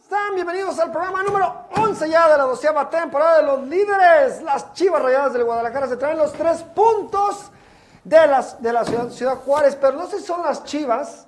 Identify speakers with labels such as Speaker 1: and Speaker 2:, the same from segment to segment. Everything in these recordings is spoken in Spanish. Speaker 1: Están bienvenidos al programa número 11 ya de la doceava temporada de los líderes. Las Chivas Rayadas del Guadalajara se traen los tres puntos de, las, de la ciudad, ciudad Juárez, pero no sé si son las Chivas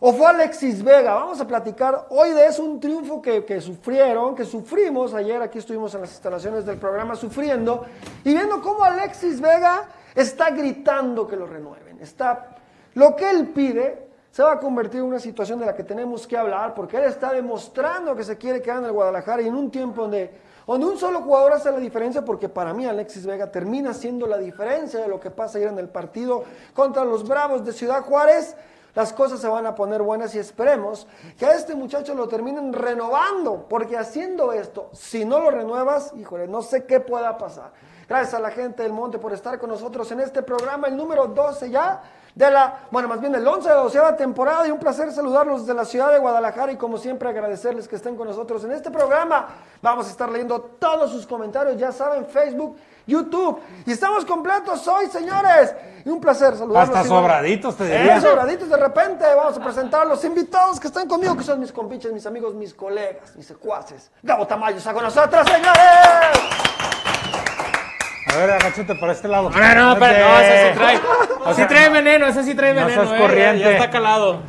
Speaker 1: o fue Alexis Vega. Vamos a platicar hoy de eso, un triunfo que, que sufrieron, que sufrimos. Ayer aquí estuvimos en las instalaciones del programa sufriendo y viendo cómo Alexis Vega está gritando que lo renueven. Está, lo que él pide se va a convertir en una situación de la que tenemos que hablar, porque él está demostrando que se quiere quedar en el Guadalajara y en un tiempo donde, donde un solo jugador hace la diferencia, porque para mí Alexis Vega termina siendo la diferencia de lo que pasa ayer en el partido contra los Bravos de Ciudad Juárez. Las cosas se van a poner buenas y esperemos que a este muchacho lo terminen renovando, porque haciendo esto, si no lo renuevas, híjole, no sé qué pueda pasar. Gracias a la gente del Monte por estar con nosotros en este programa, el número 12 ya de la, bueno, más bien el 11 de la doceava temporada y un placer saludarlos desde la ciudad de Guadalajara y como siempre agradecerles que estén con nosotros en este programa. Vamos a estar leyendo todos sus comentarios, ya saben, Facebook, YouTube. Y estamos completos hoy, señores. Y un placer saludarlos.
Speaker 2: Hasta sobraditos, te
Speaker 1: Eh,
Speaker 2: diría.
Speaker 1: sobraditos de repente. Vamos a presentar los invitados que están conmigo, que son mis compiches, mis amigos, mis colegas, mis secuaces. Gabo Tamayo está con nosotros, señores.
Speaker 2: A ver, agáchate para este lado.
Speaker 3: No, no, no, pero no, ese sí trae.
Speaker 2: O sea,
Speaker 3: sí trae veneno, ese sí trae
Speaker 2: no
Speaker 3: veneno.
Speaker 2: seas
Speaker 3: eh,
Speaker 2: corriente.
Speaker 3: Ya está calado.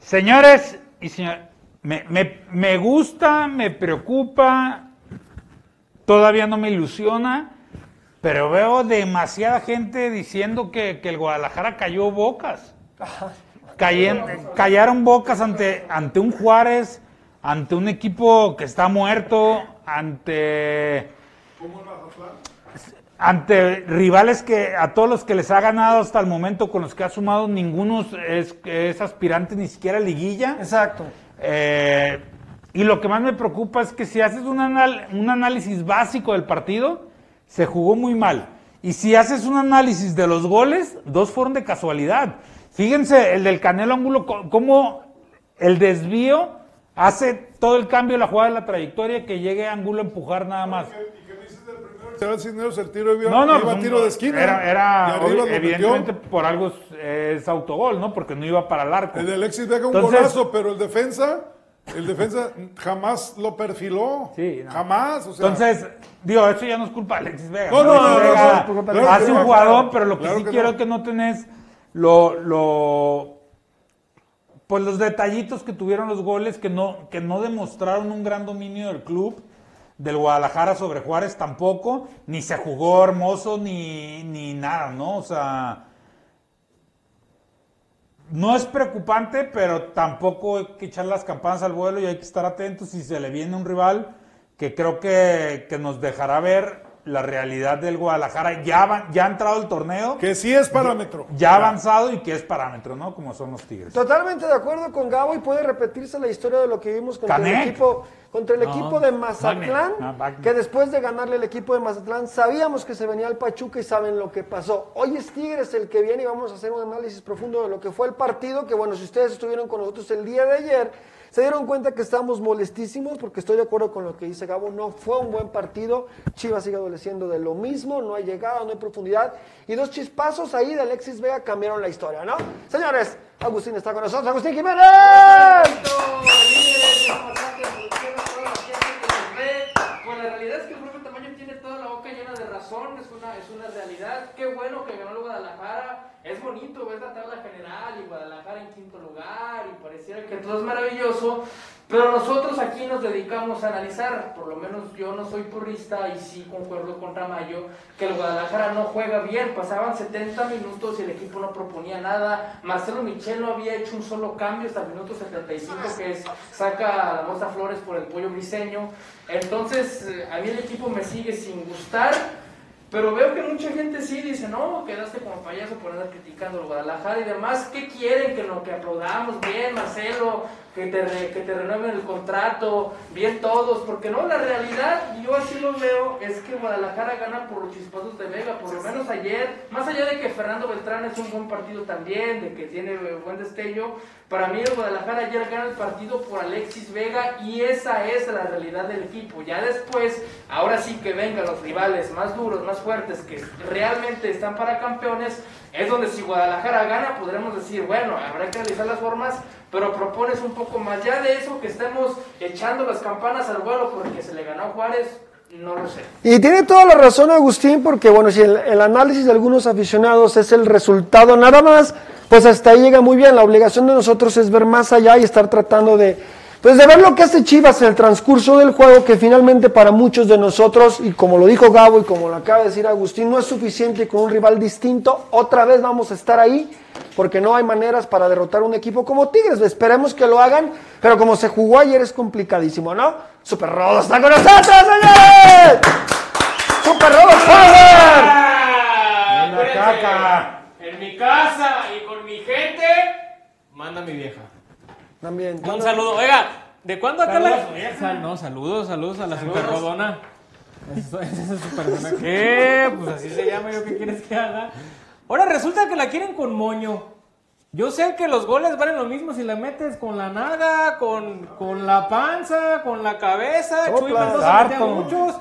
Speaker 2: Señores y señores, me, me- me gusta, me preocupa, todavía no me ilusiona, pero veo demasiada gente diciendo que, que el Guadalajara cayó bocas. Cayen- callaron bocas ante, ante un Juárez, ante un equipo que está muerto, ante... Ante rivales que a todos los que les ha ganado hasta el momento, con los que ha sumado, ninguno es, es aspirante ni siquiera a liguilla.
Speaker 1: Exacto.
Speaker 2: Eh, y lo que más me preocupa es que si haces un, anal- un análisis básico del partido, se jugó muy mal. Y si haces un análisis de los goles, dos fueron de casualidad. Fíjense, el del Canelo Ángulo, co- cómo el desvío hace todo el cambio de la jugada de la trayectoria que llegue Ángulo a empujar nada más.
Speaker 4: Serán Cisneros el tiro iba,
Speaker 2: No, no,
Speaker 4: iba
Speaker 2: pues,
Speaker 4: tiro de esquina.
Speaker 2: Era,
Speaker 4: Y
Speaker 2: era
Speaker 4: arriba
Speaker 2: obvio-
Speaker 4: lo metió.
Speaker 2: evidentemente por algo es- es autogol, ¿no? Porque no iba para el arco.
Speaker 4: El de Alexis Vega un
Speaker 2: Entonces-
Speaker 4: golazo, pero el defensa, el defensa jamás lo perfiló.
Speaker 2: Sí, no.
Speaker 4: Jamás. O sea,
Speaker 2: Entonces, digo, eso ya no es culpa de Alexis Vega.
Speaker 4: No, no,
Speaker 2: Alexis
Speaker 4: no, no,
Speaker 2: Vega
Speaker 4: no, es por culpa de Alexis
Speaker 2: hace
Speaker 4: Vega,
Speaker 2: un jugador,
Speaker 4: claro.
Speaker 2: pero lo que
Speaker 4: Claro
Speaker 2: sí
Speaker 4: que
Speaker 2: quiero
Speaker 4: no.
Speaker 2: que no tenés lo, lo, pues los detallitos que tuvieron los goles que no, que no demostraron un gran dominio del club, del Guadalajara sobre Juárez tampoco, ni se jugó hermoso ni, ni nada, ¿no? O sea, no es preocupante, pero tampoco hay que echar las campanas al vuelo y hay que estar atentos si se le viene un rival que creo que, que nos dejará ver la realidad del Guadalajara. Ya, avan- ya ha entrado el torneo,
Speaker 4: que sí es parámetro.
Speaker 2: ya ha avanzado y que es parámetro, ¿no? Como son los Tigres.
Speaker 1: Totalmente de acuerdo con Gabo y puede repetirse la historia de lo que vimos contra el
Speaker 2: Canek.
Speaker 1: equipo contra el
Speaker 3: No,
Speaker 1: equipo de
Speaker 2: Wagner,
Speaker 1: Mazatlán,
Speaker 2: no, Wagner.
Speaker 1: que después de ganarle el equipo de Mazatlán sabíamos que se venía al Pachuca y saben lo que pasó. Hoy es Tigres el que viene y vamos a hacer un análisis profundo de lo que fue el partido, que bueno, si ustedes estuvieron con nosotros el día de ayer, se dieron cuenta que estamos molestísimos porque estoy de acuerdo con lo que dice Gabo, no fue un buen partido, Chivas sigue adoleciendo de lo mismo, no hay llegada, no hay profundidad y dos chispazos ahí de Alexis Vega cambiaron la historia, ¿no? Señores, Agustín está con nosotros, Agustín Jiménez.
Speaker 5: Líderes, es importante, porque no solo la gente que nos ve, pues la realidad es que el profe Tamayo tiene toda la boca llena de razón, es una, es una realidad. Qué bueno que ganó el Guadalajara. Es bonito ver la tabla general y Guadalajara en quinto lugar y pareciera que todo es maravilloso. Pero nosotros aquí nos dedicamos a analizar, por lo menos yo no soy purrista y sí concuerdo con Tamayo, que el Guadalajara no juega bien, pasaban 70 minutos y el equipo no proponía nada, Marcelo Michel no había hecho un solo cambio hasta el minuto 75 que es, saca a la Moza Flores por el pollo briseño, entonces eh, a mí el equipo me sigue sin gustar, pero veo que mucha gente sí dice, no, quedaste como payaso por andar criticando al Guadalajara y demás. ¿Qué quieren? Que, lo, que aplaudamos bien, Marcelo, que te, re- que te renueven el contrato, bien todos. Porque no, la realidad, y yo así lo veo, es que Guadalajara gana por los chispazos de Vega, por lo menos ayer. Más allá de que Fernando Beltrán es un buen partido también, de que tiene eh, buen destello, para mí el Guadalajara ayer gana el partido por Alexis Vega y esa es la realidad del equipo. Ya después, ahora sí que vengan los rivales más duros, más fuertes, que realmente están para campeones, es donde si Guadalajara gana podremos decir, bueno, habrá que analizar las formas, pero propones un poco más. Ya de eso que estemos echando las campanas al vuelo porque se le ganó a Juárez, no lo sé.
Speaker 1: Y tiene toda la razón Agustín, porque bueno, si el, el análisis de algunos aficionados es el resultado nada más, pues hasta ahí llega muy bien. La obligación de nosotros es ver más allá y estar tratando de, pues de ver lo que hace Chivas en el transcurso del juego, que finalmente para muchos de nosotros, y como lo dijo Gabo y como lo acaba de decir Agustín, no es suficiente con un rival distinto. Otra vez vamos a estar ahí, porque no hay maneras para derrotar un equipo como Tigres. Esperemos que lo hagan, pero como se jugó ayer es complicadísimo, ¿no? Super Rodo está con nosotros, señores. Super Rodo Power.
Speaker 2: En la caca.
Speaker 6: ¡Ah! En mi casa y con mi gente, manda mi vieja.
Speaker 1: También.
Speaker 6: Un saludo. Oiga, ¿de cuándo acá
Speaker 3: Saludos
Speaker 6: la.?
Speaker 3: a su vieja. Sal-
Speaker 6: no, saludos, saludos a la
Speaker 3: Saludos.
Speaker 6: super rodona. ¿Qué? Pues así se llama, ¿yo qué quieres que haga? Ahora resulta que la quieren con moño. Yo sé que los goles valen lo mismo si la metes con la nalga, con, con la panza, con la cabeza. Chuy
Speaker 2: Sopla,
Speaker 6: Mendoza metía
Speaker 2: harto.
Speaker 6: muchos.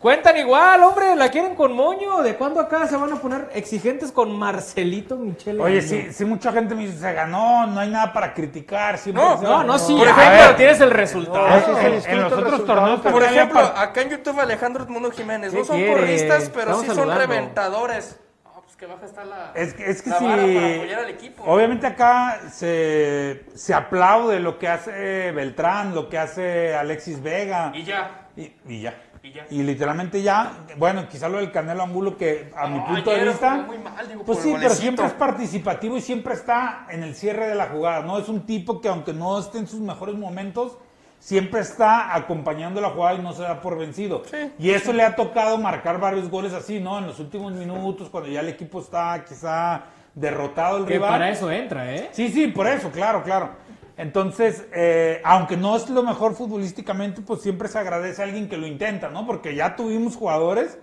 Speaker 6: Cuentan igual, hombre, la quieren con moño. ¿De cuándo acá se van a poner exigentes con Marcelito Michele?
Speaker 2: Oye, sí, sí, mucha gente me dice, se ganó, no hay nada para criticar. siempre
Speaker 6: No,
Speaker 2: se
Speaker 6: no,
Speaker 2: ganó".
Speaker 6: no, sí.
Speaker 2: A
Speaker 6: acá,
Speaker 2: ver,
Speaker 6: pero tienes el resultado.
Speaker 2: ese Ah, es el Eh, En- en los otros resultado, torneos pero-
Speaker 5: Por
Speaker 2: también
Speaker 5: ejemplo,
Speaker 2: aparte-
Speaker 5: acá en YouTube Alejandro Edmundo Jiménez.
Speaker 6: ¿Qué
Speaker 5: No son
Speaker 6: quiere?
Speaker 5: porristas, pero
Speaker 6: Estamos
Speaker 5: sí
Speaker 6: saludando.
Speaker 5: son reventadores. No, pues que baja está la.
Speaker 2: Es que, es que
Speaker 5: la vara para
Speaker 2: sí.
Speaker 5: apoyar al equipo.
Speaker 2: Obviamente acá se, se aplaude lo que hace Beltrán, lo que hace Alexis Vega.
Speaker 5: Y ya.
Speaker 2: Y, y ya.
Speaker 5: Y ya.
Speaker 2: Y literalmente ya, bueno, quizá lo del Canelo Angulo que a mi
Speaker 5: No,
Speaker 2: punto de
Speaker 5: Ah, ayer
Speaker 2: vista,
Speaker 5: jugó muy mal, digo,
Speaker 2: pues
Speaker 5: por
Speaker 2: sí,
Speaker 5: el
Speaker 2: pero
Speaker 5: golecito.
Speaker 2: siempre es participativo y siempre está en el cierre de la jugada, ¿no? Es un tipo que aunque no esté en sus mejores momentos, siempre está acompañando la jugada y no se da por vencido. Y eso le ha tocado marcar varios goles así, ¿no? En los últimos minutos, cuando ya el equipo está quizá derrotado el
Speaker 6: Que
Speaker 2: rival.
Speaker 6: para eso entra, ¿eh?
Speaker 2: Sí, sí, por eso, claro, claro. Entonces, eh, aunque no es lo mejor futbolísticamente, pues siempre se agradece a alguien que lo intenta, ¿no? Porque ya tuvimos jugadores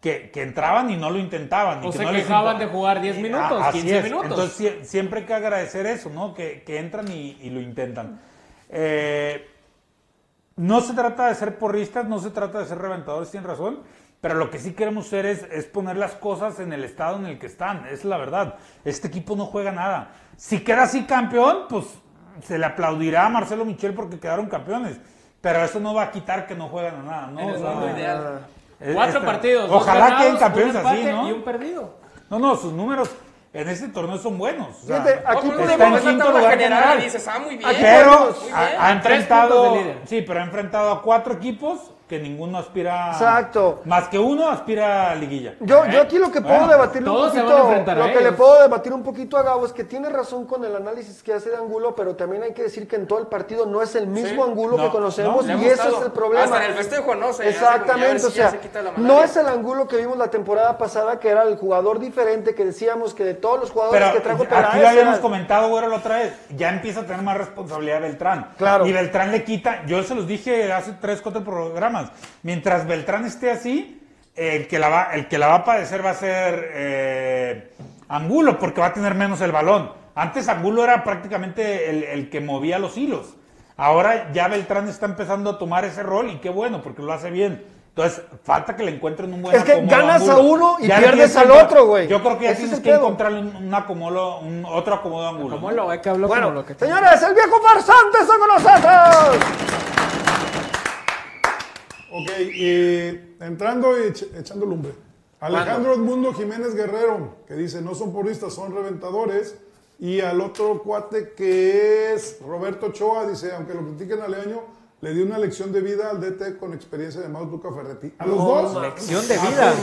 Speaker 2: que, que entraban y no lo intentaban. y
Speaker 6: O
Speaker 2: que
Speaker 6: se
Speaker 2: no les
Speaker 6: quejaban
Speaker 2: impo-
Speaker 6: de jugar 10 minutos,
Speaker 2: Ah, así
Speaker 6: 15
Speaker 2: es.
Speaker 6: minutos.
Speaker 2: Entonces, sie- siempre hay que agradecer eso, ¿no? Que, que entran y, y lo intentan. Eh, no se trata de ser porristas, no se trata de ser reventadores, tienen razón. Pero lo que sí queremos hacer es, es poner las cosas en el estado en el que están. Es la verdad. Este equipo no juega nada. Si queda así campeón, pues se le aplaudirá a Marcelo Michel porque quedaron campeones. Pero eso no va a quitar que no juegan a nada, ¿no?
Speaker 6: En el
Speaker 2: O sea,
Speaker 6: mundo ideal.
Speaker 2: es-
Speaker 6: Cuatro
Speaker 2: es-
Speaker 6: partidos. dos
Speaker 2: Ojalá
Speaker 6: ganados,
Speaker 2: queden campeones
Speaker 6: un
Speaker 2: así,
Speaker 6: empate
Speaker 2: ¿no?
Speaker 6: Y un perdido.
Speaker 2: No, no, sus números en este torneo son buenos. O sea,
Speaker 1: Fíjate, aquí
Speaker 2: está
Speaker 1: podemos
Speaker 2: en
Speaker 1: ver la
Speaker 2: quinto
Speaker 1: tabla
Speaker 2: lugar
Speaker 1: general
Speaker 2: general.
Speaker 1: y dices, ah, muy bien,
Speaker 2: Pero
Speaker 1: muy bien.
Speaker 2: ha, ha
Speaker 1: Tres
Speaker 2: enfrentado,
Speaker 1: puntos de líder.
Speaker 2: sí, pero ha enfrentado a cuatro equipos que ninguno aspira.
Speaker 1: Exacto.
Speaker 2: Más que uno aspira a liguilla.
Speaker 1: Yo,
Speaker 2: ¿Eh?
Speaker 1: yo aquí lo que puedo
Speaker 2: Bueno,
Speaker 1: debatir un
Speaker 2: todos se
Speaker 1: poquito,
Speaker 2: van a enfrentar a
Speaker 1: lo que le
Speaker 2: ellos.
Speaker 1: puedo debatir un poquito a Gabo es que tiene razón con el análisis que hace de Angulo, pero también hay que decir que en todo el partido no es el mismo Angulo
Speaker 5: No,
Speaker 1: que conocemos
Speaker 5: no, le ha
Speaker 1: y ese
Speaker 5: gustado.
Speaker 1: es el problema.
Speaker 5: Hasta en el festejo, ¿no? Se hace como ya,
Speaker 1: Exactamente,
Speaker 5: sí,
Speaker 1: o
Speaker 5: ya
Speaker 1: sea,
Speaker 5: se quita la
Speaker 1: no
Speaker 5: malaria.
Speaker 1: es el Angulo que vimos la temporada pasada que era el jugador diferente que decíamos que de todos los jugadores
Speaker 2: Pero
Speaker 1: que trajo
Speaker 2: aquí
Speaker 1: Peláez
Speaker 2: lo habíamos
Speaker 1: era-
Speaker 2: comentado, güero, la otra vez. Ya empieza a tener más responsabilidad Beltrán. Claro. Y Beltrán le quita. Yo se los dije hace tres, cuatro programas. Mientras Beltrán esté así, eh, el que la va, el que la va a padecer va a ser eh, Angulo, porque va a tener menos el balón. Antes Angulo era prácticamente el, el que movía los hilos. Ahora ya Beltrán está empezando a tomar ese rol y qué bueno, porque lo hace bien. Entonces, falta que le encuentren un buen
Speaker 1: Es que
Speaker 2: acomodo
Speaker 1: ganas a
Speaker 2: Angulo.
Speaker 1: uno y
Speaker 2: Ya le
Speaker 1: pierdes
Speaker 2: tienes
Speaker 1: al
Speaker 2: que encontrar-
Speaker 1: otro, güey.
Speaker 2: Yo creo que ya
Speaker 1: Ese es
Speaker 2: tienes
Speaker 1: el
Speaker 2: que
Speaker 1: pedo.
Speaker 2: encontrarle un, un acomodo, un otro acomodo ángulo. Acomodo,
Speaker 6: que habló
Speaker 2: bueno,
Speaker 6: como lo que
Speaker 1: Señores, el viejo farsante está con nosotros.
Speaker 7: Ok, y entrando y ech- echando lumbre. Alejandro Edmundo Jiménez Guerrero, que dice, no son puristas, son reventadores. Y al otro cuate que es Roberto Ochoa, dice, aunque lo critiquen a Leaño, le dio una lección de vida al DT con experiencia llamado Tuca Ferretti. A los
Speaker 8: No,
Speaker 7: dos.
Speaker 8: lección de
Speaker 7: a-
Speaker 8: vida.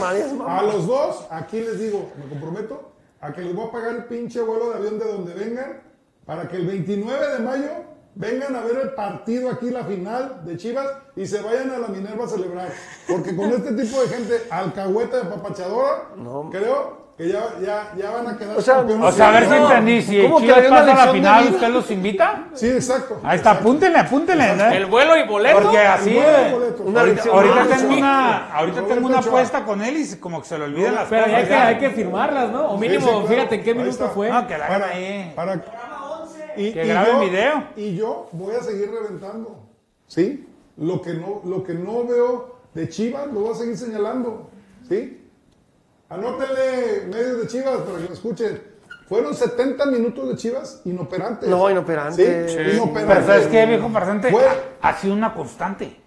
Speaker 7: A, los dos, aquí les digo, me comprometo a que les voy a pagar el pinche vuelo de avión de donde vengan para que el 29 de mayo vengan a ver el partido aquí, la final de Chivas, y se vayan a la Minerva a celebrar. Porque con este tipo de gente alcahueta de papachadora, creo que ya, ya, ya van a quedar
Speaker 2: O sea,
Speaker 7: campeones.
Speaker 2: o sea, a ver si entendí, si ¿Cómo que Chivas hay una pasa a la lección de final, vida? ¿usted los invita?
Speaker 7: Sí, exacto.
Speaker 2: Ahí está, apúntenle, apúntenle. ¿no?
Speaker 7: El vuelo y boleto.
Speaker 2: Porque así
Speaker 7: El vuelo y
Speaker 2: eh,
Speaker 7: boleto. Una
Speaker 2: ahorita,
Speaker 7: lección
Speaker 2: ahorita
Speaker 7: más.
Speaker 2: tengo una, ahorita
Speaker 7: Roberto
Speaker 2: tengo una
Speaker 7: Ochoa.
Speaker 2: apuesta con él y se- como que se le olvidan las
Speaker 6: Pero
Speaker 2: cosas.
Speaker 6: ya hay que- hay que firmarlas, ¿no? O mínimo, fíjate en qué
Speaker 7: Ahí
Speaker 6: minuto
Speaker 7: está.
Speaker 6: fue.
Speaker 2: No, que la hagan
Speaker 7: Para-
Speaker 2: ahí.
Speaker 7: para- y,
Speaker 2: Que
Speaker 7: y
Speaker 2: graben video.
Speaker 7: Y yo voy a seguir reventando. ¿Sí? Lo que no, lo que no veo de Chivas lo voy a seguir señalando. ¿Sí? Anótenle medios de Chivas para que lo escuchen. Fueron 70 minutos de Chivas inoperantes.
Speaker 8: No, inoperantes.
Speaker 7: ¿Sí?
Speaker 8: Sí.
Speaker 7: Inoperantes.
Speaker 2: Pero ¿sabes qué, viejo farsante?
Speaker 7: Fue-
Speaker 2: Ha, ha sido una constante.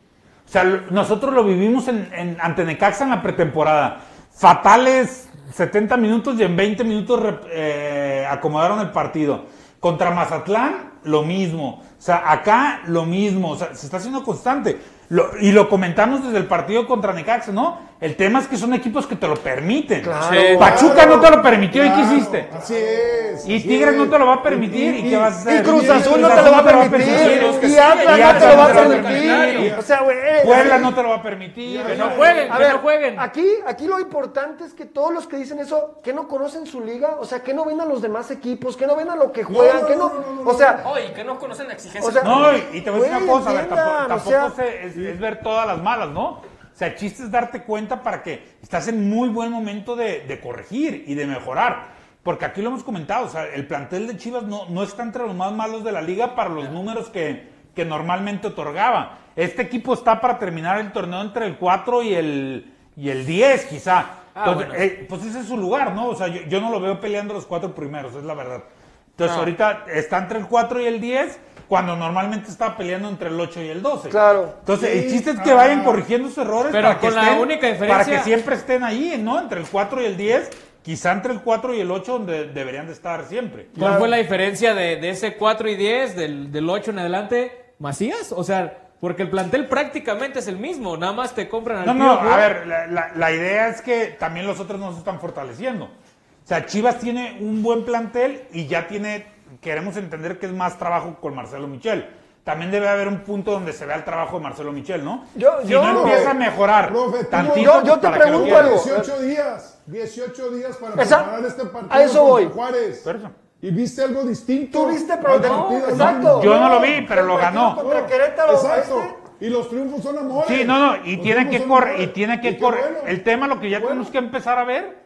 Speaker 2: O sea, lo- nosotros lo vivimos en, en- ante Necaxa en la pretemporada. Fatales 70 minutos y en 20 minutos rep- eh, acomodaron el partido. Contra Mazatlán, lo mismo. O sea, acá, lo mismo. O sea, se está haciendo constante. Lo- y lo comentamos desde el partido contra Necaxa, ¿no? El tema es que son equipos que te lo permiten.
Speaker 7: Claro.
Speaker 2: Pachuca no te lo permitió y
Speaker 7: Claro,
Speaker 2: qué hiciste.
Speaker 7: Así es.
Speaker 2: Y
Speaker 7: así
Speaker 2: Tigres
Speaker 7: es.
Speaker 2: no te lo va a permitir. ¿Y, qué vas a hacer?
Speaker 8: Y Cruz Azul no te lo va a permitir. Y Atlas no te lo va a permitir. O sea, güey. eh,
Speaker 2: Puebla
Speaker 8: eh,
Speaker 2: no te lo va a permitir.
Speaker 8: eh, a ver, Aquí, aquí lo importante es que todos los que dicen eso, que no conocen su liga, o sea, que no ven a los demás equipos, que no ven a lo que juegan, que no. O sea,
Speaker 5: Oye, que no conocen la exigencia.
Speaker 8: o sea,
Speaker 2: no, y y te voy a decir
Speaker 8: güey,
Speaker 2: una cosa, a ver, tampoco,
Speaker 8: entiendan, o
Speaker 2: tampoco
Speaker 8: sea-
Speaker 2: se- es, es ver todas las malas, ¿no? O sea, el chiste es darte cuenta para que estás en muy buen momento de, de corregir y de mejorar. Porque aquí lo hemos comentado, o sea, el plantel de Chivas no, no está entre los más malos de la liga para los números que, que normalmente otorgaba. Este equipo está para terminar el torneo entre el 4 y el, y el 10, quizá.
Speaker 6: Ah,
Speaker 2: Entonces,
Speaker 6: bueno.
Speaker 2: eh, pues ese es su lugar, ¿no? O sea, yo, yo no lo veo peleando los cuatro primeros, es la verdad. Entonces,
Speaker 6: Ah.
Speaker 2: ahorita está entre el 4 y el 10, cuando normalmente está peleando entre el 8 y el 12.
Speaker 8: Claro.
Speaker 2: Entonces,
Speaker 6: Sí,
Speaker 2: el chiste es
Speaker 6: ah.
Speaker 2: que vayan corrigiendo sus errores
Speaker 6: Pero
Speaker 2: para, que
Speaker 6: con la
Speaker 2: estén-
Speaker 6: única
Speaker 2: para
Speaker 6: diferencia-
Speaker 2: que siempre estén ahí, ¿no? Entre el 4 y el 10, quizá entre el 4 y el 8, donde deberían de estar siempre.
Speaker 6: ¿Cuál fue la diferencia de, de ese 4 y 10, del, del 8 en adelante? ¿Macías? O sea, porque el plantel prácticamente es el mismo, nada más te compran al
Speaker 2: No,
Speaker 6: tío
Speaker 2: no,
Speaker 6: Juan.
Speaker 2: a ver, la, la- la idea es que también los otros no se están fortaleciendo. O sea, Chivas tiene un buen plantel y ya tiene, queremos entender que es más trabajo con Marcelo Michel. También debe haber un punto donde se vea el trabajo de Marcelo Michel, ¿no?
Speaker 8: Yo-
Speaker 2: si
Speaker 8: yo-
Speaker 2: no empieza a mejorar tantito, pues,
Speaker 8: yo- yo te
Speaker 2: ¿para qué lo
Speaker 8: pregunto
Speaker 2: quieres?
Speaker 8: algo.
Speaker 7: 18 días, 18 días para
Speaker 8: Esa-
Speaker 7: preparar este partido.
Speaker 8: a eso
Speaker 7: contra
Speaker 8: voy.
Speaker 7: Juárez. ¿Y viste algo distinto?
Speaker 8: Tú viste, pero
Speaker 7: al
Speaker 8: no,
Speaker 7: partido?
Speaker 8: exacto. Oh, Yo no lo vi, pero lo
Speaker 7: El partido
Speaker 2: ganó.
Speaker 8: Contra Querétaro,
Speaker 7: Exacto. Y los triunfos son amores.
Speaker 2: Sí, no, no, y
Speaker 7: Los
Speaker 2: tiene
Speaker 7: triunfos
Speaker 2: que
Speaker 7: son
Speaker 2: correr, y
Speaker 7: amores.
Speaker 2: tiene que
Speaker 7: qué
Speaker 2: correr.
Speaker 7: bueno.
Speaker 2: El tema, lo que ya tenemos que empezar a ver,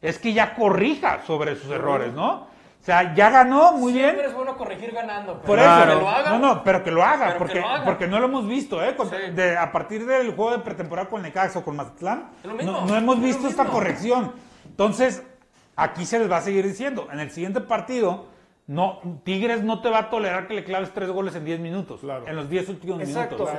Speaker 2: es que ya corrija sobre sus errores, ¿no? O sea, ya ganó, muy bien.
Speaker 5: Siempre es bueno corregir ganando. pero
Speaker 2: Por
Speaker 5: que
Speaker 2: eso,
Speaker 5: lo haga.
Speaker 2: no, no, pero que lo haga,
Speaker 5: Pero que
Speaker 2: porque,
Speaker 5: lo haga.
Speaker 2: porque no lo hemos visto, ¿eh? Con- de- a partir del juego de pretemporada con Necaxa o con Mazatlán,
Speaker 5: Es lo mismo,
Speaker 2: no, no hemos
Speaker 5: es lo
Speaker 2: visto esta
Speaker 5: mismo.
Speaker 2: corrección. Entonces, aquí se les va a seguir diciendo, en el siguiente partido, no, Tigres no te va a tolerar que le claves tres goles en 10 minutos, en los 10 últimos
Speaker 8: Exacto.
Speaker 2: minutos.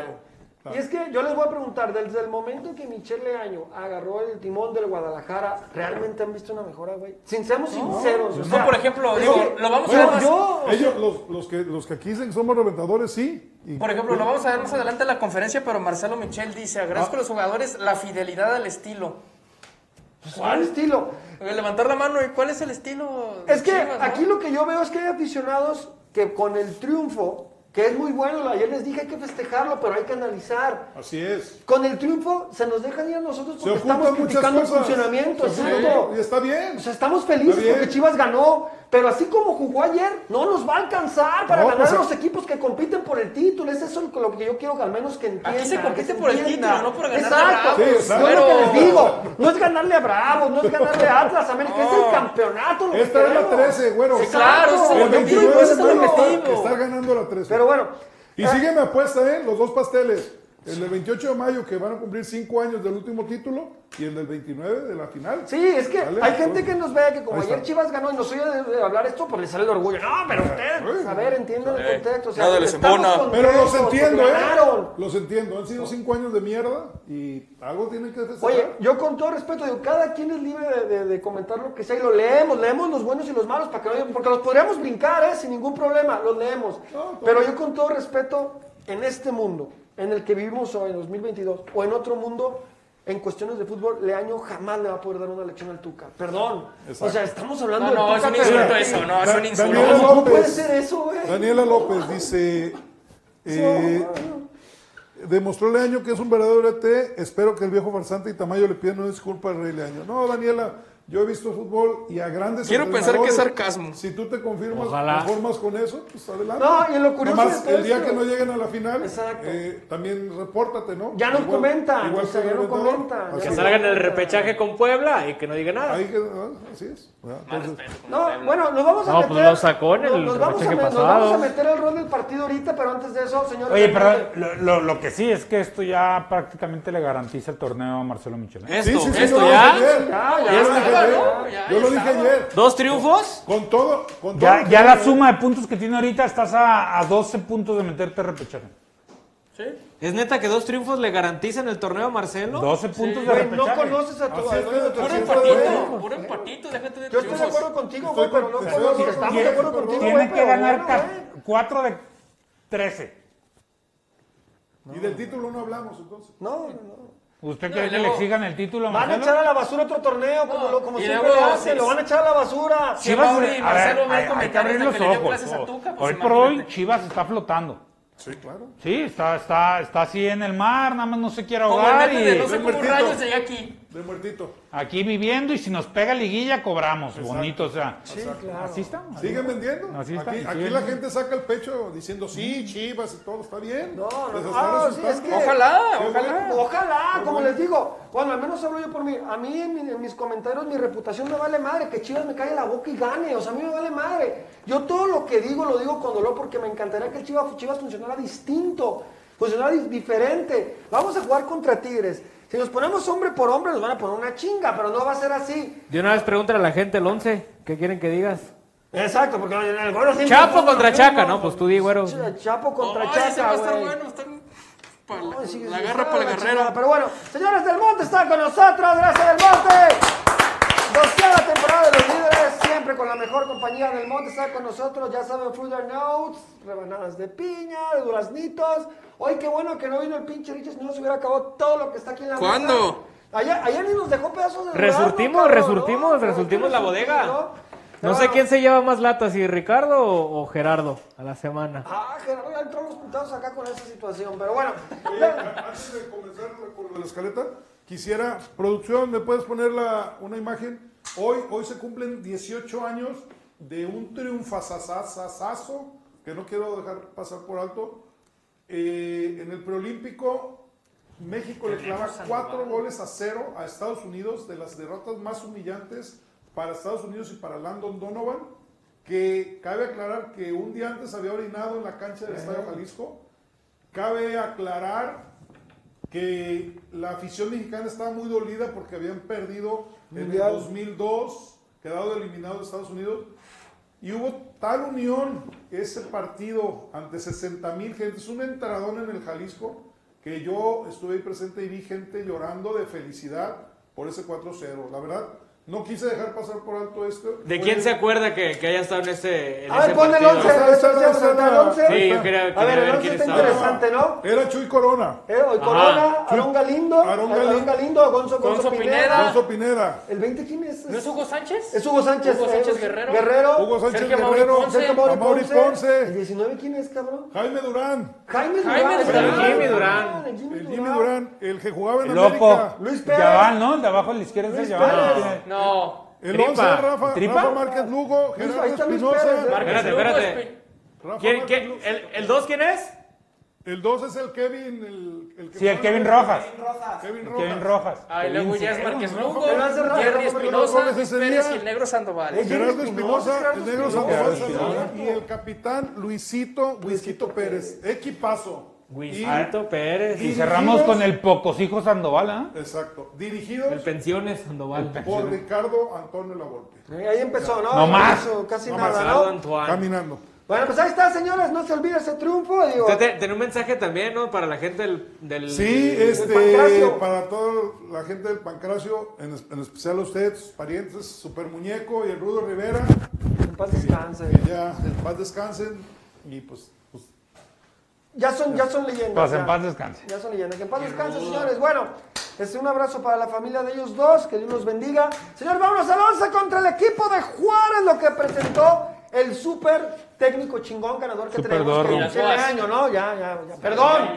Speaker 8: Y es que yo les voy a preguntar, desde el momento que Michelle Leaño agarró el timón del Guadalajara, ¿realmente han visto una mejora, güey? Sin, seamos sinceros. o
Speaker 5: No,
Speaker 8: sea,
Speaker 5: por ejemplo,
Speaker 8: es
Speaker 5: digo,
Speaker 8: que-
Speaker 5: lo vamos a
Speaker 8: yo-
Speaker 5: ver más-
Speaker 8: yo- o sea,
Speaker 7: Ellos, los, los que, los que aquí dicen que somos reventadores, sí. Y-
Speaker 5: Por ejemplo, lo vamos a ver más adelante en la conferencia, pero Marcelo Michel dice, agradezco a los jugadores la fidelidad al estilo.
Speaker 8: ¿Cuál estilo?
Speaker 5: Levantar la mano, ¿y cuál es el estilo? de
Speaker 8: Es que
Speaker 5: Chivas, no?
Speaker 8: aquí lo que yo veo es que hay aficionados que con el triunfo, que es muy bueno, ayer les dije hay que festejarlo, pero hay que analizar.
Speaker 7: Así es.
Speaker 8: Con el triunfo se nos dejan ir a nosotros
Speaker 7: Se
Speaker 8: porque estamos
Speaker 7: ocultan muchas
Speaker 8: criticando el
Speaker 7: cosas.
Speaker 8: funcionamiento,
Speaker 7: Se
Speaker 8: exacto.
Speaker 7: ocultan, Y está bien.
Speaker 8: O sea, estamos felices
Speaker 7: Está bien.
Speaker 8: porque Chivas ganó, pero así como jugó ayer, no nos va a alcanzar para
Speaker 7: No,
Speaker 8: ganar
Speaker 7: pues,
Speaker 8: a los equipos que compiten por el título. Es eso lo que yo quiero que al menos que entiendan.
Speaker 5: se compite
Speaker 8: que
Speaker 5: por el
Speaker 8: entiendan.
Speaker 5: título, no por ganarle a
Speaker 8: Exacto.
Speaker 5: Bravos. Sí, exacto.
Speaker 8: Yo lo que les
Speaker 5: Pero-
Speaker 8: digo, no es ganarle a Bravos, no es ganarle a Atlas, América, es el campeonato. lo que
Speaker 7: Esta es la
Speaker 8: queremos.
Speaker 7: 13, güero.
Speaker 8: Sí, claro, ese es el
Speaker 7: el
Speaker 8: objetivo,
Speaker 7: 29
Speaker 8: ese es
Speaker 7: de
Speaker 8: el
Speaker 7: mayo
Speaker 8: objetivo.
Speaker 7: Estar ganando la 13.
Speaker 8: Pero bueno.
Speaker 7: Y sígueme apuesta, ¿eh? Los dos pasteles. El del 28 de mayo, que van a cumplir 5 años del último título, y el del 29 de la final.
Speaker 1: Sí, es que
Speaker 7: ¿Vale? pues.
Speaker 1: hay gente que nos ve que como
Speaker 7: Ahí está.
Speaker 1: ayer Chivas ganó y nos oye de, de hablar esto, pues les sale el orgullo. No, pero ustedes, a ver, entienden el
Speaker 7: Eh,
Speaker 1: contexto. o sea,
Speaker 7: nada les
Speaker 1: estamos contentos
Speaker 7: Pero los entiendo,
Speaker 1: porque
Speaker 7: ¿eh?
Speaker 1: ganaron.
Speaker 7: Los entiendo. Han sido 5 años de mierda y algo tienen que festejar.
Speaker 1: Oye, yo con todo respeto digo, cada quien es libre de, de- de comentar lo que sea y lo leemos, leemos los buenos y los malos para que no- porque los podríamos brincar, ¿eh? Sin ningún problema, los leemos. Pero yo con todo respeto, en este mundo en el que vivimos hoy, en 2022, o en otro mundo, en cuestiones de fútbol, Leaño jamás le va a poder dar una lección al Tuca. Perdón.
Speaker 7: Exacto.
Speaker 1: O sea, estamos hablando
Speaker 7: No,
Speaker 1: del
Speaker 7: no,
Speaker 1: Tuca.
Speaker 7: es un insulto
Speaker 1: pero-
Speaker 7: eso, no, pues. es un
Speaker 1: Da-
Speaker 7: insulto.
Speaker 1: Daniela
Speaker 7: ¿Cómo
Speaker 1: López.
Speaker 7: puede
Speaker 1: ser eso, eh. güey?
Speaker 7: Daniela López dice: eh, Demostró Leaño que es un verdadero ET. Espero que el viejo farsante y Tamayo le pidan una disculpa al Rey Leaño. No, Daniela, yo he visto fútbol y a grandes.
Speaker 9: Quiero pensar que es
Speaker 7: entrenadores,
Speaker 9: sarcasmo.
Speaker 7: Si tú te confirmas,
Speaker 9: Ojalá.
Speaker 7: conformas con eso, pues adelante.
Speaker 1: No, y lo curioso
Speaker 7: Además,
Speaker 1: de todo
Speaker 7: el día
Speaker 1: esto-
Speaker 7: que no lleguen a la final, eh, también repórtate, ¿no?
Speaker 1: Ya nos
Speaker 7: Igual-
Speaker 1: comentan,
Speaker 7: Igual
Speaker 1: o sea,
Speaker 7: que
Speaker 1: ya
Speaker 7: el
Speaker 1: nos
Speaker 7: vendedor.
Speaker 1: comentan, ya
Speaker 7: Así
Speaker 6: Que
Speaker 7: es.
Speaker 6: salgan el repechaje con Puebla y que no diga nada.
Speaker 7: Ahí que- ah, así es. Ah, entonces-
Speaker 1: No, bueno, nos vamos a
Speaker 6: No,
Speaker 1: meter.
Speaker 6: pues lo sacó en
Speaker 1: nos-
Speaker 6: el
Speaker 1: nos vamos, a,
Speaker 6: repechaje
Speaker 1: me- nos
Speaker 6: pasado.
Speaker 1: vamos a meter el rol del partido ahorita, pero antes de eso, señor.
Speaker 2: Oye, pero lo, lo- lo que sí es que esto ya prácticamente le garantiza el torneo a Marcelo Michel. ¿eh?
Speaker 6: Esto, Sí, sí, sí, esto yo lo ya. dije ayer. Ya, ya Yo lo dije estaba, ayer. ¿no? Ya, Yo ya lo dije estaba. ayer. ¿Dos triunfos?
Speaker 7: Con todo, con
Speaker 2: Ya,
Speaker 7: todo.
Speaker 2: ya la suma de puntos que tiene ahorita estás a, a 12 puntos de meterte a repechaje.
Speaker 6: ¿Es neta que dos triunfos le garantizan el torneo a Marcelo?
Speaker 2: 12 puntos de Güey, no repechaje. conoces a tu- Así es, al dueño de tu puro equipo, empatito, güey.
Speaker 6: puro empatito, déjate de
Speaker 1: Yo estoy de acuerdo contigo, güey, pero no
Speaker 2: Estoy
Speaker 1: podemos.
Speaker 2: con-
Speaker 1: Estamos de
Speaker 2: tiene-
Speaker 1: acuerdo contigo,
Speaker 2: Tiene
Speaker 1: güey,
Speaker 2: que
Speaker 1: pero
Speaker 2: ganar
Speaker 1: bueno, güey.
Speaker 2: 4 de 13.
Speaker 7: Y del título no hablamos entonces.
Speaker 1: No, no, no.
Speaker 2: ¿Usted
Speaker 1: No,
Speaker 2: cree
Speaker 1: y
Speaker 2: que le
Speaker 1: luego-
Speaker 2: exijan el título a
Speaker 1: Van a
Speaker 2: Marcelo?
Speaker 1: echar a la basura otro torneo, como, lo, como
Speaker 2: y
Speaker 1: siempre
Speaker 2: luego,
Speaker 1: lo hacen,
Speaker 2: sí,
Speaker 1: lo van a echar a la basura.
Speaker 2: Chivas, a ver, hay, hay que abrir los ojos.
Speaker 1: pues
Speaker 5: pues
Speaker 2: hoy por hoy Chivas está flotando.
Speaker 7: Sí, claro.
Speaker 2: Sí, está, está, está así en el mar, nada más no se quiere
Speaker 7: Como el
Speaker 2: ahogar.
Speaker 7: meme de
Speaker 2: y-
Speaker 7: no sé cómo Del muertito. rayos llegué
Speaker 5: aquí.
Speaker 7: De muertito.
Speaker 2: Aquí viviendo y si nos pega liguilla cobramos, bonito, o sea. Así está.
Speaker 7: Siguen vendiendo.
Speaker 2: Así está.
Speaker 7: Aquí,
Speaker 2: Y
Speaker 7: aquí
Speaker 2: siguen-
Speaker 7: la gente saca el pecho diciendo sí, Chivas y todo está bien. Pues, No,
Speaker 1: No, ah, sí, es que- ojalá, ojalá, como les digo. Bueno, al menos hablo yo por mí. A mí, en, mi- en mis comentarios, mi reputación me vale madre. Que Chivas me cae la boca y gane. O sea, a mí me vale madre. Yo todo lo que digo, lo digo con dolor porque me encantaría que el Chivas, Chivas funcionara distinto, funcionara di- diferente. Vamos a jugar contra Tigres. Si nos ponemos hombre por hombre, nos van a poner una chinga, pero no va a ser así.
Speaker 6: De una vez pregúntale a la gente el 11, ¿qué quieren que digas?
Speaker 1: Exacto, porque en el güero siempre-
Speaker 6: Chapo contra Chaca, no, pues tú di, güero.
Speaker 1: Ch- Chapo contra
Speaker 9: Ay,
Speaker 1: Chaca.
Speaker 9: ese va a estar
Speaker 1: güey.
Speaker 9: bueno, está para la,
Speaker 1: Sí, sí,
Speaker 9: la
Speaker 1: sí,
Speaker 9: garra para
Speaker 1: sí,
Speaker 9: la
Speaker 1: la
Speaker 9: guerrera.
Speaker 1: chingada. Pero bueno, señores del Monte están con nosotros. Gracias del Monte. Doceava temporada de los líderes, siempre con la mejor compañía del Monte está con nosotros. Ya saben, Fruiter Notes, rebanadas de piña, de duraznitos. Hoy qué bueno que no vino el pinche Richie, si no se hubiera acabado todo lo que está aquí en la mesa.
Speaker 6: ¿Cuándo?
Speaker 1: Ayer, ayer ni nos dejó pedazos de durazno,
Speaker 6: Resurtimos,
Speaker 1: cabrón,
Speaker 6: resurtimos,
Speaker 1: ¿no?
Speaker 6: resurtimos la bodega.
Speaker 1: ¿no?
Speaker 6: No sé quién se lleva más latas, si Ricardo o o Gerardo a la semana.
Speaker 1: Ah, Gerardo, ya entró los putados acá con esa situación, pero bueno.
Speaker 7: Antes de comenzar con lo de la escaleta, quisiera, producción, ¿me puedes poner la- una imagen? Hoy, hoy se cumplen 18 años de un triunfazazazazo que no quiero dejar pasar por alto. Eh, en el preolímpico, México le clava
Speaker 9: Tenemos a
Speaker 7: cuatro
Speaker 9: Nevada.
Speaker 7: goles a cero a Estados Unidos, de las derrotas más humillantes para Estados Unidos y para Landon Donovan, que cabe aclarar que un día antes había orinado en la cancha del Estadio Jalisco. Cabe aclarar que la afición mexicana estaba muy dolida porque habían perdido en el
Speaker 1: Mundial.
Speaker 7: 2002, quedado eliminado de Estados Unidos. Y hubo tal unión ese partido ante 60 mil gente. Es un entradón en el Jalisco que yo estuve ahí presente y vi gente llorando de felicidad por ese 4-0. La verdad, no quise dejar pasar por alto esto.
Speaker 6: ¿De quién se acuerda que, que haya estado en ese, en
Speaker 7: A ver,
Speaker 6: ese
Speaker 7: pon el
Speaker 6: partido?
Speaker 7: once, a ver, está- está- está- está el once.
Speaker 6: Sí, yo quería,
Speaker 7: A ver,
Speaker 6: quería
Speaker 7: el
Speaker 6: ver
Speaker 7: once
Speaker 6: quién
Speaker 7: está
Speaker 6: estaba.
Speaker 7: interesante,
Speaker 1: ¿no?
Speaker 7: Era Chuy Corona.
Speaker 1: Era Eh, hoy Corona, Aarón Galindo,
Speaker 7: Aarón
Speaker 1: Aarón
Speaker 7: Galindo.
Speaker 1: Galindo, Gonzo, Gonzo,
Speaker 7: Gonzo
Speaker 1: Pineda.
Speaker 7: Pineda. Gonzo Pineda.
Speaker 1: ¿El 20 quién es?
Speaker 5: ¿No es Hugo Sánchez?
Speaker 1: Es Hugo Sánchez.
Speaker 5: Hugo
Speaker 1: eh,
Speaker 5: Sánchez
Speaker 1: es
Speaker 5: Guerrero.
Speaker 1: Guerrero.
Speaker 5: Hugo Sánchez Sergio Mauri Guerrero. Ponce.
Speaker 1: Sergio Mauri
Speaker 5: Mauri
Speaker 1: Ponce. ¿El 19 quién es, cabrón?
Speaker 7: Jaime Durán.
Speaker 1: Jaime Durán.
Speaker 7: Jaime Durán.
Speaker 1: Jimmy
Speaker 7: Durán.
Speaker 1: El Jimmy
Speaker 7: El Jimmy Durán, el que jugaba en
Speaker 2: El loco.
Speaker 7: América.
Speaker 2: Yabal, ¿no? De abajo a la izquierda es el Yabal.
Speaker 5: No.
Speaker 7: El
Speaker 2: Tripa.
Speaker 7: 11, Rafa,
Speaker 2: ¿Tripa?
Speaker 7: Rafa Márquez Lugo, Gerardo
Speaker 1: ahí está Luis Pérez, ¿eh?
Speaker 7: Espinosa.
Speaker 6: Espérate, espérate.
Speaker 7: Rafa
Speaker 6: ¿Quién-
Speaker 7: Márquez
Speaker 6: quién- el, ¿El 2 quién es?
Speaker 7: El 2 es el Kevin, el, que
Speaker 2: Sí, el
Speaker 7: juega-
Speaker 2: Kevin Rojas.
Speaker 7: Kevin Rojas.
Speaker 2: Kevin Rojas.
Speaker 5: Ah, y luego ya es Márquez Lugo,
Speaker 7: Pero hace rato,
Speaker 5: Jerry
Speaker 7: ¿cómo te lo
Speaker 5: Espinosa,
Speaker 7: acuerdas
Speaker 5: Luis
Speaker 7: ese
Speaker 5: Pérez
Speaker 7: día?
Speaker 5: y el Negro Sandoval.
Speaker 7: Gerardo Espinosa, el negro
Speaker 5: Espinosa.
Speaker 7: Sandoval, y el capitán Luisito Luisito Pérez. Equipazo.
Speaker 2: Ah.
Speaker 6: Luisito Pérez.
Speaker 2: Y cerramos con el Pocos Hijos Sandoval, ¿ah?
Speaker 7: Exacto. Dirigidos
Speaker 6: El pensiones, Sandoval.
Speaker 7: por Ricardo Antonio Lavolpe.
Speaker 1: Y ahí empezó, ¿no?
Speaker 2: No más.
Speaker 1: Eso, casi
Speaker 6: No
Speaker 1: nada,
Speaker 6: más.
Speaker 1: ¿no?
Speaker 6: Antoine.
Speaker 7: Caminando.
Speaker 1: Bueno, pues ahí está, señores. No se olvide ese triunfo. Digo,
Speaker 6: Usted te- Tiene un mensaje también, ¿no? Para la gente del. del-
Speaker 7: Sí, este,
Speaker 1: Pancracio.
Speaker 7: para toda la gente del Pancracio, en, es- en especial a ustedes, sus parientes, Super Muñeco y el Rudo Rivera.
Speaker 1: En paz descansen.
Speaker 7: Que ya, en paz descansen. Y pues, pues,
Speaker 1: ya, son, ya son leyendas.
Speaker 2: Paz,
Speaker 1: ya.
Speaker 2: en paz descanse.
Speaker 1: Ya son leyendas. Que en paz descanse, señores. Bueno, este, un abrazo para la familia de ellos dos. Que Dios los bendiga. Señor, vámonos al 11 contra el equipo de Juárez, lo que presentó el súper técnico chingón ganador que
Speaker 2: Súper
Speaker 1: tenemos.
Speaker 2: dorro.
Speaker 1: Que, que Leaño, ¿no? Ya, ya, ya. Perdón,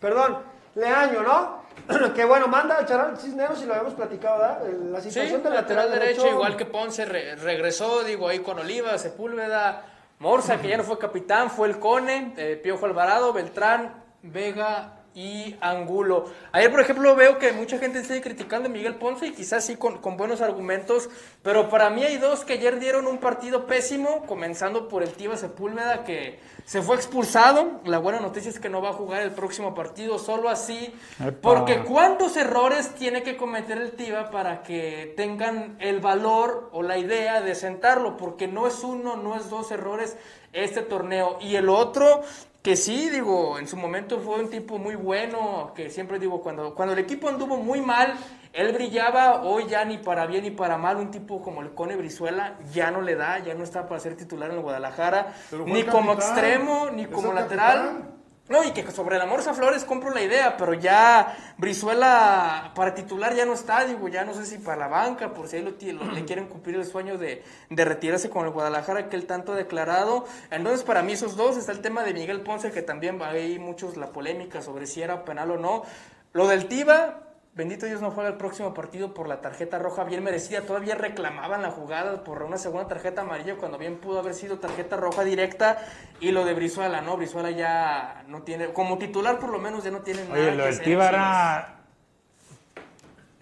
Speaker 1: perdón. Leaño, ¿no? que bueno, manda a Charal Cisneros y lo habíamos platicado, ¿verdad? La
Speaker 5: Sí,
Speaker 1: situación
Speaker 5: lateral,
Speaker 1: del lateral
Speaker 5: derecho,
Speaker 1: derecho,
Speaker 5: igual que Ponce, re- regresó, digo, ahí con Oliva, Sepúlveda, Morza, que ya no fue capitán, fue el Cone, eh, Piojo Alvarado, Beltrán, Vega y Angulo. Ayer, por ejemplo, veo que mucha gente sigue criticando a Miguel Ponce y quizás sí con, con buenos argumentos, pero para mí hay dos que ayer dieron un partido pésimo, comenzando por el Tiva Sepúlveda, que se fue expulsado. La buena noticia es que no va a jugar el próximo partido, solo así
Speaker 2: Epa.
Speaker 5: porque ¿cuántos errores tiene que cometer el TIBA para que tengan el valor o la idea de sentarlo? Porque no es uno, no es dos errores este torneo. Y el otro, que sí, digo, en su momento fue un tipo muy bueno, que siempre digo, cuando, cuando el equipo anduvo muy mal, él brillaba, hoy ya ni para bien ni para mal, un tipo como el Cone Brizuela ya no le da, ya no está para ser titular en el Guadalajara,
Speaker 7: Pero fue
Speaker 5: ni
Speaker 7: el
Speaker 5: como
Speaker 7: capitán,
Speaker 5: extremo, ni
Speaker 7: es
Speaker 5: como
Speaker 7: el
Speaker 5: lateral.
Speaker 7: capitán.
Speaker 5: No, y que sobre la Morsa Flores compro la idea, pero ya Brizuela para titular ya no está, digo, ya no sé si para la banca, por si ahí lo, ti- lo- le quieren cumplir el sueño de, de retirarse con el Guadalajara que él tanto ha declarado. Entonces, para mí esos dos, está el tema de Miguel Ponce, que también hay muchos la polémica sobre si era penal o no. Lo del Tiva, Bendito Dios no juega el próximo partido por la tarjeta roja bien merecida. Todavía reclamaban la jugada por una segunda tarjeta amarilla cuando bien pudo haber sido tarjeta roja directa. Y lo de Brizuela, ¿no? Brizuela ya no tiene, como titular por lo menos ya no tiene nada.
Speaker 2: Oye,
Speaker 5: Ah, que
Speaker 2: lo del
Speaker 5: hacer,
Speaker 2: Tiva
Speaker 5: sí,
Speaker 2: era.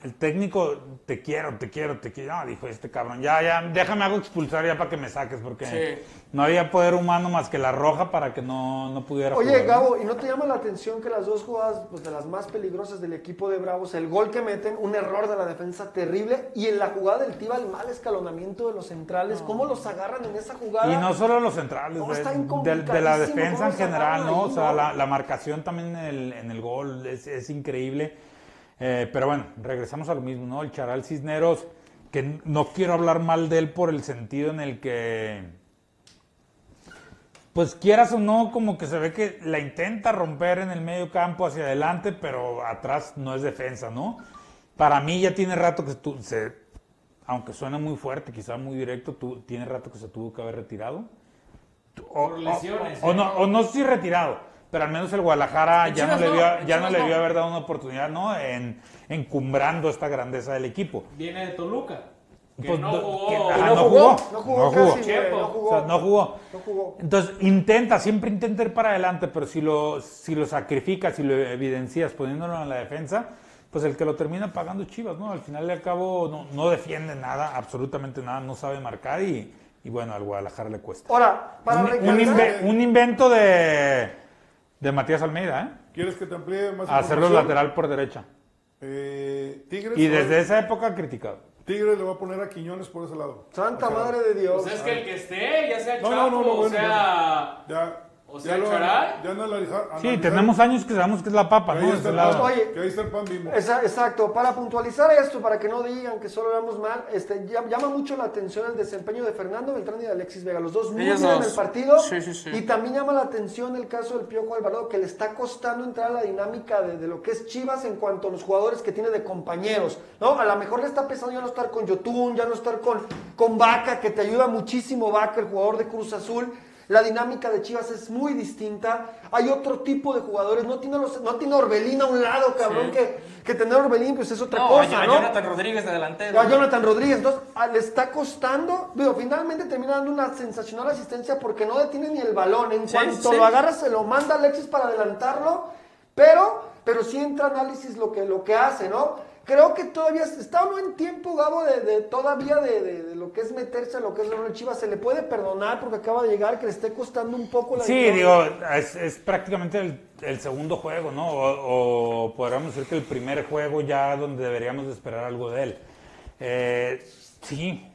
Speaker 2: El técnico, te quiero, te quiero, te quiero. No, dijo este cabrón, ya, ya, déjame hago expulsar ya para que me saques, porque
Speaker 1: Sí.
Speaker 2: no había poder humano más que la roja para que no, no pudiera
Speaker 1: Oye,
Speaker 2: jugar, ¿no?
Speaker 1: Gabo, ¿y no te llama la atención que las dos jugadas pues, de las más peligrosas del equipo de Bravos, el gol que meten, un error de la defensa terrible, y en la jugada del Tiva el mal escalonamiento de los centrales, cómo los agarran en esa jugada?
Speaker 2: Y no solo los centrales,
Speaker 1: No,
Speaker 2: de,
Speaker 1: está bien
Speaker 2: de- de la
Speaker 1: complicadísimo
Speaker 2: defensa en
Speaker 1: cómo sacarlo
Speaker 2: general, ¿no?
Speaker 1: ahí,
Speaker 2: O sea,
Speaker 1: ¿no?
Speaker 2: la, la marcación también en el, en el gol es, es increíble. Eh, pero bueno, regresamos a lo mismo, ¿no? El Charal Cisneros, que n- no quiero hablar mal de él por el sentido en el que, pues quieras o no, como que se ve que la intenta romper en el medio campo hacia adelante, pero atrás no es defensa, ¿no? Para mí ya tiene rato que tu- se, aunque suena muy fuerte, quizá muy directo, tu- tiene rato que se tuvo que haber retirado. O, o-
Speaker 10: lesiones,
Speaker 2: o
Speaker 10: ¿eh?
Speaker 2: no, o no sé si retirado, pero al menos el Guadalajara
Speaker 10: En
Speaker 2: ya no
Speaker 10: Chivas
Speaker 2: le
Speaker 10: no,
Speaker 2: dio,
Speaker 10: en
Speaker 2: ya no
Speaker 10: Chivas
Speaker 2: le
Speaker 10: no.
Speaker 2: dio haber dado una oportunidad, ¿no? En, encumbrando esta grandeza del equipo.
Speaker 6: Viene de Toluca. Que
Speaker 2: Pues,
Speaker 6: no
Speaker 2: do-
Speaker 6: jugó.
Speaker 2: que- ajá,
Speaker 6: No
Speaker 2: no
Speaker 6: jugó,
Speaker 2: jugó.
Speaker 6: no jugó casi,
Speaker 1: eh,
Speaker 6: güey, no jugó.
Speaker 2: O sea, no jugó.
Speaker 1: No jugó.
Speaker 2: Entonces, intenta, siempre intenta ir para adelante, pero si lo, si lo sacrificas, si lo evidencias poniéndolo en la defensa, pues el que lo termina pagando es Chivas, ¿no? Al final y al cabo no, no defiende nada, absolutamente nada, no sabe marcar y, y bueno, al Guadalajara le cuesta.
Speaker 1: Ahora, para
Speaker 2: un, un
Speaker 1: recalcar-
Speaker 2: inve- un invento de, de Matías Almeida, ¿eh?
Speaker 7: ¿quieres que te amplíe más
Speaker 2: Hacerlo
Speaker 7: información?
Speaker 2: lateral por derecha.
Speaker 7: Eh, Tigres.
Speaker 2: Y desde este- esa época criticado.
Speaker 7: Tigres le va a poner a Quiñones por ese lado.
Speaker 1: Santa
Speaker 7: O sea,
Speaker 1: madre de Dios.
Speaker 6: Pues es que el que esté, ya sea
Speaker 7: No,
Speaker 6: Chapo,
Speaker 7: no, no, no,
Speaker 6: o
Speaker 7: bueno,
Speaker 6: sea.
Speaker 7: Ya.
Speaker 6: O
Speaker 7: ya
Speaker 6: sea,
Speaker 7: lo-
Speaker 6: Charal.
Speaker 7: Ya no analiza-
Speaker 2: Sí,
Speaker 7: analizaron.
Speaker 2: tenemos años que sabemos que es la papa,
Speaker 7: Ahí
Speaker 2: ¿no?
Speaker 7: está
Speaker 2: Ese
Speaker 7: el
Speaker 2: lado.
Speaker 7: pan,
Speaker 1: Oye.
Speaker 7: que ahí está el pan bimbo.
Speaker 1: Esa- exacto, para puntualizar esto, para que no digan que solo hablamos mal, este, llam- llama mucho la atención el desempeño de Fernando Beltrán y de Alexis Vega. Los dos muy
Speaker 5: Ellos
Speaker 1: bien en
Speaker 5: dos.
Speaker 1: el partido.
Speaker 5: Sí, sí, sí.
Speaker 1: Y también llama la atención el caso del Piojo Alvarado, que le está costando entrar a la dinámica de, de lo que es Chivas en cuanto a los jugadores que tiene de compañeros. ¿no? A lo mejor le está pesando ya no estar con Yotun, ya no estar con, con Vaca, que te ayuda muchísimo Vaca, el jugador de Cruz Azul. La dinámica de Chivas es muy distinta. Hay otro tipo de jugadores. No tiene, a los, no tiene a Orbelín a un lado, cabrón,
Speaker 5: Sí.
Speaker 1: que, que tener a Orbelín pues es otra
Speaker 5: No,
Speaker 1: cosa,
Speaker 5: a- a
Speaker 1: ¿no?
Speaker 5: Jonathan Rodríguez de delantero.
Speaker 1: A Jonathan Rodríguez, entonces a- le está costando, digo, finalmente termina dando una sensacional asistencia porque no detiene ni el balón. En
Speaker 5: Sí,
Speaker 1: cuanto
Speaker 5: sí.
Speaker 1: lo agarra, se lo manda a Alexis para adelantarlo, pero, pero sí entra análisis lo que, lo que hace, ¿no? creo que todavía está uno en tiempo, Gabo, de, de- todavía de, de- de lo que es meterse a lo que es Ronald Chivas. Se le puede perdonar porque acaba de llegar, que le esté costando un poco la
Speaker 2: Sí, digo,
Speaker 1: victoria.
Speaker 2: es, es prácticamente el, el segundo juego, ¿no? O, o podríamos decir que el primer juego ya donde deberíamos de esperar algo de él. Eh, sí,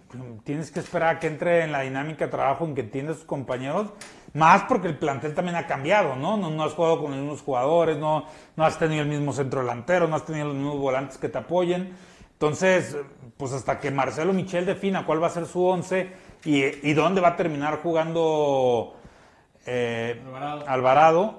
Speaker 2: tienes que esperar a que entre en la dinámica de trabajo en que tiene sus compañeros, más porque el plantel también ha cambiado, ¿no? No, no has jugado con los mismos jugadores, no, no has tenido el mismo centro delantero, no has tenido los mismos volantes que te apoyen. Entonces, pues hasta que Marcelo Michel defina cuál va a ser su once y, y dónde va a terminar jugando eh, Alvarado.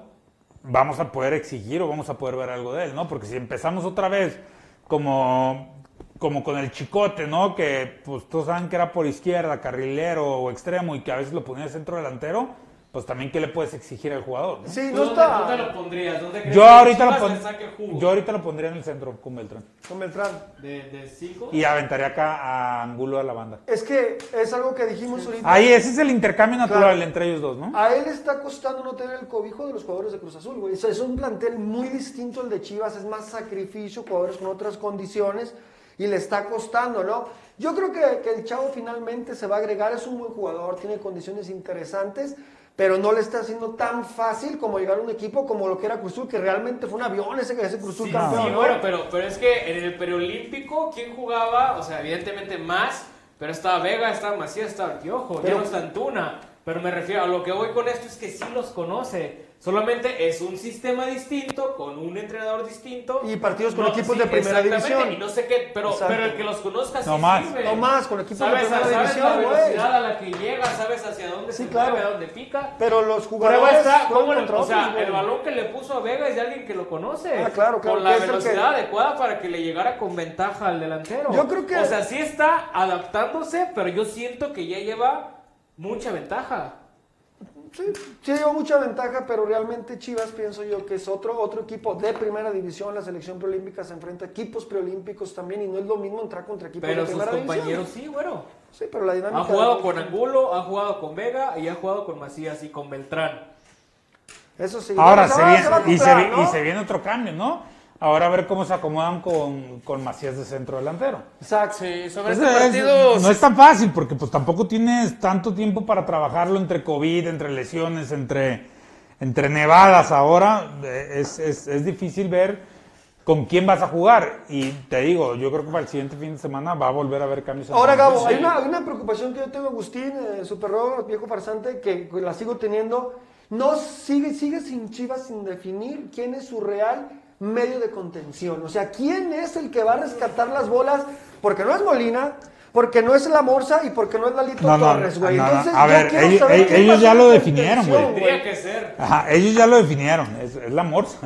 Speaker 2: vamos a poder exigir o vamos a poder ver algo de él, ¿no? Porque si empezamos otra vez como, como con el chicote, ¿no? Que pues todos saben que era por izquierda, carrilero o extremo y que a veces lo ponía centro delantero, pues también qué le puedes exigir al jugador. ¿no?
Speaker 1: Sí,
Speaker 6: ¿Tú
Speaker 1: no
Speaker 6: dónde-
Speaker 1: está.
Speaker 6: dónde lo pondrías? ¿Dónde crees
Speaker 2: Yo
Speaker 6: que
Speaker 2: ahorita, lo
Speaker 6: Chivas
Speaker 2: pon-
Speaker 6: le saque jugo?
Speaker 2: yo ahorita lo pondría en el centro con Beltrán.
Speaker 1: Con Beltrán.
Speaker 6: De, de cinco.
Speaker 2: Y aventaría acá a Angulo a la banda.
Speaker 1: Es que es algo que dijimos ahorita.
Speaker 2: Ahí, ese es el intercambio natural
Speaker 1: Claro.
Speaker 2: entre ellos dos, ¿no?
Speaker 1: A él está costando no tener el cobijo de los jugadores de Cruz Azul, güey. O sea, es un plantel muy distinto al de Chivas, es más sacrificio, jugadores con otras condiciones y le está costando, ¿no? Yo creo que, que el Chavo finalmente se va a agregar, es un buen jugador, tiene condiciones interesantes, pero no le está haciendo tan fácil como llegar a un equipo como lo que era Cruz Azul, que realmente fue un avión ese que ese Cruz Azul
Speaker 6: Sí,
Speaker 1: campeón,
Speaker 6: sí,
Speaker 1: ¿no?
Speaker 6: bueno, pero, pero es que en el preolímpico, ¿quién jugaba? O sea, evidentemente más, pero estaba Vega, estaba Macías, estaba Piojo,
Speaker 1: Pero-
Speaker 6: ya no está Antuna. Pero me refiero a lo que voy con esto es que sí los conoce. Solamente es un sistema distinto, con un entrenador distinto.
Speaker 1: Y partidos con equipos de primera
Speaker 6: exactamente,
Speaker 1: división.
Speaker 6: Y no sé qué, pero,
Speaker 1: Exacto.
Speaker 6: pero el que los conozca sí
Speaker 2: No más.
Speaker 6: sirve.
Speaker 1: No más, con equipos de
Speaker 6: ¿Sabes,
Speaker 1: primera
Speaker 6: sabes la
Speaker 1: división, güey.
Speaker 6: velocidad a la que llega, sabes hacia dónde
Speaker 1: Sí,
Speaker 6: se
Speaker 1: claro.
Speaker 6: mueve, a dónde pica.
Speaker 1: Pero los
Speaker 6: Prueba
Speaker 1: jugadores
Speaker 6: está,
Speaker 1: fueron
Speaker 6: cómo le-
Speaker 1: contra
Speaker 6: o sea,
Speaker 1: otros, güey.
Speaker 6: el balón que le puso a Vega es de alguien que lo conoce.
Speaker 1: Ah, claro, claro,
Speaker 6: Con
Speaker 1: que
Speaker 6: la
Speaker 1: es el
Speaker 6: velocidad
Speaker 1: que-
Speaker 6: adecuada para que le llegara con ventaja al delantero.
Speaker 1: Yo creo que-
Speaker 6: O sea, sí está adaptándose, pero yo siento que ya lleva mucha ventaja.
Speaker 1: Sí, sí lleva mucha ventaja, pero realmente Chivas pienso yo que es otro, otro equipo de primera división. La selección preolímpica se enfrenta a equipos preolímpicos también y no es lo mismo entrar contra equipos
Speaker 6: Pero
Speaker 1: de
Speaker 6: sus
Speaker 1: primera
Speaker 6: compañeros
Speaker 1: división.
Speaker 6: sí, bueno.
Speaker 1: Sí, pero la dinámica...
Speaker 6: Ha jugado con Angulo, ha jugado con Vega y ha jugado con Macías y con Beltrán.
Speaker 1: Eso sí.
Speaker 2: Ahora
Speaker 1: Bueno,
Speaker 2: se
Speaker 1: va-
Speaker 2: viene,
Speaker 1: va a
Speaker 2: y, se
Speaker 1: comprar,
Speaker 2: vi-
Speaker 1: ¿no?
Speaker 2: y se viene otro cambio, ¿no? Ahora a ver cómo se acomodan con, con Macías de centro delantero.
Speaker 1: Exacto.
Speaker 5: Sí, sobre este
Speaker 2: Entonces, Pues es-
Speaker 5: partido.
Speaker 2: no es tan fácil porque pues tampoco tienes tanto tiempo para trabajarlo entre COVID, entre lesiones, entre, entre nevadas ahora. Eh, Es, es- es difícil ver con quién vas a jugar. Y te digo, yo creo que para el siguiente fin de semana va a volver a haber cambios. en
Speaker 1: Ahora,
Speaker 2: el
Speaker 1: Gabo,
Speaker 2: plantel.
Speaker 1: hay una, hay una preocupación que yo tengo, Agustín, eh, Superro, viejo farsante, que la sigo teniendo. No sigue, sigue sin Chivas sin definir quién es su real medio de contención. O sea, quién es el que va a rescatar las bolas, porque no es Molina, porque no es la Morsa y porque no es Lalito
Speaker 2: No, no,
Speaker 1: Torres, güey.
Speaker 2: no, no.
Speaker 1: Entonces,
Speaker 2: A
Speaker 1: yo
Speaker 2: ver,
Speaker 1: quiero
Speaker 2: ellos-
Speaker 1: saber
Speaker 2: ellos-
Speaker 1: quién va a
Speaker 2: ellos ya
Speaker 1: ser
Speaker 2: lo
Speaker 1: la
Speaker 2: definieron, güey.
Speaker 1: contención,
Speaker 6: Tendría que ser.
Speaker 2: Ajá, ellos ya lo definieron, es, es la morsa.
Speaker 1: Es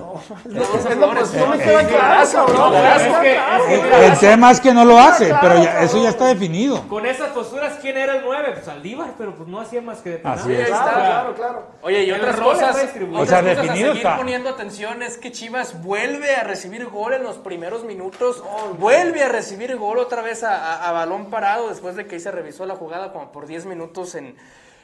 Speaker 1: lo que no me
Speaker 2: Eh,
Speaker 1: queda
Speaker 2: eh,
Speaker 1: claro,
Speaker 2: eh,
Speaker 1: cabrón.
Speaker 2: eh,
Speaker 1: No me
Speaker 2: es
Speaker 1: queda
Speaker 2: que-
Speaker 1: claro,
Speaker 2: El,
Speaker 1: güey.
Speaker 2: el tema es que no lo hace,
Speaker 1: Ah, Claro,
Speaker 2: pero ya,
Speaker 1: cabrón.
Speaker 2: eso ya está definido.
Speaker 6: Con esas posturas, ¿quién era el 9? Pues Aldívar, pero pues no hacía más que de
Speaker 2: Así es.
Speaker 1: Claro, claro, claro.
Speaker 5: Oye, y
Speaker 6: El
Speaker 5: otras
Speaker 6: rol le
Speaker 5: cosas,
Speaker 6: fue distribuido.
Speaker 5: otras
Speaker 2: O sea,
Speaker 5: cosas a
Speaker 2: definido
Speaker 5: seguir
Speaker 2: está.
Speaker 5: poniendo atención es que Chivas vuelve a recibir gol en los primeros minutos, vuelve a recibir gol otra vez a, a- a balón parado después de que ahí se revisó la jugada como por 10 minutos en,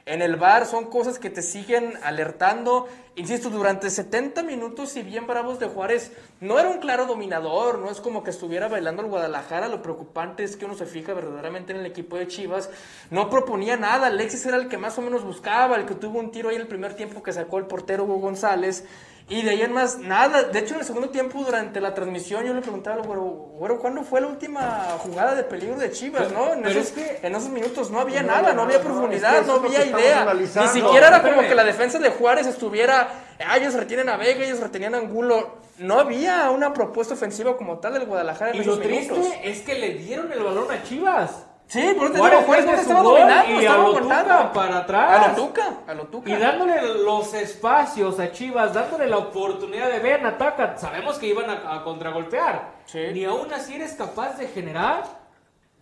Speaker 5: en el bar. Son cosas que te siguen alertando. Insisto, durante 70 minutos, si bien Bravos de Juárez no era un claro dominador, no es como que estuviera bailando el Guadalajara, lo preocupante es que uno se fija verdaderamente en el equipo de Chivas, no proponía nada, Alexis era el que más o menos buscaba, el que tuvo un tiro ahí el primer tiempo que sacó el portero Hugo González, y de ahí en más nada, de hecho en el segundo tiempo durante la transmisión yo le preguntaba al güero, "Güero, ¿cuándo fue la última jugada de peligro de Chivas?
Speaker 6: Pero-
Speaker 5: no, en,
Speaker 6: pero
Speaker 5: esos,
Speaker 6: es que-
Speaker 5: en esos minutos no había
Speaker 1: No,
Speaker 5: nada,
Speaker 1: no,
Speaker 5: no había
Speaker 1: no,
Speaker 5: profundidad,
Speaker 1: es que eso
Speaker 5: no
Speaker 1: es lo que
Speaker 5: había
Speaker 1: estamos
Speaker 5: idea, ni
Speaker 1: analizando.
Speaker 5: siquiera era como
Speaker 6: Espérame.
Speaker 5: que la defensa de Juárez estuviera, ah, ellos retienen a Vega, ellos retenían a Angulo, no había una propuesta ofensiva como tal del Guadalajara en
Speaker 6: Y lo
Speaker 5: esos
Speaker 6: triste
Speaker 5: minutos.
Speaker 6: es que le dieron el balón a Chivas.
Speaker 5: Sí, por eso te
Speaker 6: Juárez
Speaker 5: digo, Juárez
Speaker 6: mete
Speaker 5: no
Speaker 6: su
Speaker 5: estaba
Speaker 6: gol
Speaker 5: dominando,
Speaker 6: y a
Speaker 5: estaba
Speaker 6: lo Tuca
Speaker 5: aguantando.
Speaker 6: para atrás.
Speaker 5: A lo Tuca, a lo Tuca.
Speaker 6: Y dándole los espacios a Chivas, dándole la oportunidad de ver, atacan. Sabemos que iban a, a contragolpear. Ni aún así eres capaz de generar.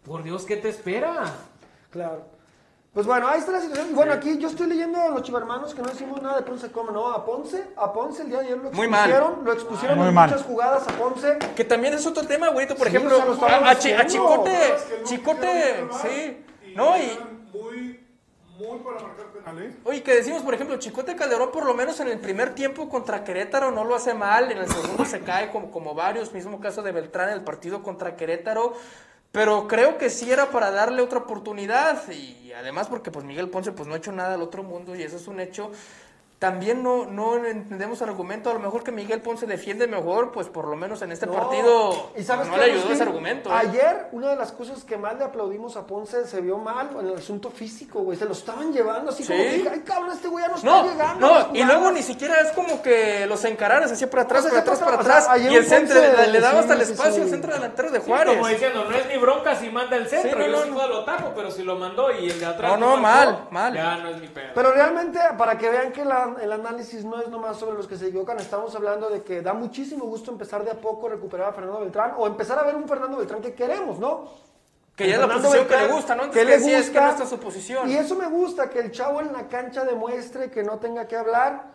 Speaker 6: Por Dios, ¿qué te espera?
Speaker 1: Claro. Pues bueno, ahí está la situación. Bueno, aquí yo estoy leyendo a los chivermanos que no hicimos nada de Ponce Come, ¿no? A Ponce, a Ponce el día de ayer lo
Speaker 5: Muy
Speaker 1: expusieron.
Speaker 5: mal.
Speaker 1: Lo expusieron
Speaker 2: Muy
Speaker 1: en
Speaker 2: mal.
Speaker 1: muchas jugadas a Ponce.
Speaker 5: Que también es otro tema, güeyito, por
Speaker 1: Sí, o
Speaker 5: ejemplo,
Speaker 1: sea, lo
Speaker 5: a,
Speaker 1: estaban
Speaker 5: a Chi- a
Speaker 1: haciendo.
Speaker 5: Chicote,
Speaker 1: Cosas
Speaker 5: Chicote, sí, no, y...
Speaker 4: Muy, muy para marcar penales.
Speaker 5: Oye, que decimos, por ejemplo, Chicote Calderón por lo menos en el primer tiempo contra Querétaro no lo hace mal, en el segundo se cae como, como varios, mismo caso de Beltrán en el partido contra Querétaro, pero creo que sí era para darle otra oportunidad y además porque pues Miguel Ponce pues no ha hecho nada al otro mundo y eso es un hecho. También no, no entendemos el argumento, a lo mejor que Miguel Ponce defiende mejor, pues por lo menos en este
Speaker 1: No.
Speaker 5: partido pues,
Speaker 1: ¿Y sabes
Speaker 5: no
Speaker 1: qué,
Speaker 5: le ayudó
Speaker 1: Agustín?
Speaker 5: ese argumento. ¿eh?
Speaker 1: Ayer, una de las cosas que más le aplaudimos a Ponce se vio mal en el asunto físico, güey. Se lo estaban llevando así como
Speaker 5: Sí.
Speaker 1: que, ay, cabrón, este güey ya nos
Speaker 5: No,
Speaker 1: está llegando. las
Speaker 5: no, y
Speaker 1: jugadas".
Speaker 5: luego ni siquiera es como que los encararas así para atrás,
Speaker 1: O sea,
Speaker 5: para
Speaker 1: siempre
Speaker 5: atrás, para
Speaker 1: tra- o sea,
Speaker 5: atrás.
Speaker 1: ayer
Speaker 5: Y el
Speaker 1: un
Speaker 5: centro
Speaker 1: once-
Speaker 5: le, le daba hasta el
Speaker 1: sí, sí,
Speaker 5: espacio, el
Speaker 1: sí.
Speaker 5: centro delantero de
Speaker 6: Sí,
Speaker 5: Juárez.
Speaker 6: como diciendo, no es mi bronca si manda el centro.
Speaker 5: Sí, no,
Speaker 6: yo
Speaker 5: no,
Speaker 6: sin
Speaker 5: no.
Speaker 6: duda lo tapo, pero si lo mandó y el de atrás.
Speaker 5: No, no, mal, mal.
Speaker 6: Ya no es mi pedo.
Speaker 1: Pero realmente, para que vean que la- el análisis no es nomás sobre los que se equivocan, estamos hablando de que da muchísimo gusto empezar de a poco recuperar a Fernando Beltrán o empezar a ver un Fernando Beltrán que queremos, ¿no?
Speaker 5: Que ya es la
Speaker 1: Fernando
Speaker 5: posición que
Speaker 1: Beltrán,
Speaker 5: le gusta, ¿no? Antes
Speaker 1: que
Speaker 5: que,
Speaker 1: le
Speaker 5: decía, es que no
Speaker 1: gusta.
Speaker 5: está su posición.
Speaker 1: Y eso me gusta, que el chavo en la cancha demuestre que no tenga que hablar,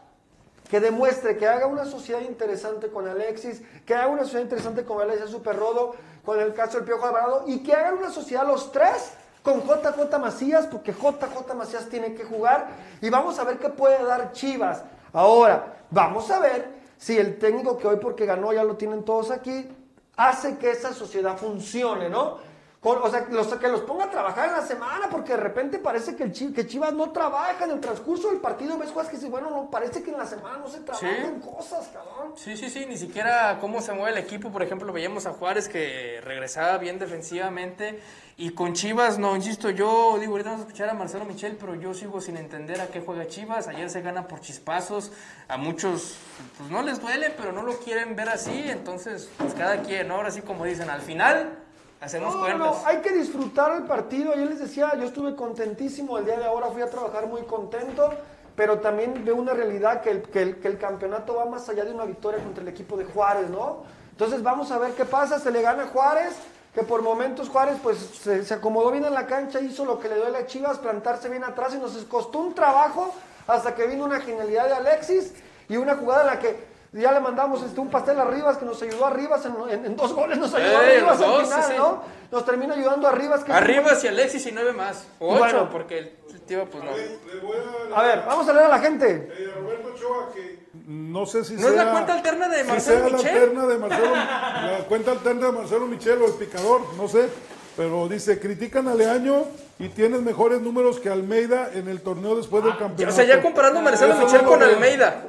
Speaker 1: que demuestre, que haga una sociedad interesante con Alexis, que haga una sociedad interesante con Valencia Superrodo, con el caso del Piojo Alvarado, y que hagan una sociedad los tres con JJ Macías, porque JJ Macías tiene que jugar, y vamos a ver qué puede dar Chivas. Ahora, vamos a ver si el técnico que hoy porque ganó ya lo tienen todos aquí, hace que esa sociedad funcione, ¿no? Con- o sea, que los, que los ponga a trabajar en la semana, porque de repente parece que, el Chi- que Chivas no trabaja en el transcurso del partido. Ves cosas que sí, bueno, no, parece que en la semana no se trabajan cosas, cabrón.
Speaker 5: Sí, sí, sí, ni siquiera cómo se mueve el equipo. Por ejemplo, veíamos a Juárez que regresaba bien defensivamente. Y con Chivas, no, insisto, yo digo, ahorita vamos a escuchar a Marcelo Michel, pero yo sigo sin entender a qué juega Chivas. Ayer se gana por chispazos. A muchos, pues no les duele, pero no lo quieren ver así. Entonces, pues cada quien, ¿no? Ahora sí, como dicen, al final hacemos
Speaker 1: No, no,
Speaker 5: cuentas.
Speaker 1: no, hay que disfrutar el partido. Yo les decía, yo estuve contentísimo el día de ahora, fui a trabajar muy contento, pero también veo una realidad que el, que el- que el campeonato va más allá de una victoria contra el equipo de Juárez, ¿no? Entonces vamos a ver qué pasa, se le gana a Juárez, que por momentos Juárez pues se, se acomodó bien en la cancha, hizo lo que le dio a las Chivas, plantarse bien atrás y nos costó un trabajo hasta que vino una genialidad de Alexis y una jugada en la que ya le mandamos este, un pastel a Rivas que nos ayudó a Rivas en, en- en dos goles, nos ayudó a
Speaker 5: Eh,
Speaker 1: Rivas al
Speaker 5: dos,
Speaker 1: final,
Speaker 5: sí, sí.
Speaker 1: ¿no? Nos termina ayudando a Rivas. Que
Speaker 5: Arriba y Alexis y nueve más. O ocho,
Speaker 1: Bueno.
Speaker 5: porque el el tío, pues no.
Speaker 1: A ver, vamos a leer a la gente.
Speaker 7: Eh, No sé si
Speaker 5: ¿No es la cuenta alterna de
Speaker 7: si
Speaker 5: Marcelo
Speaker 7: sea
Speaker 5: Michel?
Speaker 7: la alterna de Marcelo, la cuenta alterna de Marcelo Michel o el picador, no sé. Pero dice, critican a Leaño y tienes mejores números que Almeida en el torneo después del
Speaker 5: Ah, O
Speaker 7: campeonato.
Speaker 5: sea, ya comparando a Marcelo
Speaker 7: Eso no
Speaker 5: Michel
Speaker 7: lo
Speaker 5: con
Speaker 7: veo.
Speaker 5: Almeida.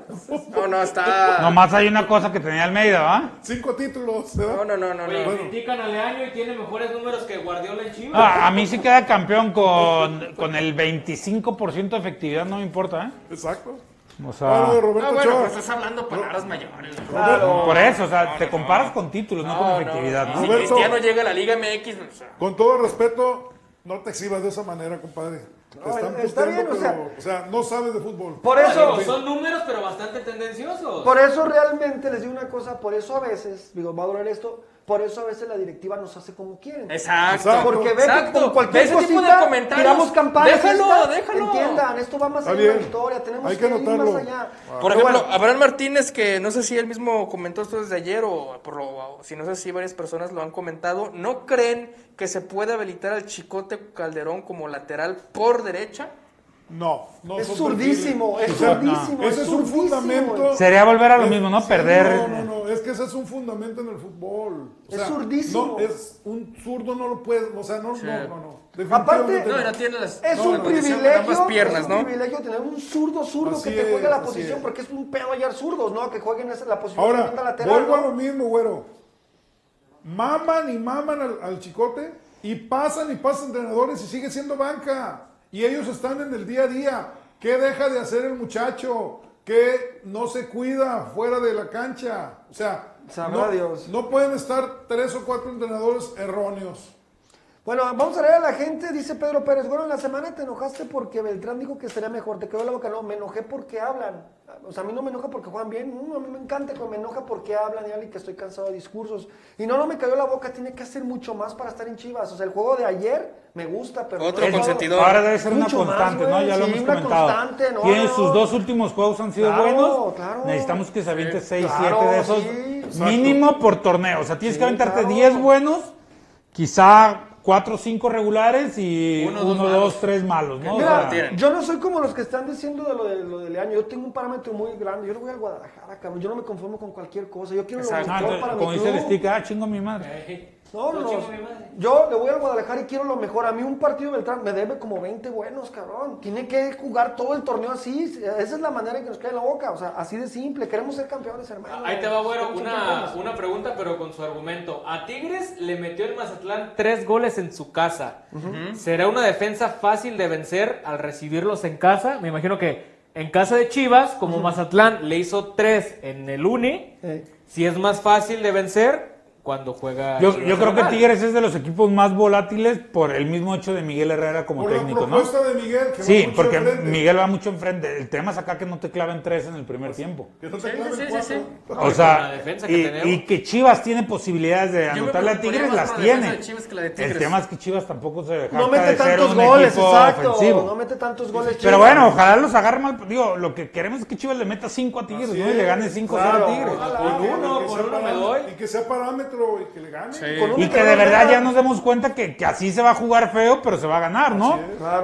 Speaker 5: No, no, está.
Speaker 2: Nomás hay una cosa que tenía Almeida, ¿va?
Speaker 7: Cinco títulos. No,
Speaker 5: no, no, no.
Speaker 6: Oye,
Speaker 5: no.
Speaker 6: critican a Leaño y tiene mejores números que Guardiola en Chivas.
Speaker 2: Ah, a mí sí queda campeón con, con el 25% de efectividad, no me importa, ¿eh?
Speaker 7: Exacto.
Speaker 2: O
Speaker 7: Ah,
Speaker 2: sea,
Speaker 7: Roberto
Speaker 5: Ah, bueno,
Speaker 7: Ochoa.
Speaker 5: pues estás hablando palabras mayores.
Speaker 7: Roberto-
Speaker 2: por eso, o sea, te comparas con títulos, no, con
Speaker 5: No, no,
Speaker 2: efectividad.
Speaker 5: Si
Speaker 7: Roberto-
Speaker 5: Cristiano llega a la Liga MX, o sea,
Speaker 7: Con todo respeto, no te exhibas de esa manera, compadre. Te
Speaker 1: No,
Speaker 7: están
Speaker 1: está
Speaker 7: puteando,
Speaker 1: bien, o
Speaker 7: pero, o,
Speaker 1: sea-
Speaker 7: sea, no sabes de fútbol.
Speaker 1: Por eso-
Speaker 6: Digo, son números, pero bastante tendenciosos.
Speaker 1: Por eso realmente les digo una cosa, por eso a veces, digo, va a durar esto, por eso a veces la directiva nos hace como quieren.
Speaker 5: Exacto.
Speaker 1: Porque ve
Speaker 5: Exacto.
Speaker 1: que con cualquier
Speaker 5: Ese tipo
Speaker 1: cosita,
Speaker 5: de comentarios,
Speaker 1: tiramos campanas.
Speaker 5: déjalo,
Speaker 1: esta,
Speaker 5: déjalo.
Speaker 1: Entiendan, esto va más
Speaker 5: Está
Speaker 1: allá de la
Speaker 5: bien.
Speaker 1: victoria, tenemos
Speaker 5: Hay
Speaker 1: que,
Speaker 5: que
Speaker 1: ir más
Speaker 5: anotarlo.
Speaker 1: allá.
Speaker 5: Por
Speaker 1: Pero
Speaker 5: ejemplo,
Speaker 1: bueno,
Speaker 5: Abraham Martínez, que no sé si él mismo comentó esto desde ayer o, por lo, o si no sé si varias personas lo han comentado, ¿no creen que se puede habilitar al Chicote Calderón como lateral por derecha?
Speaker 7: No, no
Speaker 1: Es
Speaker 7: son
Speaker 1: zurdísimo,
Speaker 7: perfiles.
Speaker 1: es zurdísimo,
Speaker 7: Ese
Speaker 1: es
Speaker 7: es un
Speaker 1: zurdísimo.
Speaker 7: fundamento.
Speaker 2: Sería volver a lo
Speaker 7: Es-
Speaker 2: mismo, ¿no?
Speaker 7: sí,
Speaker 2: Perder-
Speaker 7: No, no, no, es que ese es un fundamento en el fútbol. O
Speaker 1: Es
Speaker 7: sea,
Speaker 1: zurdísimo.
Speaker 7: No, es un zurdo no lo puede, o sea, no, no, no, no.
Speaker 1: Aparte,
Speaker 7: Definitivamente
Speaker 1: es,
Speaker 7: No,
Speaker 1: un
Speaker 7: no,
Speaker 1: privilegio,
Speaker 5: ambas piernas,
Speaker 1: es un
Speaker 5: ¿no?
Speaker 1: privilegio tener un zurdo zurdo
Speaker 7: Así
Speaker 1: que te juegue la
Speaker 7: es, así
Speaker 1: posición,
Speaker 7: es.
Speaker 1: porque es un pedo hallar zurdos, ¿no? Que jueguen esa- la posición de
Speaker 7: Ahora,
Speaker 1: banda lateral.
Speaker 7: vuelvo a
Speaker 1: ¿no?
Speaker 7: lo mismo, güero. Maman y maman al, al chicote y pasan y pasan entrenadores y sigue siendo banca. Y ellos están en el día a día. ¿Qué deja de hacer el muchacho? ¿Qué no se cuida fuera de la cancha? O sea,
Speaker 1: Sabrá
Speaker 7: no,
Speaker 1: Dios.
Speaker 7: no pueden estar tres o cuatro entrenadores erróneos.
Speaker 1: Bueno, vamos a leer a la gente, dice Pedro Pérez. Bueno, en la semana te enojaste porque Beltrán dijo que sería mejor, te quedó la boca. No, me enojé porque hablan. O sea, a mí no me enoja porque juegan bien. Mm, a mí me encanta que me enoja porque hablan y hablan y que estoy cansado de discursos. Y no, no me cayó la boca, tiene que hacer mucho más para estar en Chivas. O sea, el juego de ayer me gusta, pero. no
Speaker 5: Otro
Speaker 1: es todo.
Speaker 5: consentidor.
Speaker 2: Ahora debe ser una
Speaker 1: Mucho más,
Speaker 2: constante, ¿no?
Speaker 1: güey,
Speaker 2: Ya lo
Speaker 1: sí,
Speaker 2: hemos
Speaker 1: una
Speaker 2: comentado.
Speaker 1: constante, no,
Speaker 2: Tienen
Speaker 1: no.
Speaker 2: sus dos últimos juegos han sido
Speaker 1: Claro,
Speaker 2: buenos.
Speaker 1: claro.
Speaker 2: Necesitamos que se aviente 6,
Speaker 1: claro,
Speaker 2: 7 de esos
Speaker 1: sí.
Speaker 2: mínimo por torneo. O sea, tienes
Speaker 1: Sí,
Speaker 2: que aventarte
Speaker 1: claro.
Speaker 2: 10 buenos, quizá cuatro o cinco regulares y uno,
Speaker 1: Uno, dos
Speaker 2: dos,
Speaker 1: malos.
Speaker 2: tres malos, ¿no? O
Speaker 1: Mira,
Speaker 2: sea,
Speaker 1: yo no soy como los que están diciendo de lo, de lo del año. Yo tengo un parámetro muy grande. Yo no voy al Guadalajara, cabrón. Yo no me conformo con cualquier cosa. Yo quiero
Speaker 2: Exacto.
Speaker 1: lo mejor
Speaker 2: Ah,
Speaker 1: para mi
Speaker 2: como dice el
Speaker 1: club.
Speaker 2: stick, ah, chingo mi
Speaker 6: Eh,
Speaker 2: madre.
Speaker 5: Pues,
Speaker 1: No,
Speaker 2: No,
Speaker 1: no,
Speaker 2: chingo mi madre.
Speaker 1: yo le voy al Guadalajara y quiero lo mejor. A mí un partido Beltrán me debe como 20 buenos, cabrón. Tiene que jugar todo el torneo así. Esa es la manera en que nos cae la boca. O sea, así de simple. Queremos ser campeones, hermano.
Speaker 6: Ahí te va, güero,
Speaker 1: Somos
Speaker 6: una,
Speaker 1: campeones.
Speaker 6: una pregunta, pero con su argumento. A Tigres le metió el Mazatlán tres goles en su casa.
Speaker 8: Ujú.
Speaker 6: ¿Será una defensa fácil de vencer al recibirlos en casa? Me imagino que en casa de Chivas, como Mazatlán le hizo tres en el Uni, si es más fácil de vencer cuando juega.
Speaker 2: Yo,
Speaker 6: Chivas
Speaker 2: yo creo que
Speaker 6: local.
Speaker 2: Tigres es de los equipos más volátiles por el mismo hecho de Miguel Herrera como
Speaker 7: Por la
Speaker 2: técnico, ¿no?
Speaker 7: propuesta de Miguel, que va
Speaker 2: sí,
Speaker 7: mucho
Speaker 2: porque
Speaker 7: enfrente.
Speaker 2: Miguel va mucho enfrente. El tema es acá que no te claven tres en el
Speaker 1: Pues
Speaker 2: primer tiempo.
Speaker 7: Que no te claven cuatro.
Speaker 2: O
Speaker 6: la
Speaker 2: sea,
Speaker 6: defensa que
Speaker 2: y,
Speaker 6: tenemos.
Speaker 2: y que Chivas tiene posibilidades de
Speaker 6: me
Speaker 2: anotarle a
Speaker 6: preocuparía
Speaker 2: Tigres,
Speaker 6: más
Speaker 2: las
Speaker 6: por la defensa
Speaker 2: tiene.
Speaker 6: de Chivas que la de
Speaker 2: el
Speaker 6: Tigres.
Speaker 2: tema es que Chivas tampoco se
Speaker 1: No
Speaker 2: jacta
Speaker 1: mete
Speaker 2: de ser
Speaker 1: tantos
Speaker 2: un
Speaker 1: goles,
Speaker 2: equipo
Speaker 1: exacto.
Speaker 2: ofensivo.
Speaker 1: No mete tantos goles.
Speaker 2: Pero
Speaker 1: Chivas.
Speaker 2: bueno, ojalá los agarre mal. Digo, lo que queremos es que Chivas le meta 5 a Tigres, Pues ¿no? Y le gane 5
Speaker 7: Claro,
Speaker 2: a Tigres.
Speaker 7: ojalá. Y que- y que sea parámetro- Y que sea parámetro y que le gane. Con uno
Speaker 2: Y que de
Speaker 7: gana,
Speaker 2: verdad
Speaker 7: gana.
Speaker 2: ya nos demos cuenta que, que así se va a jugar feo, pero se va a ganar, ¿no?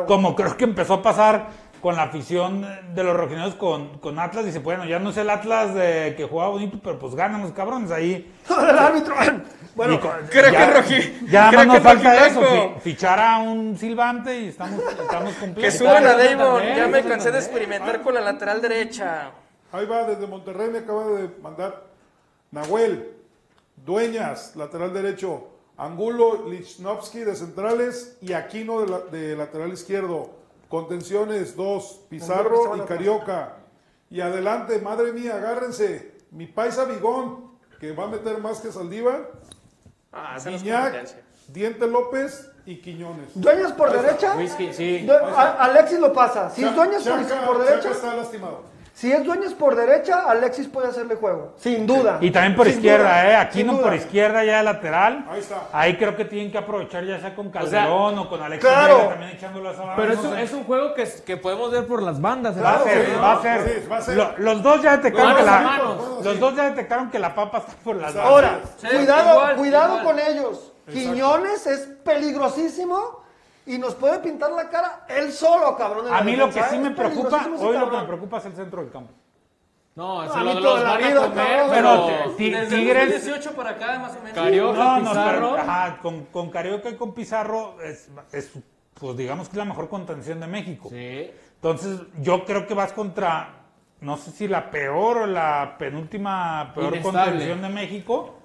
Speaker 2: Como creo que empezó a pasar con la afición de los rojineros con, con Atlas. Dice, bueno, ya no es el Atlas de que jugaba bonito, pero pues ganan los cabrones ahí.
Speaker 1: el árbitro.
Speaker 2: Bueno,
Speaker 1: creo que
Speaker 2: ya,
Speaker 1: roji-
Speaker 2: ya
Speaker 1: creo
Speaker 2: más nos
Speaker 1: que
Speaker 2: falta eso,
Speaker 1: rojiblanco.
Speaker 2: fi- fichar a un silbante y estamos, estamos
Speaker 5: Que
Speaker 2: completos.
Speaker 5: suban a Davon, ya me cansé de experimentar con la lateral derecha.
Speaker 7: Ahí va, desde Monterrey me acaba de mandar Nahuel, Dueñas, lateral derecho, Angulo, Lichnowsky de centrales y Aquino de, la- de lateral izquierdo. Contenciones, dos, Pizarro y Carioca. Y adelante, madre mía, agárrense. Mi paisa Bigón, que va a meter más que Saldívar.
Speaker 5: Ah,
Speaker 6: esa no es
Speaker 7: Guiñac,
Speaker 6: competencia.
Speaker 7: Diente López y Quiñones.
Speaker 1: Dueñas por
Speaker 7: Ahí está.
Speaker 1: derecha.
Speaker 6: Whisky, sí.
Speaker 1: Due- a- Alexis lo pasa. Si es
Speaker 7: Cha-
Speaker 1: dueñas
Speaker 7: Chaca-
Speaker 1: por, por
Speaker 7: Chaca
Speaker 1: derecha.
Speaker 7: está lastimado.
Speaker 1: Si es dueñas por derecha, Alexis puede hacerle juego. Sin duda.
Speaker 2: Y también por
Speaker 1: Sin
Speaker 2: izquierda,
Speaker 1: duda,
Speaker 2: ¿eh? Aquí
Speaker 1: sin
Speaker 2: no
Speaker 1: duda.
Speaker 2: por izquierda, ya de lateral.
Speaker 7: Ahí está.
Speaker 2: Ahí creo que tienen que aprovechar, ya sea con
Speaker 6: sea,
Speaker 2: Calderón o con Alex
Speaker 6: claro.
Speaker 2: Vega también echándolo a esa
Speaker 6: Pero
Speaker 2: no
Speaker 6: es, un-
Speaker 2: sé.
Speaker 6: es un juego que, que podemos ver por las bandas. ¿eh?
Speaker 2: Va a ser, va a ser. Lo- los dos ya detectaron
Speaker 6: Manos
Speaker 2: que
Speaker 6: a
Speaker 2: la,
Speaker 6: manos.
Speaker 2: los dos ya detectaron que la papa está por las dos.
Speaker 1: Ahora, cuidado,
Speaker 2: igual,
Speaker 1: cuidado
Speaker 2: igual.
Speaker 1: con ellos.
Speaker 2: Exacto.
Speaker 1: Quiñones es peligrosísimo y nos puede pintar la cara él solo, cabrón. en la
Speaker 2: A mí lo que
Speaker 1: defensa,
Speaker 2: sí
Speaker 1: ¿eh?
Speaker 2: me
Speaker 1: Es
Speaker 2: preocupa,
Speaker 1: peligrosísimo ese
Speaker 2: hoy lo que
Speaker 1: cabrón.
Speaker 2: me preocupa es el centro del campo.
Speaker 6: No,
Speaker 1: se a mí lo- toda los la van a vida, comer, cabrón. pero
Speaker 2: ti-
Speaker 5: Desde el
Speaker 2: Tigres.
Speaker 5: 2018 para acá, más o menos.
Speaker 2: No, no, pero, ajá, con, con Carioca y con Pizarro es, es, pues digamos que es la mejor contención de México. Entonces, yo creo que vas contra, no sé si la peor o la penúltima peor
Speaker 6: Inestable.
Speaker 2: contención de México.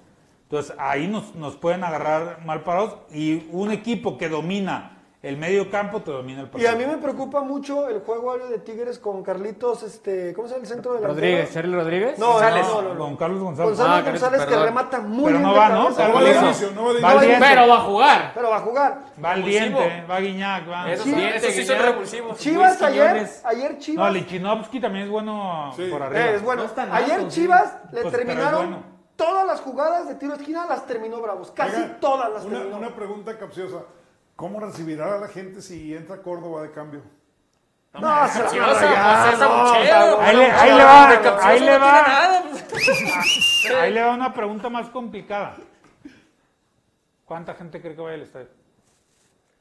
Speaker 2: Entonces, ahí nos, nos pueden agarrar mal parados. Y un equipo que domina el medio campo te domina el
Speaker 1: Y
Speaker 2: partido.
Speaker 1: a mí me preocupa mucho el juego aéreo de Tigres con Carlitos, este, ¿cómo se llama el centro delantero?
Speaker 6: Rodríguez, Charlie Rodríguez.
Speaker 1: No,
Speaker 6: González.
Speaker 1: no, no, no.
Speaker 2: Con Carlos González.
Speaker 6: Ah,
Speaker 1: González González que
Speaker 2: perdón.
Speaker 1: remata muy
Speaker 2: Pero
Speaker 1: bien.
Speaker 2: no
Speaker 1: de
Speaker 2: va, ¿no?
Speaker 1: cabeza.
Speaker 2: Salvo
Speaker 1: va,
Speaker 2: eso.
Speaker 1: no.
Speaker 2: Lesionó de
Speaker 1: Va al
Speaker 2: diente.
Speaker 1: diente.
Speaker 2: Pero va a jugar.
Speaker 1: Pero va a jugar.
Speaker 2: Va al diente, va Guiñac, va.
Speaker 1: Esos Chivas- dientes, esos sí son Guiñac. revulsivos. Chivas
Speaker 2: Pues, Luis
Speaker 1: ayer-
Speaker 2: Quiñones.
Speaker 1: ayer Chivas-
Speaker 2: No, Lichinovsky también es bueno por arriba.
Speaker 1: Eh, es bueno.
Speaker 2: tan
Speaker 1: Ayer
Speaker 2: alto, sí.
Speaker 1: Chivas le
Speaker 2: Pues, pero es
Speaker 1: terminaron
Speaker 2: bueno.
Speaker 1: todas las jugadas de tiro de esquina, las terminó Bravos. Casi
Speaker 7: Oigan,
Speaker 1: todas las
Speaker 7: una,
Speaker 1: terminó.
Speaker 7: una pregunta capciosa. ¿Cómo recibirá a la gente si entra Córdoba de cambio?
Speaker 1: No, No, se la- capciosa,
Speaker 2: pues, es abucheo, Ahí le- ahí le va, de capciosa ahí le no va. tiene nada,
Speaker 5: pues.
Speaker 2: Ahí le va una pregunta más complicada. ¿Cuánta gente cree que vaya al estadio?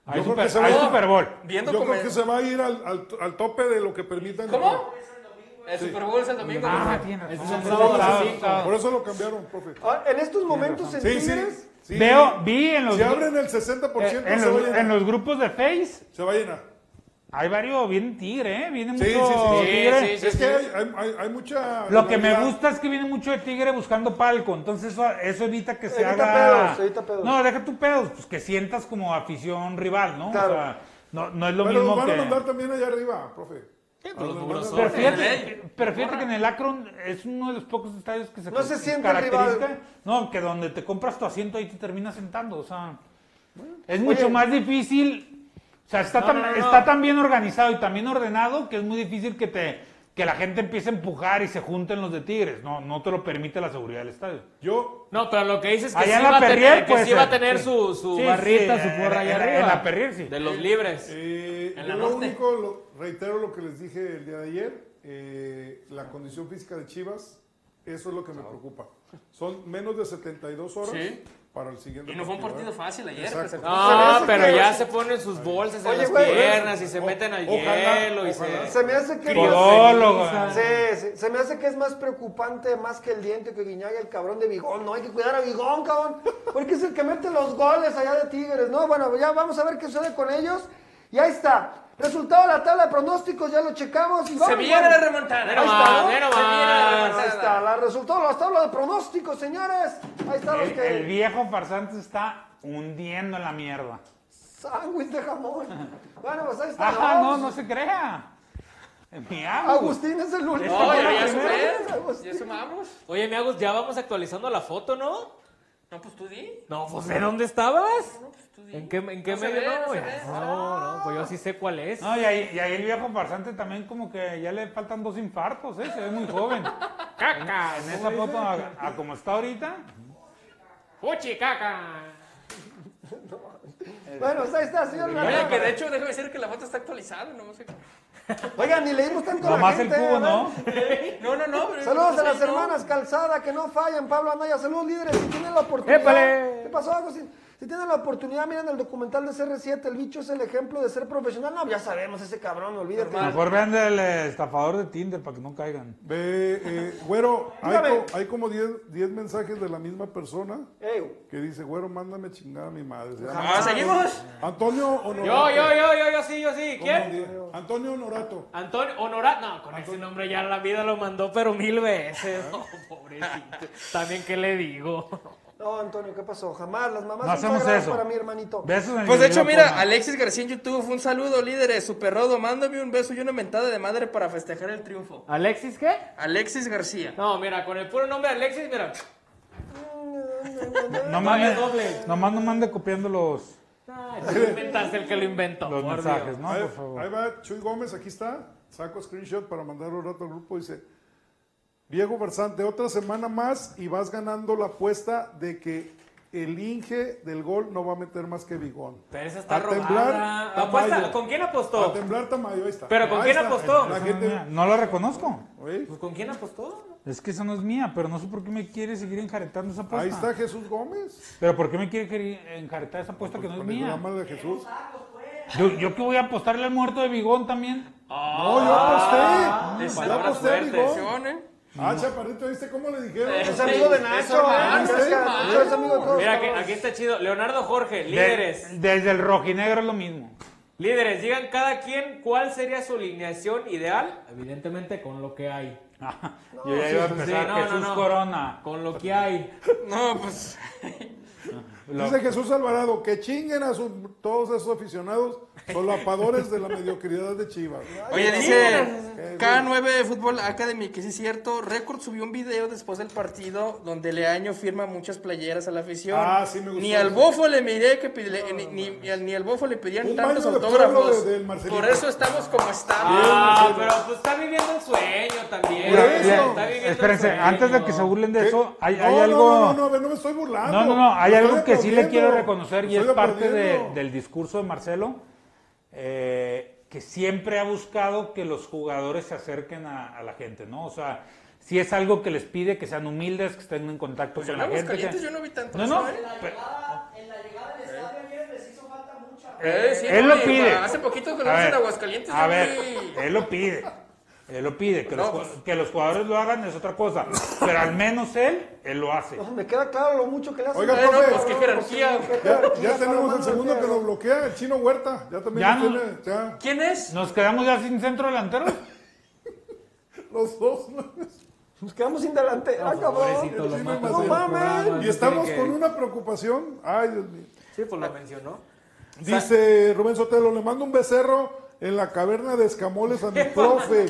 Speaker 2: Hay,
Speaker 7: Yo creo
Speaker 2: super,
Speaker 7: que se va-
Speaker 2: hay Super Bowl.
Speaker 7: Yo creo que se va a ir al, al- al tope de lo que permitan.
Speaker 5: ¿Cómo? El Super Bowl es el domingo.
Speaker 7: Ah,
Speaker 5: profe.
Speaker 7: tiene razón.
Speaker 5: Es el
Speaker 7: Sábado,
Speaker 5: sábado,
Speaker 7: sábado.
Speaker 5: sí, claro.
Speaker 7: Por eso lo cambiaron, profe.
Speaker 1: Ah, en estos momentos en
Speaker 7: Sí, sí,
Speaker 1: Tigres,
Speaker 7: sí.
Speaker 2: Veo, vi en los
Speaker 7: Si
Speaker 2: gru-
Speaker 7: abren el 60%
Speaker 2: Eh, en,
Speaker 7: se
Speaker 2: los,
Speaker 7: va a llenar.
Speaker 2: en los grupos de Face.
Speaker 7: Se va a llenar.
Speaker 2: Hay varios, viene Tigre, ¿eh? Viene
Speaker 7: Sí,
Speaker 2: mucho
Speaker 7: sí, sí, sí.
Speaker 2: Tigre.
Speaker 7: es que hay, hay- hay- hay mucha.
Speaker 2: Lo que me
Speaker 7: rivalidad.
Speaker 2: gusta es que viene mucho de tigre buscando palco, entonces eso, eso evita que se
Speaker 7: Evita
Speaker 2: haga...
Speaker 7: pedos, evita pedos.
Speaker 2: No, deja tu pedos, pues que sientas como afición rival, ¿no? O sea, no, no es lo
Speaker 7: Pero
Speaker 2: mismo
Speaker 7: los van
Speaker 2: que...
Speaker 7: a mandar también allá arriba, profe. A los van a-
Speaker 2: Pero fíjate, pero fíjate que en el Akron es uno de los pocos estadios que se,
Speaker 1: No se siente
Speaker 2: caracteriza.
Speaker 1: rival.
Speaker 2: No, que donde te compras tu asiento ahí te terminas sentando. O sea, es
Speaker 1: pues, Oye.
Speaker 2: mucho más difícil. O sea, está,
Speaker 1: No,
Speaker 2: tan,
Speaker 1: no, no.
Speaker 2: está tan bien organizado y tan bien ordenado que es muy difícil que te que la gente empiece a empujar y se junten los de Tigres. No, no te lo permite la seguridad del estadio.
Speaker 7: Yo.
Speaker 6: No, pero lo que dices es que
Speaker 2: Allá en
Speaker 6: sí
Speaker 2: la
Speaker 6: va a tener,
Speaker 2: Perrier
Speaker 6: que
Speaker 2: puede
Speaker 6: sí va a
Speaker 2: ser,
Speaker 6: tener
Speaker 2: sí.
Speaker 6: su, su
Speaker 2: Sí,
Speaker 6: barrita,
Speaker 2: sí, eh,
Speaker 6: su porra allá
Speaker 2: en la- en
Speaker 6: arriba.
Speaker 2: la Perrier, sí.
Speaker 6: De los libres.
Speaker 7: Eh,
Speaker 6: En
Speaker 7: yo
Speaker 6: la
Speaker 7: lo
Speaker 6: norte.
Speaker 7: único, lo- reitero lo que les dije el día de ayer, eh, la condición física de Chivas, eso es lo que me preocupa. Son menos de 72 horas
Speaker 5: Sí.
Speaker 7: para el siguiente
Speaker 6: Y no fue un partido fácil ayer, pues.
Speaker 7: Exacto.
Speaker 6: No,
Speaker 7: Se me hace
Speaker 6: pero
Speaker 7: que-
Speaker 6: ya se ponen sus bolsas en las piernas y se meten al hielo y se-
Speaker 1: Se me hace que
Speaker 6: Podólogo.
Speaker 1: Sí, sí. se me hace que es más preocupante más que el diente que Guiñaga el cabrón de Bigón. No hay que cuidar a Bigón, cabrón, porque es el que mete los goles allá de Tigres, ¿no? Bueno, ya vamos a ver qué sucede con ellos. Y ahí está. Resultado de la tabla de pronósticos, ya lo checamos. Y vamos,
Speaker 5: viene
Speaker 1: bueno.
Speaker 5: la remontada.
Speaker 1: Ahí
Speaker 5: Ve
Speaker 1: está,
Speaker 5: nomás,
Speaker 1: ¿no?
Speaker 5: ve nomás.
Speaker 1: Se viene la remontada.
Speaker 5: Ahí
Speaker 1: Ahí está, la resultado de las tablas de pronósticos, señores. Ahí están los
Speaker 2: El,
Speaker 1: que...
Speaker 2: el viejo farsante está hundiendo en la mierda.
Speaker 1: Sándwich de jamón. Bueno, pues ahí está.
Speaker 2: Ah, no, no se crea. Mi amo.
Speaker 1: Agustín es el único.
Speaker 6: No, ya, ya
Speaker 1: Primero
Speaker 6: sumé.
Speaker 1: es Agustín.
Speaker 6: Oye, mi Agus, ya vamos actualizando la foto, ¿no?
Speaker 5: No, pues tú di. pues
Speaker 6: No, pues ¿de dónde estabas? ¿En qué, en qué
Speaker 5: No se
Speaker 6: medio?
Speaker 5: ve,
Speaker 6: no,
Speaker 5: no se
Speaker 6: güey.
Speaker 5: ve. Ah,
Speaker 6: no, no, pues yo sí sé cuál es.
Speaker 2: No, y ahí, y ahí el viejo farsante también como que ya le faltan dos infartos, ¿eh? Se ve muy joven.
Speaker 6: Caca.
Speaker 2: En esa foto, a, a como está ahorita.
Speaker 6: Puchi, caca.
Speaker 1: Bueno, pues ahí está, señor.
Speaker 5: Oye, que de hecho, déjame decir que la foto está actualizada, no sé.
Speaker 1: Oigan, ni leímos tanto
Speaker 2: Nomás
Speaker 1: la
Speaker 2: el
Speaker 1: gente. ¿verdad?
Speaker 2: cubo, ¿no?
Speaker 5: No, no, no. pero-
Speaker 1: Saludos a las
Speaker 5: no.
Speaker 1: hermanas Calzada que no fallan. Pablo Anaya, saludos líderes. Si tienen la oportunidad.
Speaker 6: ¡Épale!
Speaker 1: ¿Qué pasó, Agustín? Si tienen la oportunidad, miren el documental de CR7. El bicho es el ejemplo de ser profesional. No, ya sabemos, ese cabrón, olvídate.
Speaker 2: Mejor vean el estafador de Tinder para que no caigan.
Speaker 7: Ve, eh, güero, hay,
Speaker 1: Dígame.
Speaker 7: co- hay como 10 10 mensajes de la misma persona
Speaker 1: Ey.
Speaker 7: que dice, güero, mándame chingada a mi madre. Se
Speaker 2: Ah,
Speaker 6: Jamás.
Speaker 7: llama-
Speaker 6: ¿Seguimos?
Speaker 7: Antonio Honorato.
Speaker 6: Yo, yo, yo, yo, yo sí, yo sí. ¿Quién?
Speaker 7: ¿Quién? Antonio Honorato.
Speaker 6: Antonio Honorato. No, con ese nombre ya la vida lo mandó, pero mil veces. No, pobrecito. También, ¿qué le digo?
Speaker 1: No, Antonio, ¿qué pasó? Jamás, las mamás
Speaker 6: No
Speaker 1: son
Speaker 6: hacemos
Speaker 1: sagradas
Speaker 6: eso.
Speaker 1: para mi hermanito.
Speaker 5: Pues de hecho, mira, Alexis García en YouTube, un saludo, líderes, super rodo, mándame un beso y una mentada de madre para festejar el triunfo.
Speaker 6: ¿Alexis qué?
Speaker 5: Alexis García.
Speaker 6: No, mira, con el puro nombre de Alexis, mira.
Speaker 2: pues, No
Speaker 6: Vaya
Speaker 2: mande,
Speaker 6: doble.
Speaker 2: nomás no mande copiando los,
Speaker 6: Ay, tú inventaste el que lo inventó.
Speaker 2: los
Speaker 6: por
Speaker 2: mensajes,
Speaker 6: Dios.
Speaker 2: ¿no?
Speaker 7: ahí,
Speaker 2: Por favor.
Speaker 7: ahí va Chuy Gómez, aquí está. Saco screenshot para mandarlo rato al grupo. Dice, Diego Versante, otra semana más y vas ganando la apuesta de que el Inge del gol no va a meter más que Bigón.
Speaker 6: Pero esa está
Speaker 7: A
Speaker 6: robada.
Speaker 7: temblar,
Speaker 6: Apuesta,
Speaker 7: Tamayo.
Speaker 6: ¿Con quién apostó?
Speaker 7: A temblar Tamayo, ahí está.
Speaker 6: ¿Pero con
Speaker 7: Ahí
Speaker 6: quién
Speaker 7: está,
Speaker 6: apostó?
Speaker 7: La gente...
Speaker 2: No la reconozco.
Speaker 6: Pues, ¿Con quién apostó?
Speaker 2: Es que esa no es mía, pero no sé por qué me quiere seguir enjaretando esa apuesta.
Speaker 7: Ahí está Jesús Gómez.
Speaker 2: Pero ¿por qué me quiere queri- enjaretar esa apuesta que no es
Speaker 7: Con el
Speaker 2: mía?
Speaker 7: drama de Jesús.
Speaker 2: Yo, yo que voy a apostarle al muerto de Bigón también.
Speaker 7: No, yo aposté.
Speaker 2: es
Speaker 7: yo
Speaker 2: palabra
Speaker 7: aposté a
Speaker 2: fuerte.
Speaker 7: Bigón. Ah,
Speaker 2: No.
Speaker 7: Chaparrito, ¿viste cómo le dijeron?
Speaker 1: Es amigo de Nacho,
Speaker 2: Ah,
Speaker 6: Ah,
Speaker 1: ¿eh? Es que Nacho es amigo de todos.
Speaker 6: Mira, que- aquí está chido. Leonardo Jorge,
Speaker 2: De-
Speaker 6: líderes.
Speaker 2: desde el rojinegro es lo mismo.
Speaker 6: Líderes, digan cada quien cuál sería su alineación ideal. Evidentemente con lo que hay.
Speaker 2: yo ya iba a empezar, Jesús Corona.
Speaker 6: Con lo que hay.
Speaker 5: No, pues.
Speaker 7: Dice Jesús Alvarado que chinguen a sus- todos esos aficionados solapadores de la mediocridad de Chivas.
Speaker 5: Oye,
Speaker 7: Eh,
Speaker 5: dice
Speaker 7: sí.
Speaker 5: K9 Fútbol Academy, que sí es cierto, Record subió un video después del partido donde Leaño firma muchas playeras a la afición.
Speaker 7: Ah, sí me gustó
Speaker 5: Ni al
Speaker 7: eso.
Speaker 5: bofo le miré que pide- ni, ni- ni al, ni al bofo le pedían
Speaker 7: Un
Speaker 5: tantos
Speaker 7: baño de pueblo
Speaker 5: autógrafos.
Speaker 7: de- del Marcelino.
Speaker 5: Por eso estamos como estamos.
Speaker 6: Ah, pero pues está viviendo el sueño también.
Speaker 2: Mira, mira,
Speaker 6: está viviendo el
Speaker 2: espérense,
Speaker 6: sueño.
Speaker 2: antes de que se burlen de eso, hay,
Speaker 7: No,
Speaker 2: hay
Speaker 7: no,
Speaker 2: algo...
Speaker 7: No, no, no, a ver, no me estoy burlando.
Speaker 2: No, no, no, hay
Speaker 7: Me
Speaker 2: algo
Speaker 7: estoy
Speaker 2: que sí le
Speaker 7: aplaudiendo.
Speaker 2: quiero reconocer y es
Speaker 7: Estoy
Speaker 2: parte de-
Speaker 7: aplaudiendo.
Speaker 2: del discurso de Marcelo, eh, que siempre ha buscado que los jugadores se acerquen a, a la gente, ¿no? O sea, si es algo que les pide que sean humildes, que estén en contacto
Speaker 5: Pues
Speaker 2: con
Speaker 5: en
Speaker 2: la gente.
Speaker 5: Aguascalientes
Speaker 2: que-
Speaker 5: yo no vi tanto
Speaker 2: No,
Speaker 5: eso,
Speaker 2: no,
Speaker 5: ¿eh?
Speaker 2: pero-
Speaker 11: En la llegada del estadio ayer les hizo falta mucha.
Speaker 2: eh,
Speaker 5: Eh, sí,
Speaker 2: él
Speaker 5: no,
Speaker 2: lo
Speaker 5: y
Speaker 2: pide.
Speaker 5: hace poquito que lo
Speaker 2: A
Speaker 5: hacen
Speaker 2: ver,
Speaker 5: Aguascalientes,
Speaker 2: A
Speaker 5: yo
Speaker 2: ver,
Speaker 5: vi.
Speaker 2: él lo pide. Él lo pide. Que, los,
Speaker 5: No,
Speaker 7: pues.
Speaker 2: ju- que los jugadores lo hagan es otra cosa. Pero al menos él, él lo hace.
Speaker 1: Me queda claro lo mucho que le hacen.
Speaker 7: Oiga,
Speaker 1: Eh, no,
Speaker 7: profe,
Speaker 1: pues, qué jerarquía.
Speaker 7: Ya,
Speaker 1: Mira,
Speaker 7: ya tenemos
Speaker 1: Palomar,
Speaker 7: el segundo que
Speaker 1: ¿no?
Speaker 7: lo bloquea, el chino Huerta. Ya también
Speaker 2: Ya
Speaker 7: lo
Speaker 2: no-
Speaker 7: tiene. Ya,
Speaker 5: ¿Quién es?
Speaker 2: ¿Nos quedamos ya sin centro delantero? Ah,
Speaker 7: los dos. ¿no?
Speaker 1: Nos quedamos sin delante. Ah, cabrón.
Speaker 7: El chino y
Speaker 1: No
Speaker 7: Macedo.
Speaker 1: mames.
Speaker 7: Y estamos con una preocupación. Ay, Dios mío.
Speaker 6: Sí, pues lo mencionó.
Speaker 7: Dice Rubén Sotelo, le mando un becerro en la caverna de escamoles a mi profe.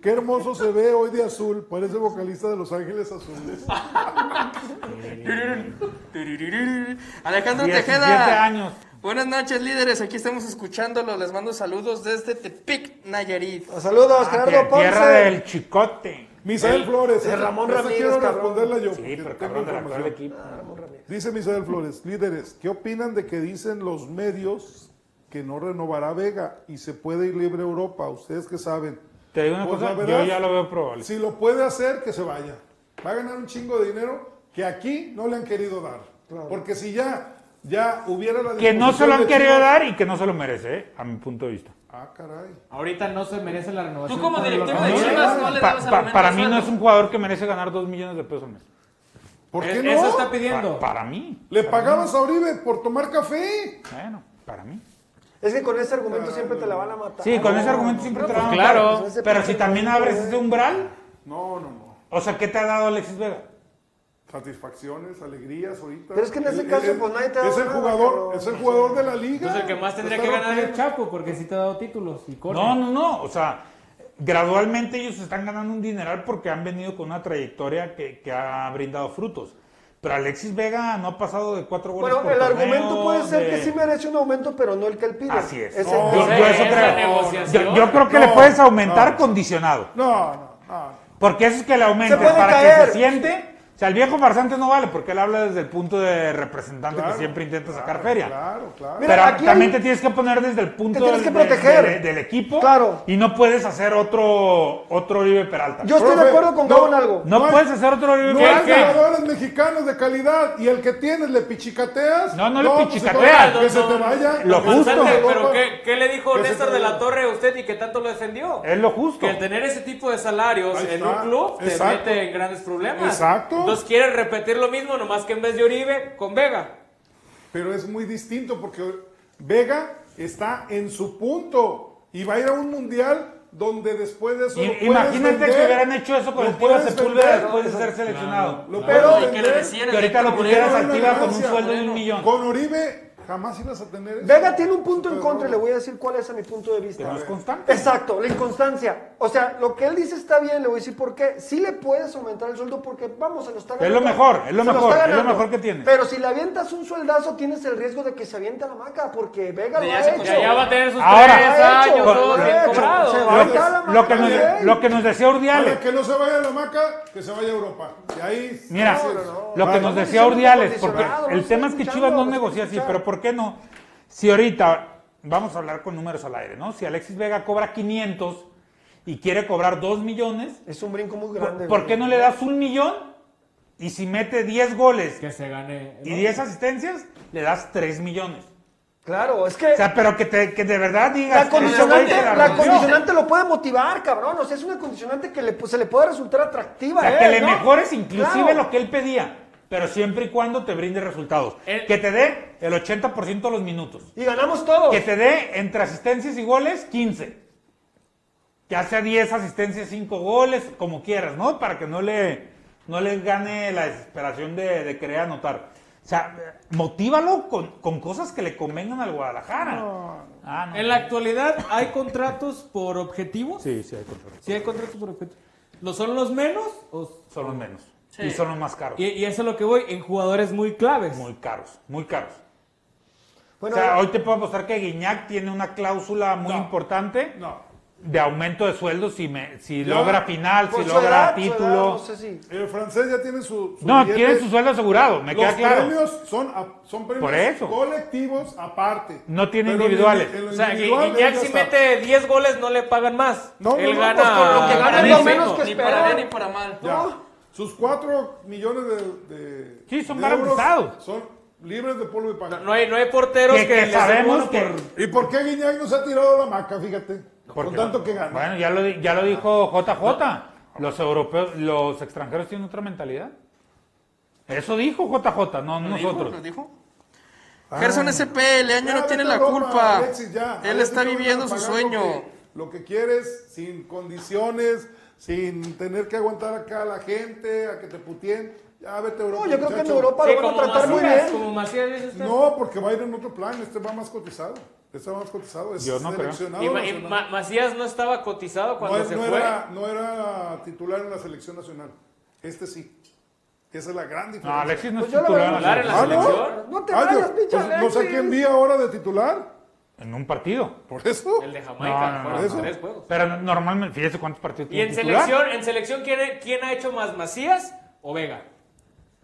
Speaker 7: Qué hermoso se ve hoy de azul. Parece vocalista de Los Ángeles Azules.
Speaker 5: Alejandro
Speaker 7: 17
Speaker 5: Tejeda.
Speaker 7: años.
Speaker 5: Buenas noches, líderes. Aquí estamos escuchándolo. Les mando saludos desde Tepic, Nayarit.
Speaker 1: Saludos,
Speaker 2: Ah,
Speaker 1: Gerardo
Speaker 2: tierra
Speaker 1: Ponce.
Speaker 2: del chicote.
Speaker 7: Misael
Speaker 2: El-
Speaker 7: Flores.
Speaker 1: de
Speaker 7: esa-
Speaker 1: Ramón
Speaker 7: esa
Speaker 1: Ramírez,
Speaker 7: quiero
Speaker 1: cabrón.
Speaker 7: responderla yo.
Speaker 2: Sí,
Speaker 7: porque
Speaker 2: pero
Speaker 7: tengo
Speaker 2: cabrón del actual
Speaker 7: información.
Speaker 2: equipo.
Speaker 7: Dice Misael Flores, líderes, ¿qué opinan de que dicen los medios que no renovará Vega y se puede ir libre a Europa? Ustedes que saben.
Speaker 2: Te digo una
Speaker 7: Pues,
Speaker 2: cosa,
Speaker 7: la verdad,
Speaker 2: yo ya lo veo probable.
Speaker 7: Si lo puede hacer, que se vaya. Va a ganar un chingo de dinero que aquí no le han querido dar. Porque si ya, ya hubiera la
Speaker 2: Que no se lo han
Speaker 7: disposición de
Speaker 2: querido
Speaker 7: Chivas-
Speaker 2: dar y que no se lo merece, ¿eh? a mi punto de vista.
Speaker 7: Ah, caray.
Speaker 6: Ahorita no se merece la renovación.
Speaker 7: Tú como
Speaker 6: por
Speaker 7: director
Speaker 6: lo que-
Speaker 7: de Chivas, no le
Speaker 2: Pa-
Speaker 7: dabas
Speaker 2: pa-
Speaker 7: aumento
Speaker 2: para
Speaker 7: de
Speaker 2: mí no
Speaker 7: sueldo.
Speaker 2: es un jugador que merece ganar 2 millones de pesos al mes.
Speaker 7: ¿Por qué
Speaker 2: Eh,
Speaker 7: no?
Speaker 2: eso está pidiendo. Pa- para mí.
Speaker 7: Le
Speaker 2: Para
Speaker 7: pagabas
Speaker 2: mí.
Speaker 7: a Oribe por tomar café.
Speaker 2: Bueno, para mí.
Speaker 1: Es que con ese argumento siempre te la van a matar.
Speaker 2: Sí, con ese argumento siempre
Speaker 7: pues
Speaker 2: te la van a matar. Pero si también abres
Speaker 7: ¿eh?
Speaker 2: ese umbral.
Speaker 7: No, no, no.
Speaker 2: O sea, ¿qué te ha dado Alexis Vega?
Speaker 7: Satisfacciones, alegrías ahorita.
Speaker 1: Pero es que en ese
Speaker 7: El-
Speaker 1: caso,
Speaker 7: el-
Speaker 1: pues, nadie te ha
Speaker 7: Es
Speaker 1: dado nada, pues,
Speaker 7: el
Speaker 1: eh,
Speaker 7: jugador,
Speaker 1: cabrón.
Speaker 7: es el jugador de la liga.
Speaker 2: Pues
Speaker 7: Pues
Speaker 6: Entonces el que más tendría
Speaker 7: Está
Speaker 6: que ganar es el
Speaker 7: rompiendo.
Speaker 6: Chapo, porque sí te ha dado títulos y corre.
Speaker 2: No, no, no. O sea, gradualmente ellos están ganando un dineral porque han venido con una trayectoria que, que ha brindado frutos. Pero Alexis Vega no ha pasado de cuatro goles.
Speaker 1: Bueno,
Speaker 2: por
Speaker 1: el
Speaker 2: torneo,
Speaker 1: argumento puede ser
Speaker 2: de-
Speaker 1: que sí merece un aumento, pero no el que él pide. Eh,
Speaker 2: Así es.
Speaker 1: Ese-
Speaker 2: yo, yo eso creo. Yo, yo creo que le
Speaker 1: No,
Speaker 2: puedes aumentar
Speaker 1: no.
Speaker 2: condicionado.
Speaker 7: No, no, no.
Speaker 2: Porque eso es que le aumentes
Speaker 1: Se puede
Speaker 2: para que
Speaker 1: caer.
Speaker 2: se siente. O sea, el viejo farsante no vale porque él habla desde el punto de representante
Speaker 7: Claro,
Speaker 2: que siempre intenta Pues sacar
Speaker 7: claro,
Speaker 2: feria.
Speaker 7: Claro, claro.
Speaker 2: Pero
Speaker 7: aquí
Speaker 2: también
Speaker 7: hay-
Speaker 2: te tienes que poner desde el punto
Speaker 7: Te tienes
Speaker 2: del,
Speaker 7: que proteger.
Speaker 2: del- del equipo. Y no puedes hacer otro, otro Oribe Peralta.
Speaker 7: Yo estoy de Profe, acuerdo con no, Gabo en algo.
Speaker 2: No,
Speaker 7: no hay-
Speaker 2: puedes hacer otro Oribe
Speaker 7: No hay
Speaker 2: Peralta.
Speaker 7: jugadores mexicanos de calidad y el que tienes le pichicateas.
Speaker 2: No, no le
Speaker 7: pues,
Speaker 2: pichicateas.
Speaker 7: Que se te vaya.
Speaker 2: Lo justo.
Speaker 6: Bastante, pero ¿qué, qué le dijo
Speaker 2: Que se
Speaker 6: Néstor
Speaker 2: te-
Speaker 6: de la Torre a usted y que tanto lo defendió?
Speaker 2: Es lo justo.
Speaker 6: Que el tener ese tipo de salarios
Speaker 2: Ahí
Speaker 6: en
Speaker 2: está.
Speaker 6: un club te
Speaker 2: Exacto.
Speaker 6: mete en grandes problemas.
Speaker 7: Exacto.
Speaker 6: Entonces quieren repetir lo mismo, nomás que en vez de Oribe, con Vega.
Speaker 7: Pero es muy distinto porque Vega está en su punto y va a ir a un mundial donde después de eso.
Speaker 2: I-
Speaker 7: lo puedes
Speaker 2: imagínate que
Speaker 7: vender.
Speaker 2: hubieran hecho eso con
Speaker 7: Lo
Speaker 2: el Tiva
Speaker 7: puedes
Speaker 2: Sepúlveda
Speaker 7: vender.
Speaker 2: después de ser seleccionado.
Speaker 7: Lo
Speaker 2: Pero-
Speaker 7: puedes
Speaker 2: que
Speaker 7: vender.
Speaker 2: que ahorita lo pusieras
Speaker 7: Era una
Speaker 2: activa con un
Speaker 7: ganancia.
Speaker 2: sueldo de un millón.
Speaker 7: Con Oribe jamás ibas a tener eso.
Speaker 1: Vega tiene un punto en contra y le voy a decir cuál es a mi punto de vista.
Speaker 2: Pero es
Speaker 1: constante. Exacto, la inconstancia. O sea, lo que él dice está bien, le voy a decir por qué. Sí le puedes aumentar el sueldo porque, vamos, se lo está
Speaker 2: Es
Speaker 1: ganando.
Speaker 2: lo mejor, es lo
Speaker 1: Se
Speaker 2: mejor,
Speaker 1: está
Speaker 2: es lo
Speaker 1: ganando.
Speaker 2: mejor que tiene.
Speaker 1: Pero si le avientas un sueldazo, tienes el riesgo de que se aviente la maca porque Vega lo
Speaker 6: Ya
Speaker 1: ha
Speaker 6: se-
Speaker 1: hecho.
Speaker 6: ya- ya va a tener sus
Speaker 2: Ahora,
Speaker 6: tres
Speaker 2: Lo
Speaker 6: años,
Speaker 2: con-
Speaker 6: dos,
Speaker 2: lo-
Speaker 6: bien cobrados.
Speaker 2: lo- lo que nos de- lo que nos decía Urdiales.
Speaker 7: Para que no se vaya a la maca, que se vaya a Europa. Y ahí.
Speaker 2: Mira,
Speaker 7: No, no, no.
Speaker 2: lo que
Speaker 7: Vale.
Speaker 2: nos decía
Speaker 7: Estamos
Speaker 2: Urdiales, porque
Speaker 7: condicionados,
Speaker 2: el
Speaker 7: no
Speaker 2: tema es
Speaker 7: estoy
Speaker 2: que
Speaker 7: escuchando,
Speaker 2: Chivas no
Speaker 7: no estoy
Speaker 2: negocia así,
Speaker 7: escuchando.
Speaker 2: pero ¿por qué no? Si ahorita, vamos a hablar con números al aire, ¿no? Si Alexis Vega cobra 500 y quiere cobrar 2 millones,
Speaker 1: es un brinco muy
Speaker 2: grande. ¿Por,
Speaker 1: güey.
Speaker 2: qué no le das un millón? Y si mete 10 goles
Speaker 6: que se gane
Speaker 2: y 10 asistencias, le das 3 millones.
Speaker 1: Claro, es que...
Speaker 2: O sea, pero que, te- que de verdad digas...
Speaker 1: La condicionante,
Speaker 2: "Ese este güey se
Speaker 1: la
Speaker 2: rompió".
Speaker 1: condicionante lo puede motivar, cabrón. O sea, es una condicionante que le, pues, se le puede resultar atractiva.
Speaker 2: O sea,
Speaker 1: ¿eh?
Speaker 2: que le
Speaker 1: ¿no?
Speaker 2: mejores inclusive
Speaker 1: Claro.
Speaker 2: lo que él pedía, pero siempre y cuando te brinde resultados. que te dé el 80% de los minutos.
Speaker 1: Y ganamos todos.
Speaker 2: Que te dé entre asistencias y goles 15. Que hace 10 asistencias, 5 goles, como quieras, ¿no? Para que no le, no le gane la desesperación de, de querer anotar. O sea, motívalo con, con cosas que le convengan al Guadalajara. Ah, no.
Speaker 6: En la actualidad hay contratos por objetivos.
Speaker 2: Sí, sí, hay contratos.
Speaker 6: Sí hay contratos por objetivos. ¿Lo son los menos? O...
Speaker 2: Son los menos. Y son los más caros.
Speaker 6: Y, y eso es lo que voy, en jugadores muy claves.
Speaker 2: Muy caros, muy caros.
Speaker 1: Bueno,
Speaker 2: o sea,
Speaker 1: ahora-
Speaker 7: eh,
Speaker 2: hoy te puedo apostar que Guiñac tiene una cláusula muy importante de aumento de sueldo si, me, si
Speaker 7: Ya.
Speaker 2: logra final,
Speaker 7: Por
Speaker 2: si
Speaker 7: su
Speaker 2: logra
Speaker 7: edad, su edad,
Speaker 2: título.
Speaker 7: no sé si- El francés ya tiene su.
Speaker 2: No,
Speaker 7: billete.
Speaker 2: tiene su sueldo asegurado, me
Speaker 7: Los
Speaker 2: queda claro.
Speaker 7: premios son, a- son premios
Speaker 2: Por eso.
Speaker 7: colectivos aparte.
Speaker 2: No tiene
Speaker 7: Pero
Speaker 2: individuales.
Speaker 7: en- en lo
Speaker 6: O sea,
Speaker 7: individual,
Speaker 6: Gui- Guiñac
Speaker 7: ellos
Speaker 6: si
Speaker 7: están.
Speaker 6: mete 10 goles no le pagan más.
Speaker 7: No,
Speaker 6: Él
Speaker 7: no, no,
Speaker 6: gana.
Speaker 7: pues, con lo que gana
Speaker 6: para
Speaker 7: es lo
Speaker 6: él
Speaker 7: menos
Speaker 6: mismo.
Speaker 7: que
Speaker 6: Ah, Ni
Speaker 7: esperaba.
Speaker 6: para bien ni para mal.
Speaker 7: Ya. Sus 4 millones de, de-
Speaker 2: Sí, son
Speaker 7: de
Speaker 2: garantizados.
Speaker 7: euros Son libres de polvo y paja.
Speaker 6: No hay, no hay porteros que, les abonan por-
Speaker 7: ¿Y por qué Guiñac no se ha tirado la maca? Fíjate.
Speaker 2: Porque-
Speaker 7: Con tanto que gana. Ah.
Speaker 2: Bueno, ya lo, di- ya lo dijo JJ. Los europeos, los extranjeros tienen otra mentalidad. Eso dijo JJ, no
Speaker 5: ¿Lo dijo?
Speaker 2: nosotros.
Speaker 5: ¿Lo dijo?
Speaker 7: Ah.
Speaker 5: Gerson SP, Leaño no tiene la culpa. Él está viviendo su sueño.
Speaker 7: Lo que, lo que quieres, sin condiciones, sin tener que aguantar acá a la gente, a que te putien. Ya vete a Europa.
Speaker 1: No, yo creo que en
Speaker 7: muchacho.
Speaker 1: Europa lo Sí, van a como tratar muy Macías, bien.
Speaker 6: como Macías, dice usted.
Speaker 7: No, porque va a ir en otro plan. Este va más cotizado. Este va más cotizado. Es
Speaker 2: Yo no creo.
Speaker 7: seleccionado
Speaker 6: Y Ma- y
Speaker 7: nacional.
Speaker 6: Ma- Macías no estaba cotizado cuando
Speaker 7: No,
Speaker 6: se
Speaker 7: no
Speaker 6: fue.
Speaker 7: era, no era titular en la selección nacional. Este sí. Esa es la gran diferencia.
Speaker 2: No, Alexis no es Pues yo la titular verdad- en la
Speaker 7: Ah, ¿no?
Speaker 2: selección.
Speaker 1: No te
Speaker 7: Ah,
Speaker 1: vayas,
Speaker 7: yo-
Speaker 1: pinche
Speaker 7: pues, No sé
Speaker 1: Alexis.
Speaker 7: quién vi ahora de titular.
Speaker 2: En un partido.
Speaker 7: Por eso.
Speaker 6: El de
Speaker 2: No,
Speaker 6: Jamaica,
Speaker 2: no, no,
Speaker 6: fueron
Speaker 2: no.
Speaker 6: tres juegos.
Speaker 2: Pero normalmente, fíjese cuántos partidos
Speaker 6: Y
Speaker 2: tiene
Speaker 6: en
Speaker 2: titular.
Speaker 6: selección, en selección ¿quién, quién ha hecho más, Macías o Vega?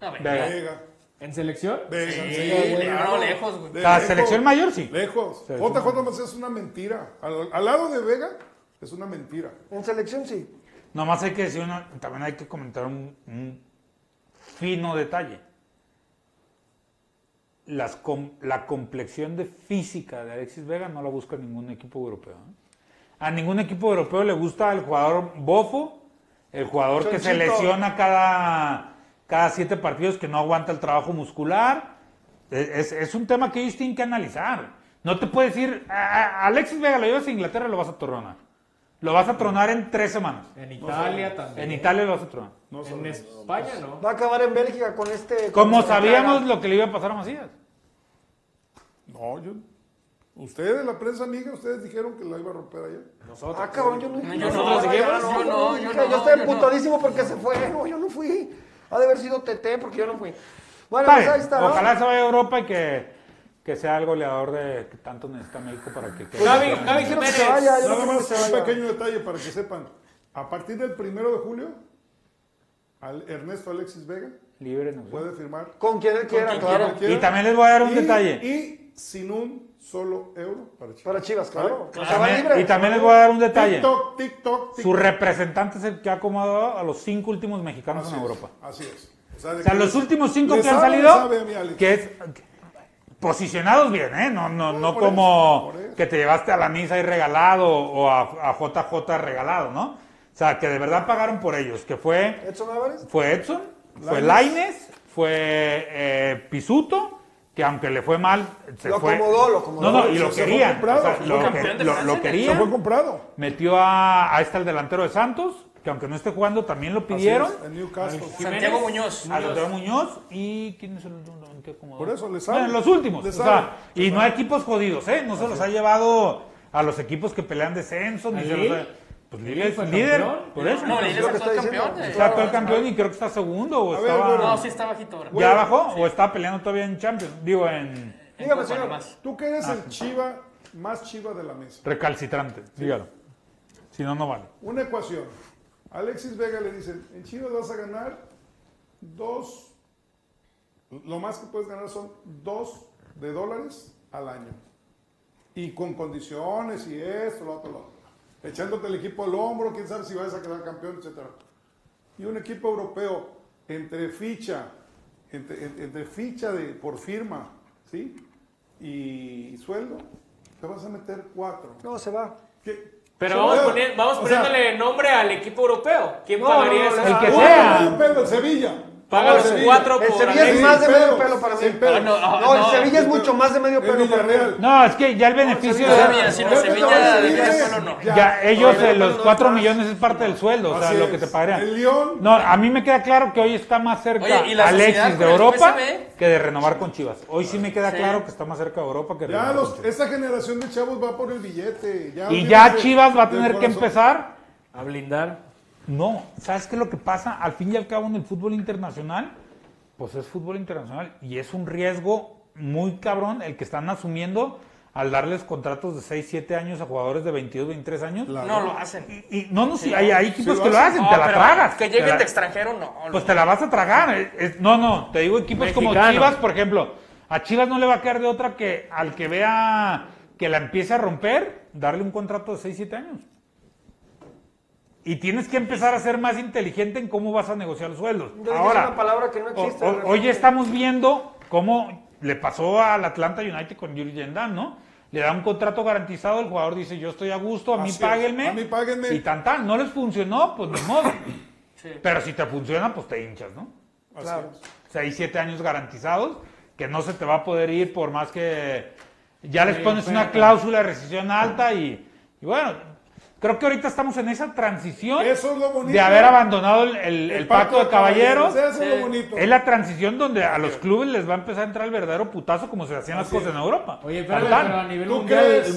Speaker 6: No,
Speaker 2: Vega.
Speaker 6: ¿En selección?
Speaker 7: Vega,
Speaker 6: Sí,
Speaker 7: sí,
Speaker 6: le
Speaker 7: claro.
Speaker 6: ganó lejos, güey.
Speaker 7: De
Speaker 2: La
Speaker 7: lejos.
Speaker 2: selección mayor, sí.
Speaker 7: Lejos.
Speaker 2: Sí, sí.
Speaker 7: JJ Macías es una mentira. Al, al lado de Vega es una mentira.
Speaker 1: En selección sí.
Speaker 2: Nomás hay que decir una, también hay que comentar un, un fino detalle. las com- la complexión de física de Alexis Vega no la busca ningún equipo europeo. ¿eh? A ningún equipo europeo le gusta el jugador bofo, el jugador que se
Speaker 12: Chonchito.
Speaker 2: lesiona cada, cada siete partidos, que no aguanta el trabajo muscular. E- Es, es un tema que ellos tienen que analizar. No te puedes decir, "A- a- Alexis Vega lo llevas a Inglaterra y lo vas a tronar. Lo vas a tronar en tres semanas.
Speaker 6: En Italia también.
Speaker 2: En Italia lo vas a tronar.
Speaker 6: en España
Speaker 8: Pues,
Speaker 6: no.
Speaker 1: Va a acabar en Bélgica con este.
Speaker 2: Como
Speaker 1: con-
Speaker 2: sabíamos lo que le iba a pasar a Macías.
Speaker 7: No, yo. Ustedes, la prensa amiga, ustedes dijeron que la iba a romper ayer.
Speaker 6: Nosotros.
Speaker 1: Ah, cabrón, yo no.
Speaker 7: yo no,
Speaker 1: no,
Speaker 7: ¿sí
Speaker 1: yo
Speaker 7: llevas?
Speaker 1: no,
Speaker 7: Yo no,
Speaker 1: yo
Speaker 7: yo no,
Speaker 1: estoy
Speaker 7: yo no.
Speaker 1: emputadísimo porque se fue. No, yo no fui. Ha de haber sido TT porque yo no fui. Bueno,
Speaker 2: Está
Speaker 1: pues
Speaker 2: bien.
Speaker 1: ahí está. ¿no?
Speaker 2: Ojalá se vaya a Europa y que, que sea el goleador de que tanto necesita México para que quede.
Speaker 7: Gaby,
Speaker 2: campeón.
Speaker 7: Gaby
Speaker 2: Nada
Speaker 7: Nada
Speaker 2: más
Speaker 7: más un pequeño detalle para que sepan. A partir del primero de julio, al- Ernesto Alexis Vega
Speaker 2: Libre
Speaker 7: puede firmar
Speaker 1: Con quien él quiera,
Speaker 7: quien
Speaker 1: claro.
Speaker 7: él quiera.
Speaker 2: Y también les voy a dar un
Speaker 7: Pues, Y-
Speaker 2: detalle.
Speaker 7: Y sin un solo euro para Chivas.
Speaker 1: Para Chivas, claro.
Speaker 7: ¿Vale?
Speaker 2: Y también- y también les voy a dar un detalle.
Speaker 7: TikTok, TikTok,
Speaker 2: Su
Speaker 7: TikTok.
Speaker 2: representante es el que ha acomodado a los cinco últimos mexicanos
Speaker 7: Así
Speaker 2: en
Speaker 7: es,
Speaker 2: Europa.
Speaker 7: Así es.
Speaker 2: O sea, los últimos cinco
Speaker 7: le
Speaker 2: que han
Speaker 7: sabe, le
Speaker 2: salido,
Speaker 7: sabe a mi Alex.
Speaker 2: que es posicionados bien, ¿eh? No, no, no,
Speaker 7: por
Speaker 2: como
Speaker 7: eso, por eso.
Speaker 2: que te llevaste a la misa y regalado o a, a JJ regalado, ¿no? O sea, que de verdad pagaron por ellos, que fue
Speaker 1: ¿Edson Álvarez?
Speaker 2: fue Edson, fue
Speaker 1: Lainez.
Speaker 2: Laines, fue eh, Pisuto, que aunque le fue mal, se
Speaker 1: Lo
Speaker 2: fue.
Speaker 1: acomodó, lo acomodó.
Speaker 2: No, no, y
Speaker 1: Se-
Speaker 2: lo
Speaker 1: se fue
Speaker 2: querían.
Speaker 1: comprado,
Speaker 2: o sea,
Speaker 1: se fue
Speaker 2: lo,
Speaker 1: campeón de
Speaker 2: que- lo-
Speaker 1: Francia,
Speaker 2: lo
Speaker 1: se
Speaker 2: querían.
Speaker 1: fue
Speaker 7: comprado.
Speaker 2: Metió a, a este el delantero de Santos, que aunque no esté jugando, también lo pidieron.
Speaker 7: es, en Newcastle.
Speaker 2: Al
Speaker 7: Santiago Muñoz.
Speaker 2: A Santiago Muñoz. ¿Y quién es el último que acomodó?
Speaker 7: Por eso, le sabe.
Speaker 2: Bueno, los últimos.
Speaker 7: Le
Speaker 2: o sea,
Speaker 7: sabe.
Speaker 2: y no hay equipos jodidos, ¿eh? No se los ha llevado a los equipos que pelean descenso. Ni
Speaker 6: ¿A
Speaker 2: se
Speaker 6: Lille?
Speaker 2: los ha... Pues Lille
Speaker 6: ¿Lille
Speaker 2: es
Speaker 6: fue
Speaker 2: líder.
Speaker 6: campeón?
Speaker 2: Por eso.
Speaker 6: No, Lille
Speaker 2: Es
Speaker 6: es
Speaker 2: lo que
Speaker 6: actual
Speaker 2: está diciendo.
Speaker 5: eh.
Speaker 6: campeón de-
Speaker 2: Es actual campeón y creo que está segundo. O
Speaker 6: A ver,
Speaker 2: estaba...
Speaker 6: güero. No, sí está bajito ahora.
Speaker 2: ¿Ya
Speaker 6: Güero.
Speaker 2: bajó? ¿O está peleando todavía en Champions? Digo, en.
Speaker 7: Dígame, señor, tú que eres
Speaker 2: Ah,
Speaker 7: el chiva más chiva de la mesa.
Speaker 2: Recalcitrante, dígalo. Si no, no vale.
Speaker 7: Una ecuación. Alexis Vega le dicen, en Chivas vas a ganar dos, lo más que puedes ganar son dos de dólares al año. Y con condiciones y esto, lo otro, lo otro. Echándote el equipo al hombro, quién sabe si vas a quedar campeón, etc. Y un equipo europeo, entre ficha, entre, en- entre ficha de, por firma, ¿sí? Y sueldo, te vas a meter cuatro.
Speaker 1: No, se va.
Speaker 7: Se
Speaker 6: Pero vamos,
Speaker 7: va.
Speaker 6: poniendo- vamos
Speaker 7: pues, O sea,
Speaker 6: poniéndole nombre al equipo europeo. ¿Quién
Speaker 7: No, no,
Speaker 6: pagaría
Speaker 7: no,
Speaker 6: eso?
Speaker 7: el que Uno sea. medio pelo, el Sevilla.
Speaker 6: Paga
Speaker 7: No,
Speaker 6: los
Speaker 7: el Sevilla.
Speaker 6: cuatro
Speaker 7: El
Speaker 6: por
Speaker 7: Sevilla es
Speaker 6: Alexis.
Speaker 7: más de medio
Speaker 1: Medio pelo para mí.
Speaker 7: Sin pelo.
Speaker 1: Ah, no, ah,
Speaker 7: No,
Speaker 1: el
Speaker 7: no.
Speaker 1: Sevilla es mucho más de medio pelo para mí.
Speaker 2: No, es que ya el beneficio
Speaker 1: Sevilla,
Speaker 2: de-
Speaker 1: Sevilla, sí, no, No, Sevilla, Sevilla, Sevilla, Sevilla, Sevilla, no.
Speaker 2: Ya,
Speaker 1: Ya,
Speaker 2: ellos
Speaker 1: Sevilla,
Speaker 2: eh, los
Speaker 1: no,
Speaker 2: 4 millones es parte del sueldo, o sea,
Speaker 7: Así
Speaker 2: lo que
Speaker 7: es.
Speaker 2: te pagarían.
Speaker 7: El León-
Speaker 2: No, a mí me queda claro que hoy está más cerca
Speaker 7: Oye, ¿y la sociedad
Speaker 2: Alexis
Speaker 7: con
Speaker 2: de
Speaker 7: el
Speaker 2: Europa
Speaker 7: PSV?
Speaker 2: que de renovar con Chivas. Hoy sí me queda
Speaker 7: Sí.
Speaker 2: claro que está más cerca de Europa que de
Speaker 7: Ya
Speaker 2: renovar con
Speaker 7: los, esa generación de chavos va por el billete. Ya
Speaker 2: Chivas. Y
Speaker 7: olvídense
Speaker 2: ya Chivas va a
Speaker 7: del
Speaker 2: tener que
Speaker 7: corazón.
Speaker 2: empezar
Speaker 6: a blindar.
Speaker 2: No, ¿sabes qué es lo que pasa? Al fin y al cabo en el fútbol internacional, pues es fútbol internacional y es un riesgo muy cabrón el que están asumiendo al darles contratos de 6, 7 años a jugadores de 22, 23 años.
Speaker 6: No lo hacen.
Speaker 2: Y, y- no, no, sí,
Speaker 6: Sí.
Speaker 2: hay, hay equipos
Speaker 6: Sí lo
Speaker 2: que lo
Speaker 6: hacen.
Speaker 2: hacen,
Speaker 6: No,
Speaker 2: te la
Speaker 6: pero
Speaker 2: tragas.
Speaker 6: que
Speaker 2: te
Speaker 6: lleguen
Speaker 2: la-
Speaker 6: de extranjero, no.
Speaker 2: Pues te la vas a tragar. es- es- no, no, te digo equipos como
Speaker 6: Mexicano.
Speaker 2: Chivas, por ejemplo. A Chivas no le va a quedar de otra que al que vea que la empiece a romper, darle un contrato de 6, 7 años. Y tienes que empezar a ser más inteligente en cómo vas a negociar los sueldos.
Speaker 1: Yo diría
Speaker 2: Ahora,
Speaker 1: una palabra que no existe.
Speaker 2: o- o- hoy estamos viendo cómo le pasó al Atlanta United con Jurgen Damm, ¿no? Le da un contrato garantizado, el jugador dice, yo estoy a gusto, a mí
Speaker 7: Así es,
Speaker 2: páguenme.
Speaker 7: a mí páguenme.
Speaker 2: Y tan tan, no les funcionó, pues ni modo. Pero si te funciona, pues te hinchas, ¿no?
Speaker 7: Así
Speaker 2: Claro.
Speaker 7: es.
Speaker 2: Seis, siete años garantizados, que no se te va a poder ir por más que ya les
Speaker 6: Sí,
Speaker 2: pones una
Speaker 6: espérate.
Speaker 2: cláusula de rescisión alta y, y bueno, creo que ahorita estamos en esa transición
Speaker 7: Eso es lo bonito.
Speaker 2: de haber abandonado el, el- el pacto de caballeros.
Speaker 7: Eso es lo bonito.
Speaker 2: Es la transición donde a los clubes les va a empezar a entrar el verdadero putazo como se hacían las
Speaker 7: Así
Speaker 2: cosas
Speaker 7: es.
Speaker 2: en Europa.
Speaker 6: Oye,
Speaker 2: Tan, tan.
Speaker 7: ¿Tú crees?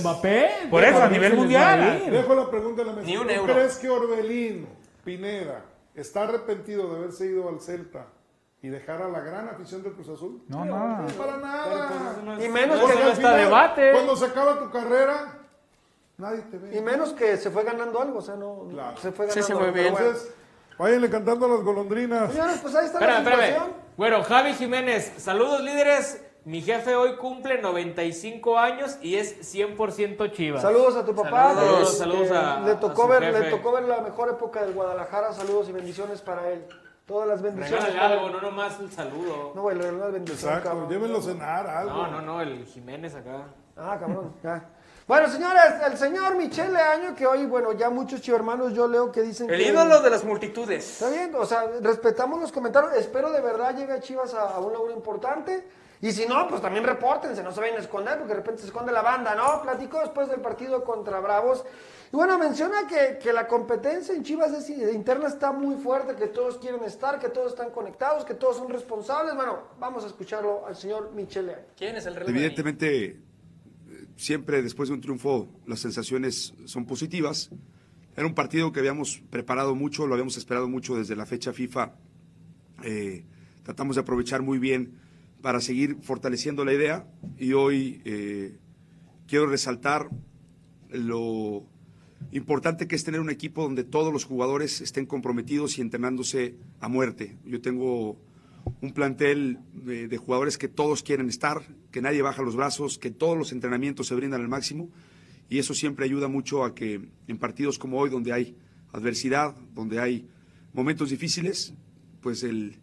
Speaker 2: Por eso, a nivel mundial.
Speaker 7: Dejo la pregunta en la mesa.
Speaker 6: Ni un
Speaker 7: ¿Tú
Speaker 6: euro.
Speaker 7: crees que Orbelín Pineda está arrepentido de haberse ido al Celta y dejar a la gran afición del Cruz Azul?
Speaker 2: No, nada.
Speaker 7: para nada.
Speaker 1: Y menos
Speaker 7: Porque
Speaker 1: que
Speaker 7: al
Speaker 1: no está
Speaker 7: final,
Speaker 1: debate.
Speaker 7: Cuando se acaba tu carrera, nadie te ve.
Speaker 1: Y menos que se fue ganando algo, o sea, no. Se fue ganando algo, pero bueno.
Speaker 7: Entonces, váyanle cantando a las golondrinas.
Speaker 1: Señores, pues ahí está
Speaker 6: Espérame,
Speaker 1: la
Speaker 6: espérame.
Speaker 1: situación.
Speaker 6: Bueno, Javi Jiménez, saludos líderes. Mi jefe hoy cumple 95 años y es 100% chivas.
Speaker 1: Saludos a tu papá.
Speaker 6: Saludos,
Speaker 1: que-
Speaker 6: saludos
Speaker 1: que
Speaker 6: a.
Speaker 1: le tocó
Speaker 6: a su
Speaker 1: ver, le
Speaker 6: jefe.
Speaker 1: tocó ver la mejor época del Guadalajara. Saludos y bendiciones para él.
Speaker 8: Todas las bendiciones.
Speaker 6: Regálale algo, no nomás el saludo.
Speaker 8: No, güey, le regalas bendición,
Speaker 6: Exacto,
Speaker 8: cabrón.
Speaker 6: llévenlo a
Speaker 7: cenar,
Speaker 6: No, no, no, el Jiménez acá.
Speaker 8: Ah, cabrón. ya. Bueno, señores, el señor Michele Año, que hoy, bueno, ya muchos chivermanos yo leo que dicen
Speaker 5: El
Speaker 8: que...
Speaker 5: ídolo de las multitudes.
Speaker 8: Está bien, o sea, respetamos los comentarios. Espero de verdad llegue a Chivas a, a un logro importante. Y si no, pues también repórtense, no se vayan a esconder, porque de repente se esconde la banda, ¿no? Platicó después del partido contra Bravos. Y bueno, menciona que, que la competencia en Chivas es- interna está muy fuerte, que todos quieren estar, que todos están conectados, que todos son responsables. Bueno, vamos a escucharlo al señor Michele Año.
Speaker 5: ¿Quién es el
Speaker 12: Evidentemente, eh, siempre después de un triunfo las sensaciones son positivas. Era un partido que habíamos preparado mucho, lo habíamos esperado mucho desde la fecha FIFA. Eh, tratamos de aprovechar muy bien para seguir fortaleciendo la idea y hoy eh, quiero resaltar lo importante que es tener un equipo donde todos los jugadores estén comprometidos y entrenándose a muerte. Yo tengo un plantel de, de jugadores que todos quieren estar, que nadie baja los brazos, que todos los entrenamientos se brindan al máximo y eso siempre ayuda mucho a que en partidos como hoy donde hay adversidad, donde hay momentos difíciles, pues el,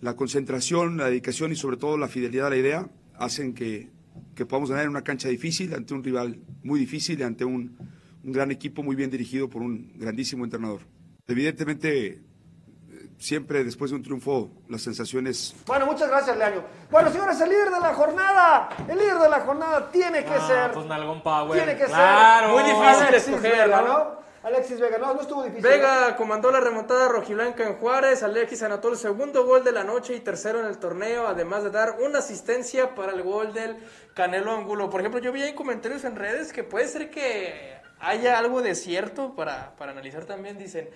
Speaker 12: la concentración, la dedicación y sobre todo la fidelidad a la idea hacen que, que podamos ganar en una cancha difícil, ante un rival muy difícil, y ante un, un gran equipo muy bien dirigido por un grandísimo entrenador. Evidentemente, eh, siempre después de un triunfo las sensaciones
Speaker 8: Bueno, muchas gracias, Leaño. Bueno, señores, el líder de la jornada, el líder de la jornada tiene que ser,
Speaker 6: Pues nalgón Power.
Speaker 8: tiene que ser
Speaker 6: claro.
Speaker 5: Muy difícil de
Speaker 8: Ah, Alexis
Speaker 5: escoger,
Speaker 8: Vega,
Speaker 5: ¿no?
Speaker 8: ¿no? Alexis Vega, no, no estuvo difícil. ¿eh? ¿no?
Speaker 5: Vega comandó la remontada rojiblanca en Juárez, Alexis anotó el segundo gol de la noche y tercero en el torneo, además de dar una asistencia para el gol del Canelo Angulo. Por ejemplo, yo vi ahí comentarios en redes que puede ser que haya algo de cierto para, para analizar también, dicen.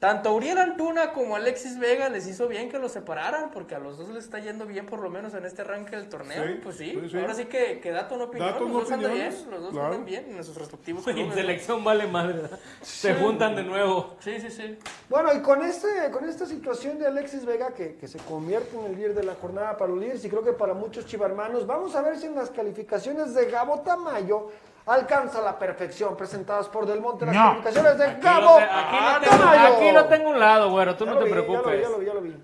Speaker 5: Tanto Uriel Antuna como Alexis Vega les hizo bien que los separaran, porque a los dos les está yendo bien por lo menos en este arranque del torneo.
Speaker 6: Sí,
Speaker 5: pues sí,
Speaker 6: sí, sí.
Speaker 5: ahora sí que, que dato no opinión,
Speaker 6: Dato
Speaker 5: los
Speaker 6: no
Speaker 5: dos andan bien,
Speaker 6: opiniones,
Speaker 5: los dos
Speaker 6: claro.
Speaker 5: andan bien en sus respectivos
Speaker 6: Y en
Speaker 5: clubes, ¿no?
Speaker 6: selección vale madre. ¿verdad? Se
Speaker 5: Sí.
Speaker 6: juntan de nuevo.
Speaker 5: Sí, sí, sí.
Speaker 8: Bueno, y con, este, con esta situación de Alexis Vega, que, que se convierte en el líder de la jornada para los líderes y creo que para muchos chivarmanos, vamos a ver si en las calificaciones de Gabo Tamayo alcanza la perfección presentadas por Del Monte. Las
Speaker 6: No.
Speaker 8: calificaciones de
Speaker 6: Aquí lo
Speaker 8: Gabo
Speaker 6: te- aquí lo
Speaker 8: Ah,
Speaker 6: tengo-
Speaker 8: Tamayo.
Speaker 6: aquí lo tengo a un lado, güero, tú
Speaker 8: Ya
Speaker 6: no
Speaker 8: lo
Speaker 6: te
Speaker 8: vi, ya lo vi,
Speaker 6: preocupes.
Speaker 8: Ya lo vi, ya lo vi.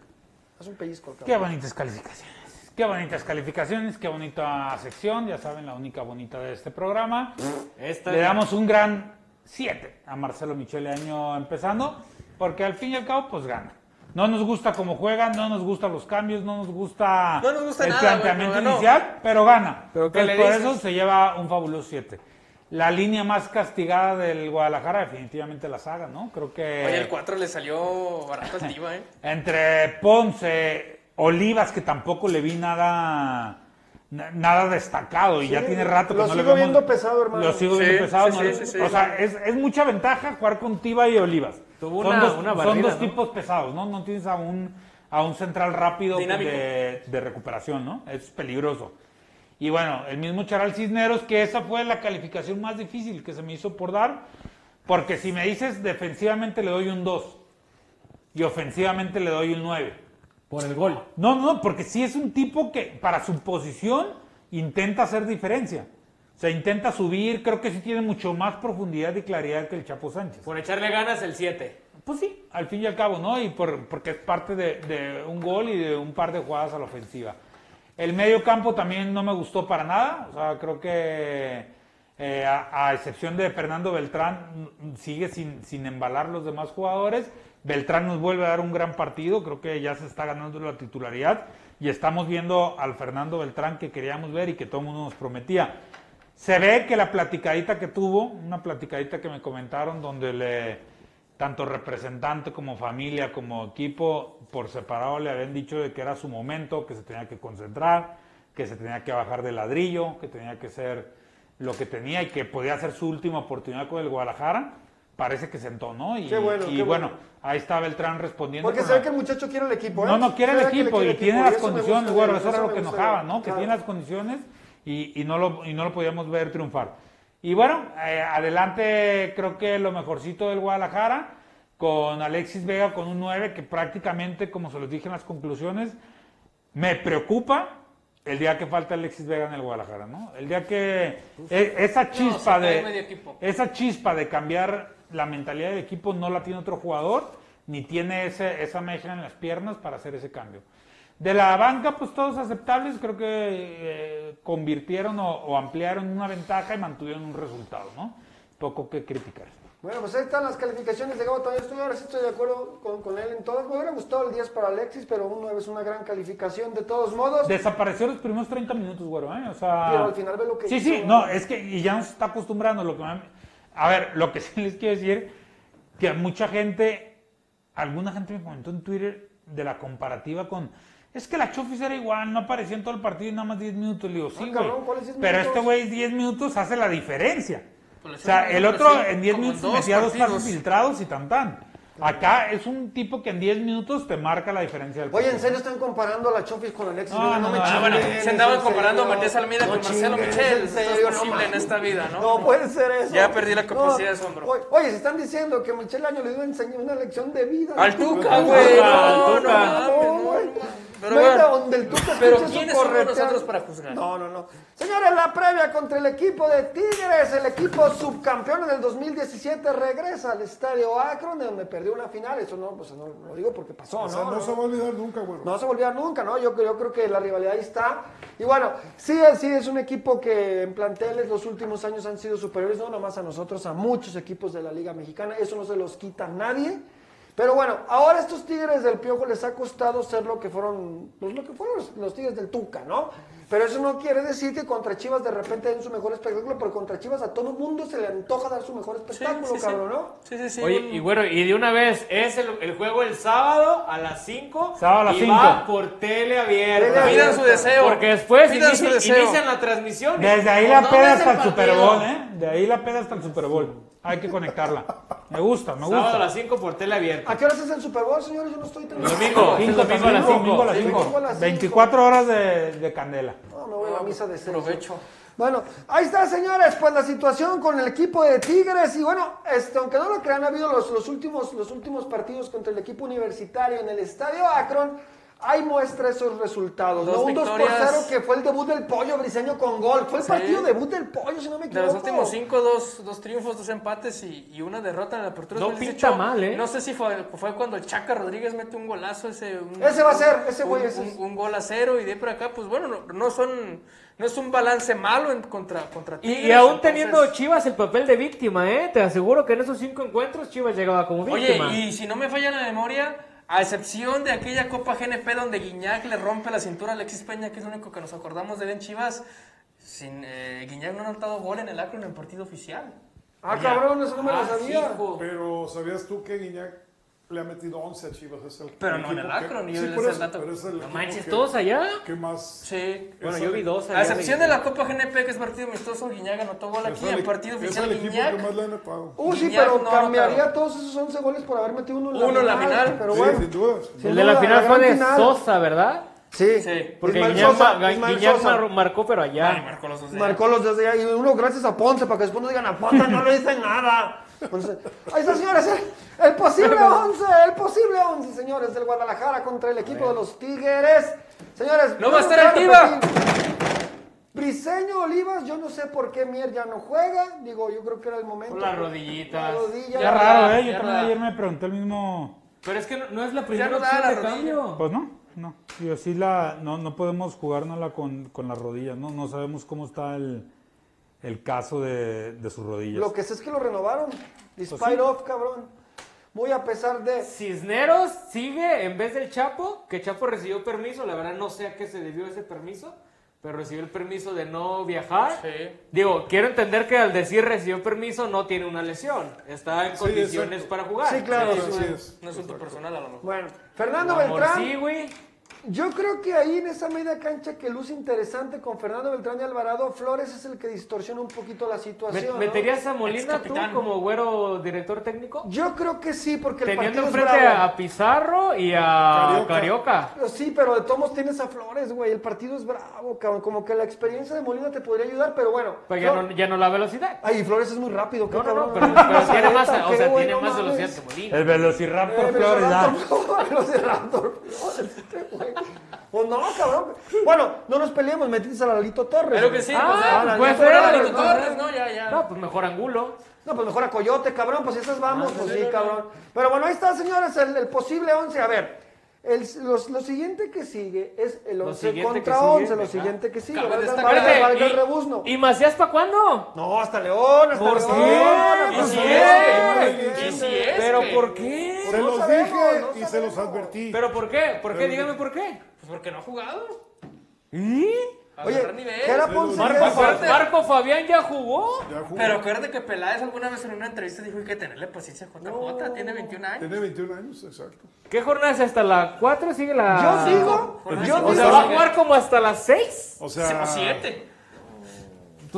Speaker 8: Haz un pellizco, cabrón.
Speaker 2: Qué bonitas calificaciones. Qué bonitas calificaciones, qué bonita sección. Ya saben, la única bonita de este programa.
Speaker 6: Esta-
Speaker 2: Le damos un gran 7 a Marcelo Michele Año empezando, porque al fin y al cabo, pues gana. No nos gusta cómo juega, no nos gustan los cambios, no nos gusta
Speaker 6: No nos gusta
Speaker 2: el
Speaker 6: nada,
Speaker 2: planteamiento
Speaker 6: güey, pero ganó.
Speaker 2: inicial, pero gana.
Speaker 6: ¿qué
Speaker 2: Entonces,
Speaker 6: le
Speaker 2: por
Speaker 6: dices?
Speaker 2: eso se lleva un fabuloso 7. La línea más castigada del Guadalajara, definitivamente la saga, ¿no? Creo que.
Speaker 6: Eh.
Speaker 5: Oye, el 4 le salió barato al Tiva, ¿eh?
Speaker 2: Entre Ponce, Olivas, que tampoco le vi nada na- nada destacado y
Speaker 8: Sí,
Speaker 2: ya tiene rato que
Speaker 8: lo
Speaker 2: no le
Speaker 8: sigo
Speaker 2: vemos.
Speaker 8: viendo pesado, hermano.
Speaker 2: Lo sigo
Speaker 8: Sí,
Speaker 2: viendo pesado.
Speaker 8: sí,
Speaker 2: no
Speaker 8: sí,
Speaker 2: lo-
Speaker 8: sí, sí.
Speaker 2: o sea, es, es mucha ventaja jugar con Tiba y Olivas.
Speaker 6: Tuvo
Speaker 2: son
Speaker 6: una-
Speaker 2: dos,
Speaker 6: una
Speaker 2: son
Speaker 6: barrida,
Speaker 2: dos
Speaker 6: ¿no?
Speaker 2: tipos pesados, ¿no? No tienes a un, a un central rápido
Speaker 6: Dinámico.
Speaker 2: de, de recuperación, ¿no? Es peligroso. Y bueno, el mismo Charal Cisneros, que esa fue la calificación más difícil que se me hizo por dar, porque si me dices defensivamente le doy un 2 y ofensivamente le doy un 9.
Speaker 6: Por el gol.
Speaker 2: No, no, porque sí es un tipo que para su posición intenta hacer diferencia. O sea, intenta subir, creo que sí tiene mucho más profundidad y claridad que el Chapo Sánchez.
Speaker 6: Por echarle ganas el 7.
Speaker 2: Pues sí, al fin y al cabo, ¿no? Y por, porque es parte de, de un gol y de un par de jugadas a la ofensiva. El medio campo también no me gustó para nada. O sea, creo que eh, a, a excepción de Fernando Beltrán, mm, sigue sin, sin embalar los demás jugadores. Beltrán nos vuelve a dar un gran partido. Creo que ya se está ganando la titularidad. Y estamos viendo al Fernando Beltrán que queríamos ver y que todo el mundo nos prometía. Se ve que la platicadita que tuvo, una platicadita que me comentaron donde le tanto representante como familia como equipo por separado le habían dicho de que era su momento, que se tenía que concentrar, que se tenía que bajar del ladrillo, que tenía que ser lo que tenía y que podía ser su última oportunidad con el Guadalajara. Parece que sentó, ¿no? Y,
Speaker 8: Qué bueno,
Speaker 2: y
Speaker 8: qué bueno.
Speaker 2: bueno, ahí está Beltrán respondiendo. pues,
Speaker 8: Porque
Speaker 2: con
Speaker 8: se ve
Speaker 2: la-
Speaker 8: que el muchacho quiere el equipo, ¿eh?
Speaker 2: no, no quiere
Speaker 8: Se
Speaker 2: el
Speaker 8: ve que le
Speaker 2: equipo
Speaker 8: quiere
Speaker 2: y
Speaker 8: el
Speaker 2: tiene
Speaker 8: equipo,
Speaker 2: las
Speaker 8: eso me
Speaker 2: condiciones,
Speaker 8: gusta de
Speaker 2: güero.
Speaker 8: él,
Speaker 2: Eso era
Speaker 8: eso
Speaker 2: lo
Speaker 8: me
Speaker 2: que
Speaker 8: gusta de
Speaker 2: enojaba,
Speaker 8: él,
Speaker 2: ¿no? Que
Speaker 8: claro.
Speaker 2: tiene las condiciones y, y no lo, y no lo podíamos ver triunfar. Y bueno, eh, adelante creo que lo mejorcito del Guadalajara con Alexis Vega con un 9 que prácticamente, como se los dije en las conclusiones, me preocupa el día que falta Alexis Vega en el Guadalajara, ¿no? El día que e- esa chispa
Speaker 6: se cae medio
Speaker 2: de
Speaker 6: equipo.
Speaker 2: esa chispa de cambiar la mentalidad del equipo no la tiene otro jugador ni tiene ese- esa mecha en las piernas para hacer ese cambio. De la banca, pues todos aceptables, creo que eh, convirtieron o, o ampliaron una ventaja y mantuvieron un resultado, ¿no? Poco que criticar.
Speaker 1: Bueno, pues ahí están las calificaciones de Gabo. Todavía estoy, ahora sí estoy de acuerdo con, con él en todas. Me hubiera gustado el 10 para Alexis, pero un 9 es una gran calificación de todos modos.
Speaker 2: Desapareció los primeros 30 minutos, güero, ¿eh? O sea...
Speaker 1: Pero al final ve lo que
Speaker 2: Sí,
Speaker 1: hizo,
Speaker 2: sí,
Speaker 1: güey.
Speaker 2: no, es que y ya nos está acostumbrando. Lo que me- a ver, lo que sí les quiero decir, que a mucha gente, alguna gente me comentó en Twitter de la comparativa con... Es que la Chofis era igual, no apareció en todo el partido y nada más 10 minutos. Le digo,
Speaker 1: Ah,
Speaker 2: sí, güey.
Speaker 8: cabrón, ¿cuáles 10
Speaker 2: pero
Speaker 8: minutos?
Speaker 2: este güey 10 minutos hace la diferencia.
Speaker 8: Pues
Speaker 2: O
Speaker 8: la
Speaker 2: sea,
Speaker 8: Chofis
Speaker 2: el
Speaker 8: no
Speaker 2: otro
Speaker 8: apareció
Speaker 2: en 10
Speaker 8: como en
Speaker 2: minutos
Speaker 8: dos
Speaker 2: metía dos pasos
Speaker 8: partidos.
Speaker 2: filtrados y tan tan. Acá es un tipo que en 10 minutos te marca la diferencia del
Speaker 1: Oye,
Speaker 2: partido.
Speaker 1: ¿en serio están comparando a la Chofis con Alexis?
Speaker 2: No, no, no, bueno,
Speaker 8: ah, se andaban comparando a Matías Almeida con Marcelo Michel.
Speaker 1: Michel.
Speaker 8: Eso es posible en esta vida, ¿no?
Speaker 1: No puede ser eso.
Speaker 8: Ya perdí la capacidad de
Speaker 1: No,
Speaker 8: asombro.
Speaker 1: Oye, oye, se están diciendo que Michel Año le dio a enseñar una lección de vida.
Speaker 8: Al Tuca, güey. No, no, no, no,
Speaker 1: güey.
Speaker 8: Pero
Speaker 1: No hay
Speaker 8: bueno,
Speaker 1: de donde el Tuca
Speaker 8: pero
Speaker 1: escuche su
Speaker 8: ¿quiénes somos
Speaker 1: corretear.
Speaker 8: nosotros para juzgar?
Speaker 1: No, no, no. Señores, la previa contra el equipo de Tigres, el equipo subcampeón en el 2017 regresa al estadio Akron, de donde perdió una final. Eso no, pues no lo digo porque pasó,
Speaker 7: O sea,
Speaker 1: Pues ¿no?
Speaker 7: no se va a olvidar nunca, güey.
Speaker 1: No se volvía nunca, ¿no? Yo, yo creo que la rivalidad ahí está. Y bueno, sí, es- sí, es un equipo que en planteles los últimos años han sido superiores, no nomás a nosotros, a muchos equipos de la Liga Mexicana. Eso no se los quita nadie. Pero bueno, ahora estos Tigres del Piojo les ha costado ser lo que fueron, pues, lo que fueron los, los Tigres del Tuca, ¿no? Pero eso no quiere decir que contra Chivas de repente den su mejor espectáculo, porque contra Chivas a todo mundo se le antoja dar su mejor espectáculo,
Speaker 6: sí, sí.
Speaker 1: cabrón, ¿no?
Speaker 8: Sí, sí, sí.
Speaker 6: Oye, y bueno, y de una vez, es el, el juego el sábado a las 5.
Speaker 2: Sábado a las
Speaker 6: y
Speaker 2: cinco.
Speaker 6: va por tele abierta.
Speaker 2: Tele Pidan abierta. su deseo.
Speaker 6: Porque después
Speaker 2: Pidan
Speaker 6: inici-
Speaker 2: su deseo.
Speaker 6: inician la transmisión.
Speaker 2: Desde ahí
Speaker 6: ¿Por
Speaker 2: la
Speaker 6: dónde
Speaker 2: peda
Speaker 6: es
Speaker 2: hasta el
Speaker 6: partido?
Speaker 2: Super Bowl, ¿eh? De ahí la peda hasta el Super Bowl. Hay que conectarla. Me gusta, me
Speaker 6: Sábado a
Speaker 2: gusta.
Speaker 6: las 5 por tele abierta.
Speaker 1: ¿A qué horas es el Super Bowl, señores? Yo no estoy tan...
Speaker 6: Domingo,
Speaker 2: Cinco,
Speaker 6: el domingo a las
Speaker 2: domingo, domingo a
Speaker 6: cinco.
Speaker 2: las
Speaker 6: Domingo
Speaker 2: cinco.
Speaker 1: a las cinco.
Speaker 2: 24 horas de, de candela.
Speaker 1: No, me voy a la misa de seis. Bueno, ahí está, señores, pues la situación con el equipo de Tigres. Y bueno, este, aunque no lo crean, ha habido los, los últimos, los últimos partidos contra el equipo universitario en el estadio Akron. Ahí muestra esos resultados.
Speaker 8: Dos
Speaker 1: ¿no? Un 2 por
Speaker 8: victorias.
Speaker 1: 0 que fue el debut del pollo briseño con gol. Fue el
Speaker 8: Sí.
Speaker 1: partido debut del pollo, si no me
Speaker 8: De
Speaker 1: equivoco.
Speaker 8: los últimos cinco, dos, dos triunfos, dos empates y, y una derrota en la apertura.
Speaker 6: No
Speaker 8: 2018.
Speaker 6: pinta mal, ¿eh?
Speaker 8: No sé si fue, fue cuando el Chaca Rodríguez mete un golazo. Ese, un-
Speaker 1: Ese va a ser, ese güey,
Speaker 8: un,
Speaker 1: ese
Speaker 8: un-
Speaker 1: es.
Speaker 8: un gol a cero y de por acá, pues bueno, no, no son, no es un balance malo en contra, contra
Speaker 6: Y,
Speaker 8: Tigres,
Speaker 6: y aún
Speaker 8: entonces-
Speaker 6: teniendo Chivas el papel de víctima, ¿eh? Te aseguro que en esos cinco encuentros Chivas llegaba como
Speaker 8: Oye,
Speaker 6: víctima.
Speaker 8: y si no me falla la memoria, a excepción de aquella Copa GNP donde Guiñac le rompe la cintura a Alexis Peña, que es lo único que nos acordamos de él en Chivas, sin, eh, Guiñac no ha anotado gol en el Acro en el partido oficial.
Speaker 1: Ah, cabrón, eso no me lo
Speaker 8: Ah,
Speaker 1: sabía.
Speaker 8: sí, hijo.
Speaker 7: Pero ¿sabías tú que Guiñac le ha metido 11 a Chivas? Es el
Speaker 8: Pero no en
Speaker 7: equipo
Speaker 8: el Akron,
Speaker 7: que-
Speaker 8: yo
Speaker 7: Sí,
Speaker 8: les
Speaker 7: por
Speaker 8: el
Speaker 7: eso,
Speaker 8: dato.
Speaker 7: pero es el
Speaker 8: No
Speaker 7: equipo
Speaker 8: manches,
Speaker 7: que-
Speaker 8: ¿todos allá?
Speaker 7: ¿Qué más?
Speaker 8: Sí.
Speaker 7: Bueno, yo vi dos allá
Speaker 8: A excepción de
Speaker 7: de-
Speaker 8: la Copa GNP, que es partido amistoso, Guiñac anotó gol aquí,
Speaker 7: Es
Speaker 8: en
Speaker 7: el-
Speaker 8: partido oficial
Speaker 7: Es el equipo
Speaker 8: Guiñac.
Speaker 7: que más le han atado.
Speaker 1: Uh, sí,
Speaker 8: Guiñac
Speaker 1: pero
Speaker 8: no
Speaker 1: cambiaría
Speaker 8: anotaron.
Speaker 1: todos esos 11 goles por haber metido uno en la
Speaker 8: Uno en la final.
Speaker 1: Pero
Speaker 7: Sí,
Speaker 1: bueno,
Speaker 7: sin duda.
Speaker 1: sin
Speaker 6: el de la
Speaker 1: duda,
Speaker 6: final fue
Speaker 1: gran
Speaker 6: de
Speaker 1: final.
Speaker 6: Sosa, ¿verdad?
Speaker 1: Sí.
Speaker 6: Porque
Speaker 1: Ismael
Speaker 6: Guiñac,
Speaker 1: Sosa,
Speaker 6: ma-
Speaker 1: Ismael
Speaker 6: Guiñac
Speaker 1: Sosa.
Speaker 6: mar- marcó, pero allá.
Speaker 1: Marcó los dos de allá. Y uno, gracias a Ponce, para que después no digan a Ponce, no le dicen nada. Ponce. Ahí está, señores. el- El posible 11, el posible 11, señores, del Guadalajara contra el equipo de los Tigres. Señores,
Speaker 8: No va a estar
Speaker 1: vamos
Speaker 8: activa.
Speaker 1: repetir. Briseño Olivas, yo no sé por qué Mier ya no juega. Digo, yo creo que era el momento.
Speaker 6: Por las rodillitas.
Speaker 1: La rodilla.
Speaker 2: Ya raro, ¿eh? Yo
Speaker 6: ya
Speaker 2: también
Speaker 6: raro.
Speaker 2: ayer me pregunté el mismo.
Speaker 6: Pero es que no, no es la
Speaker 8: no da
Speaker 6: primera
Speaker 8: la
Speaker 6: opción de
Speaker 8: rodilla.
Speaker 6: cambio.
Speaker 2: Pues no, no. Yo sí la, no, no podemos jugárnosla con, con las rodillas, ¿no? No sabemos cómo está el, el caso de, de sus rodillas. Pues
Speaker 1: Lo que sé es que lo renovaron. Despite
Speaker 2: sí.
Speaker 1: of, cabrón. Muy a pesar de.
Speaker 6: Cisneros sigue en vez del Chapo, que Chapo recibió permiso, la verdad no sé a qué se debió ese permiso, pero recibió el permiso de no viajar. Digo, quiero entender que al decir recibió permiso no tiene una lesión, está en
Speaker 8: Sí,
Speaker 6: condiciones
Speaker 8: exacto.
Speaker 6: para jugar.
Speaker 1: Sí, claro.
Speaker 8: Sí,
Speaker 1: Así
Speaker 8: no,
Speaker 1: es.
Speaker 8: no es un personal a lo mejor.
Speaker 1: Bueno, Fernando
Speaker 6: Amor,
Speaker 1: Beltrán.
Speaker 6: sí, güey.
Speaker 1: Yo creo que ahí en esa media cancha que luce interesante con Fernando Beltrán y Alvarado, Flores es el que distorsiona un poquito la
Speaker 6: ¿Me-
Speaker 1: situación. ¿no?
Speaker 6: ¿Meterías a Molina tú como güero director técnico?
Speaker 1: Yo creo que sí, porque el
Speaker 6: Teniendo
Speaker 1: partido es
Speaker 6: enfrente
Speaker 1: bravo.
Speaker 6: a Pizarro y a Carioca.
Speaker 1: Pero Sí, pero de tomos tienes a Flores, güey. El partido es bravo, cabrón. Como que la experiencia de Molina te podría ayudar, pero bueno.
Speaker 6: Pues ya
Speaker 1: Flor-
Speaker 6: no, ya no la velocidad.
Speaker 1: Ay, Flores es muy rápido, qué
Speaker 6: No, no,
Speaker 1: cabrón.
Speaker 6: no, pero, pero tiene más,
Speaker 1: Neta,
Speaker 6: o
Speaker 1: qué
Speaker 6: sea,
Speaker 1: güey,
Speaker 6: tiene
Speaker 1: no
Speaker 6: más
Speaker 1: mames.
Speaker 6: velocidad que Molina.
Speaker 2: El Velociraptor
Speaker 1: Eh,
Speaker 2: Flores, ¿verdad?
Speaker 1: Velociraptor, Velociraptor, Flores, este güey. Pues no, cabrón. Bueno, no nos peleemos, metiste a Lalito Torres.
Speaker 8: Pero que
Speaker 1: güey.
Speaker 8: sí,
Speaker 1: Ah,
Speaker 8: pues, ah,
Speaker 1: Lalito
Speaker 8: pues fuera
Speaker 1: Torres,
Speaker 8: Lalito
Speaker 1: ¿no?
Speaker 8: Torres, ¿no? Ya,
Speaker 1: No,
Speaker 8: ya.
Speaker 6: No, pues mejor Angulo.
Speaker 1: No, pues mejor a Coyote, cabrón, pues si esas vamos,
Speaker 6: Ah,
Speaker 1: pues sí, cabrón. Pero bueno, ahí está, señores, el, el posible 11. A ver, el, los- lo siguiente que sigue es el
Speaker 6: Lo
Speaker 1: 11
Speaker 6: siguiente
Speaker 1: contra
Speaker 6: que sigue,
Speaker 1: 11, lo
Speaker 6: ajá.
Speaker 1: siguiente que sigue.
Speaker 6: Cabe
Speaker 1: Valga-
Speaker 6: destacar-
Speaker 1: valga-
Speaker 6: Espérate,
Speaker 1: valga el
Speaker 6: y-
Speaker 1: rebuzno.
Speaker 6: ¿Y Macías para cuándo?
Speaker 1: No, hasta León, hasta
Speaker 6: ¿Por
Speaker 1: León.
Speaker 6: qué?
Speaker 1: hasta
Speaker 6: ¿Y si
Speaker 1: León,
Speaker 6: es que?
Speaker 1: hasta León.
Speaker 6: ¿Y si es ¿Pero que? por qué?
Speaker 7: Se
Speaker 6: No
Speaker 7: los
Speaker 6: sabemos,
Speaker 7: dije
Speaker 6: no
Speaker 7: y se los advertí.
Speaker 6: ¿Pero por qué? ¿Por qué?
Speaker 7: Pero-
Speaker 6: Dígame por qué. Pues porque no ha jugado.
Speaker 1: Oye,
Speaker 6: Agarrar nivel.
Speaker 1: Jera Ponce
Speaker 6: Marco,
Speaker 1: ya es-
Speaker 6: Fa- Marco Fabián ya jugó.
Speaker 8: Pero acuérdate que Peláez alguna vez en una entrevista dijo hay que tenerle paciencia a JJ, tiene 21 años.
Speaker 7: Tiene 21 años, exacto.
Speaker 6: ¿Qué jornada es hasta la 4? ¿Sigue la.?
Speaker 1: Yo digo, yo
Speaker 6: O sea,
Speaker 1: digo-
Speaker 6: va a jugar como hasta las 6.
Speaker 7: O
Speaker 8: pues,
Speaker 7: sea- O siete.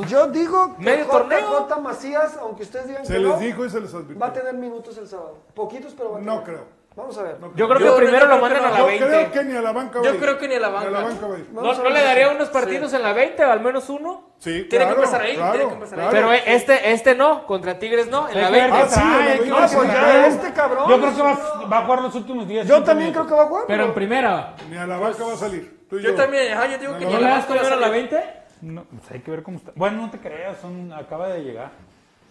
Speaker 1: Yo digo que
Speaker 6: Medio torneo.
Speaker 1: JJ Macías, aunque ustedes digan
Speaker 7: Se
Speaker 1: que
Speaker 7: les
Speaker 1: no,
Speaker 7: dijo y se les advirtió.
Speaker 1: va a tener minutos el sábado. Poquitos, pero va a tener.
Speaker 7: No creo.
Speaker 1: Vamos a ver.
Speaker 6: Yo creo que primero lo mandan a la
Speaker 7: Yo
Speaker 6: 20.
Speaker 7: creo que ni a la banca va a
Speaker 6: Yo
Speaker 7: ir.
Speaker 6: creo que ni a la banca.
Speaker 7: Ni a la banca va a ir.
Speaker 6: ¿No, no le daría unos partidos en la 20 o al menos uno?
Speaker 7: Sí,
Speaker 6: Tiene
Speaker 7: claro,
Speaker 6: que empezar ahí.
Speaker 7: claro,
Speaker 6: tiene que empezar ahí.
Speaker 7: claro.
Speaker 6: Pero este, este no, contra Tigres no. En la 20.
Speaker 2: Ah, sí,
Speaker 6: Ah,
Speaker 2: en la
Speaker 6: ¿qué
Speaker 2: 20.
Speaker 6: pasa?
Speaker 1: este cabrón.
Speaker 2: Yo creo que va, va a jugar los últimos 10.
Speaker 1: Yo también creo que va a jugar.
Speaker 6: Pero en primera.
Speaker 7: Ni a la banca
Speaker 6: pues,
Speaker 7: va a salir. Tú y
Speaker 8: Yo también, ajá, yo digo
Speaker 7: No,
Speaker 8: que
Speaker 7: no,
Speaker 8: ni
Speaker 6: ¿No
Speaker 8: a
Speaker 6: le
Speaker 8: la
Speaker 6: das
Speaker 8: banca va a
Speaker 6: primero a la
Speaker 8: salir.
Speaker 6: 20?
Speaker 2: No, pues hay que ver cómo está. Bueno, no te creas, son, acaba de llegar.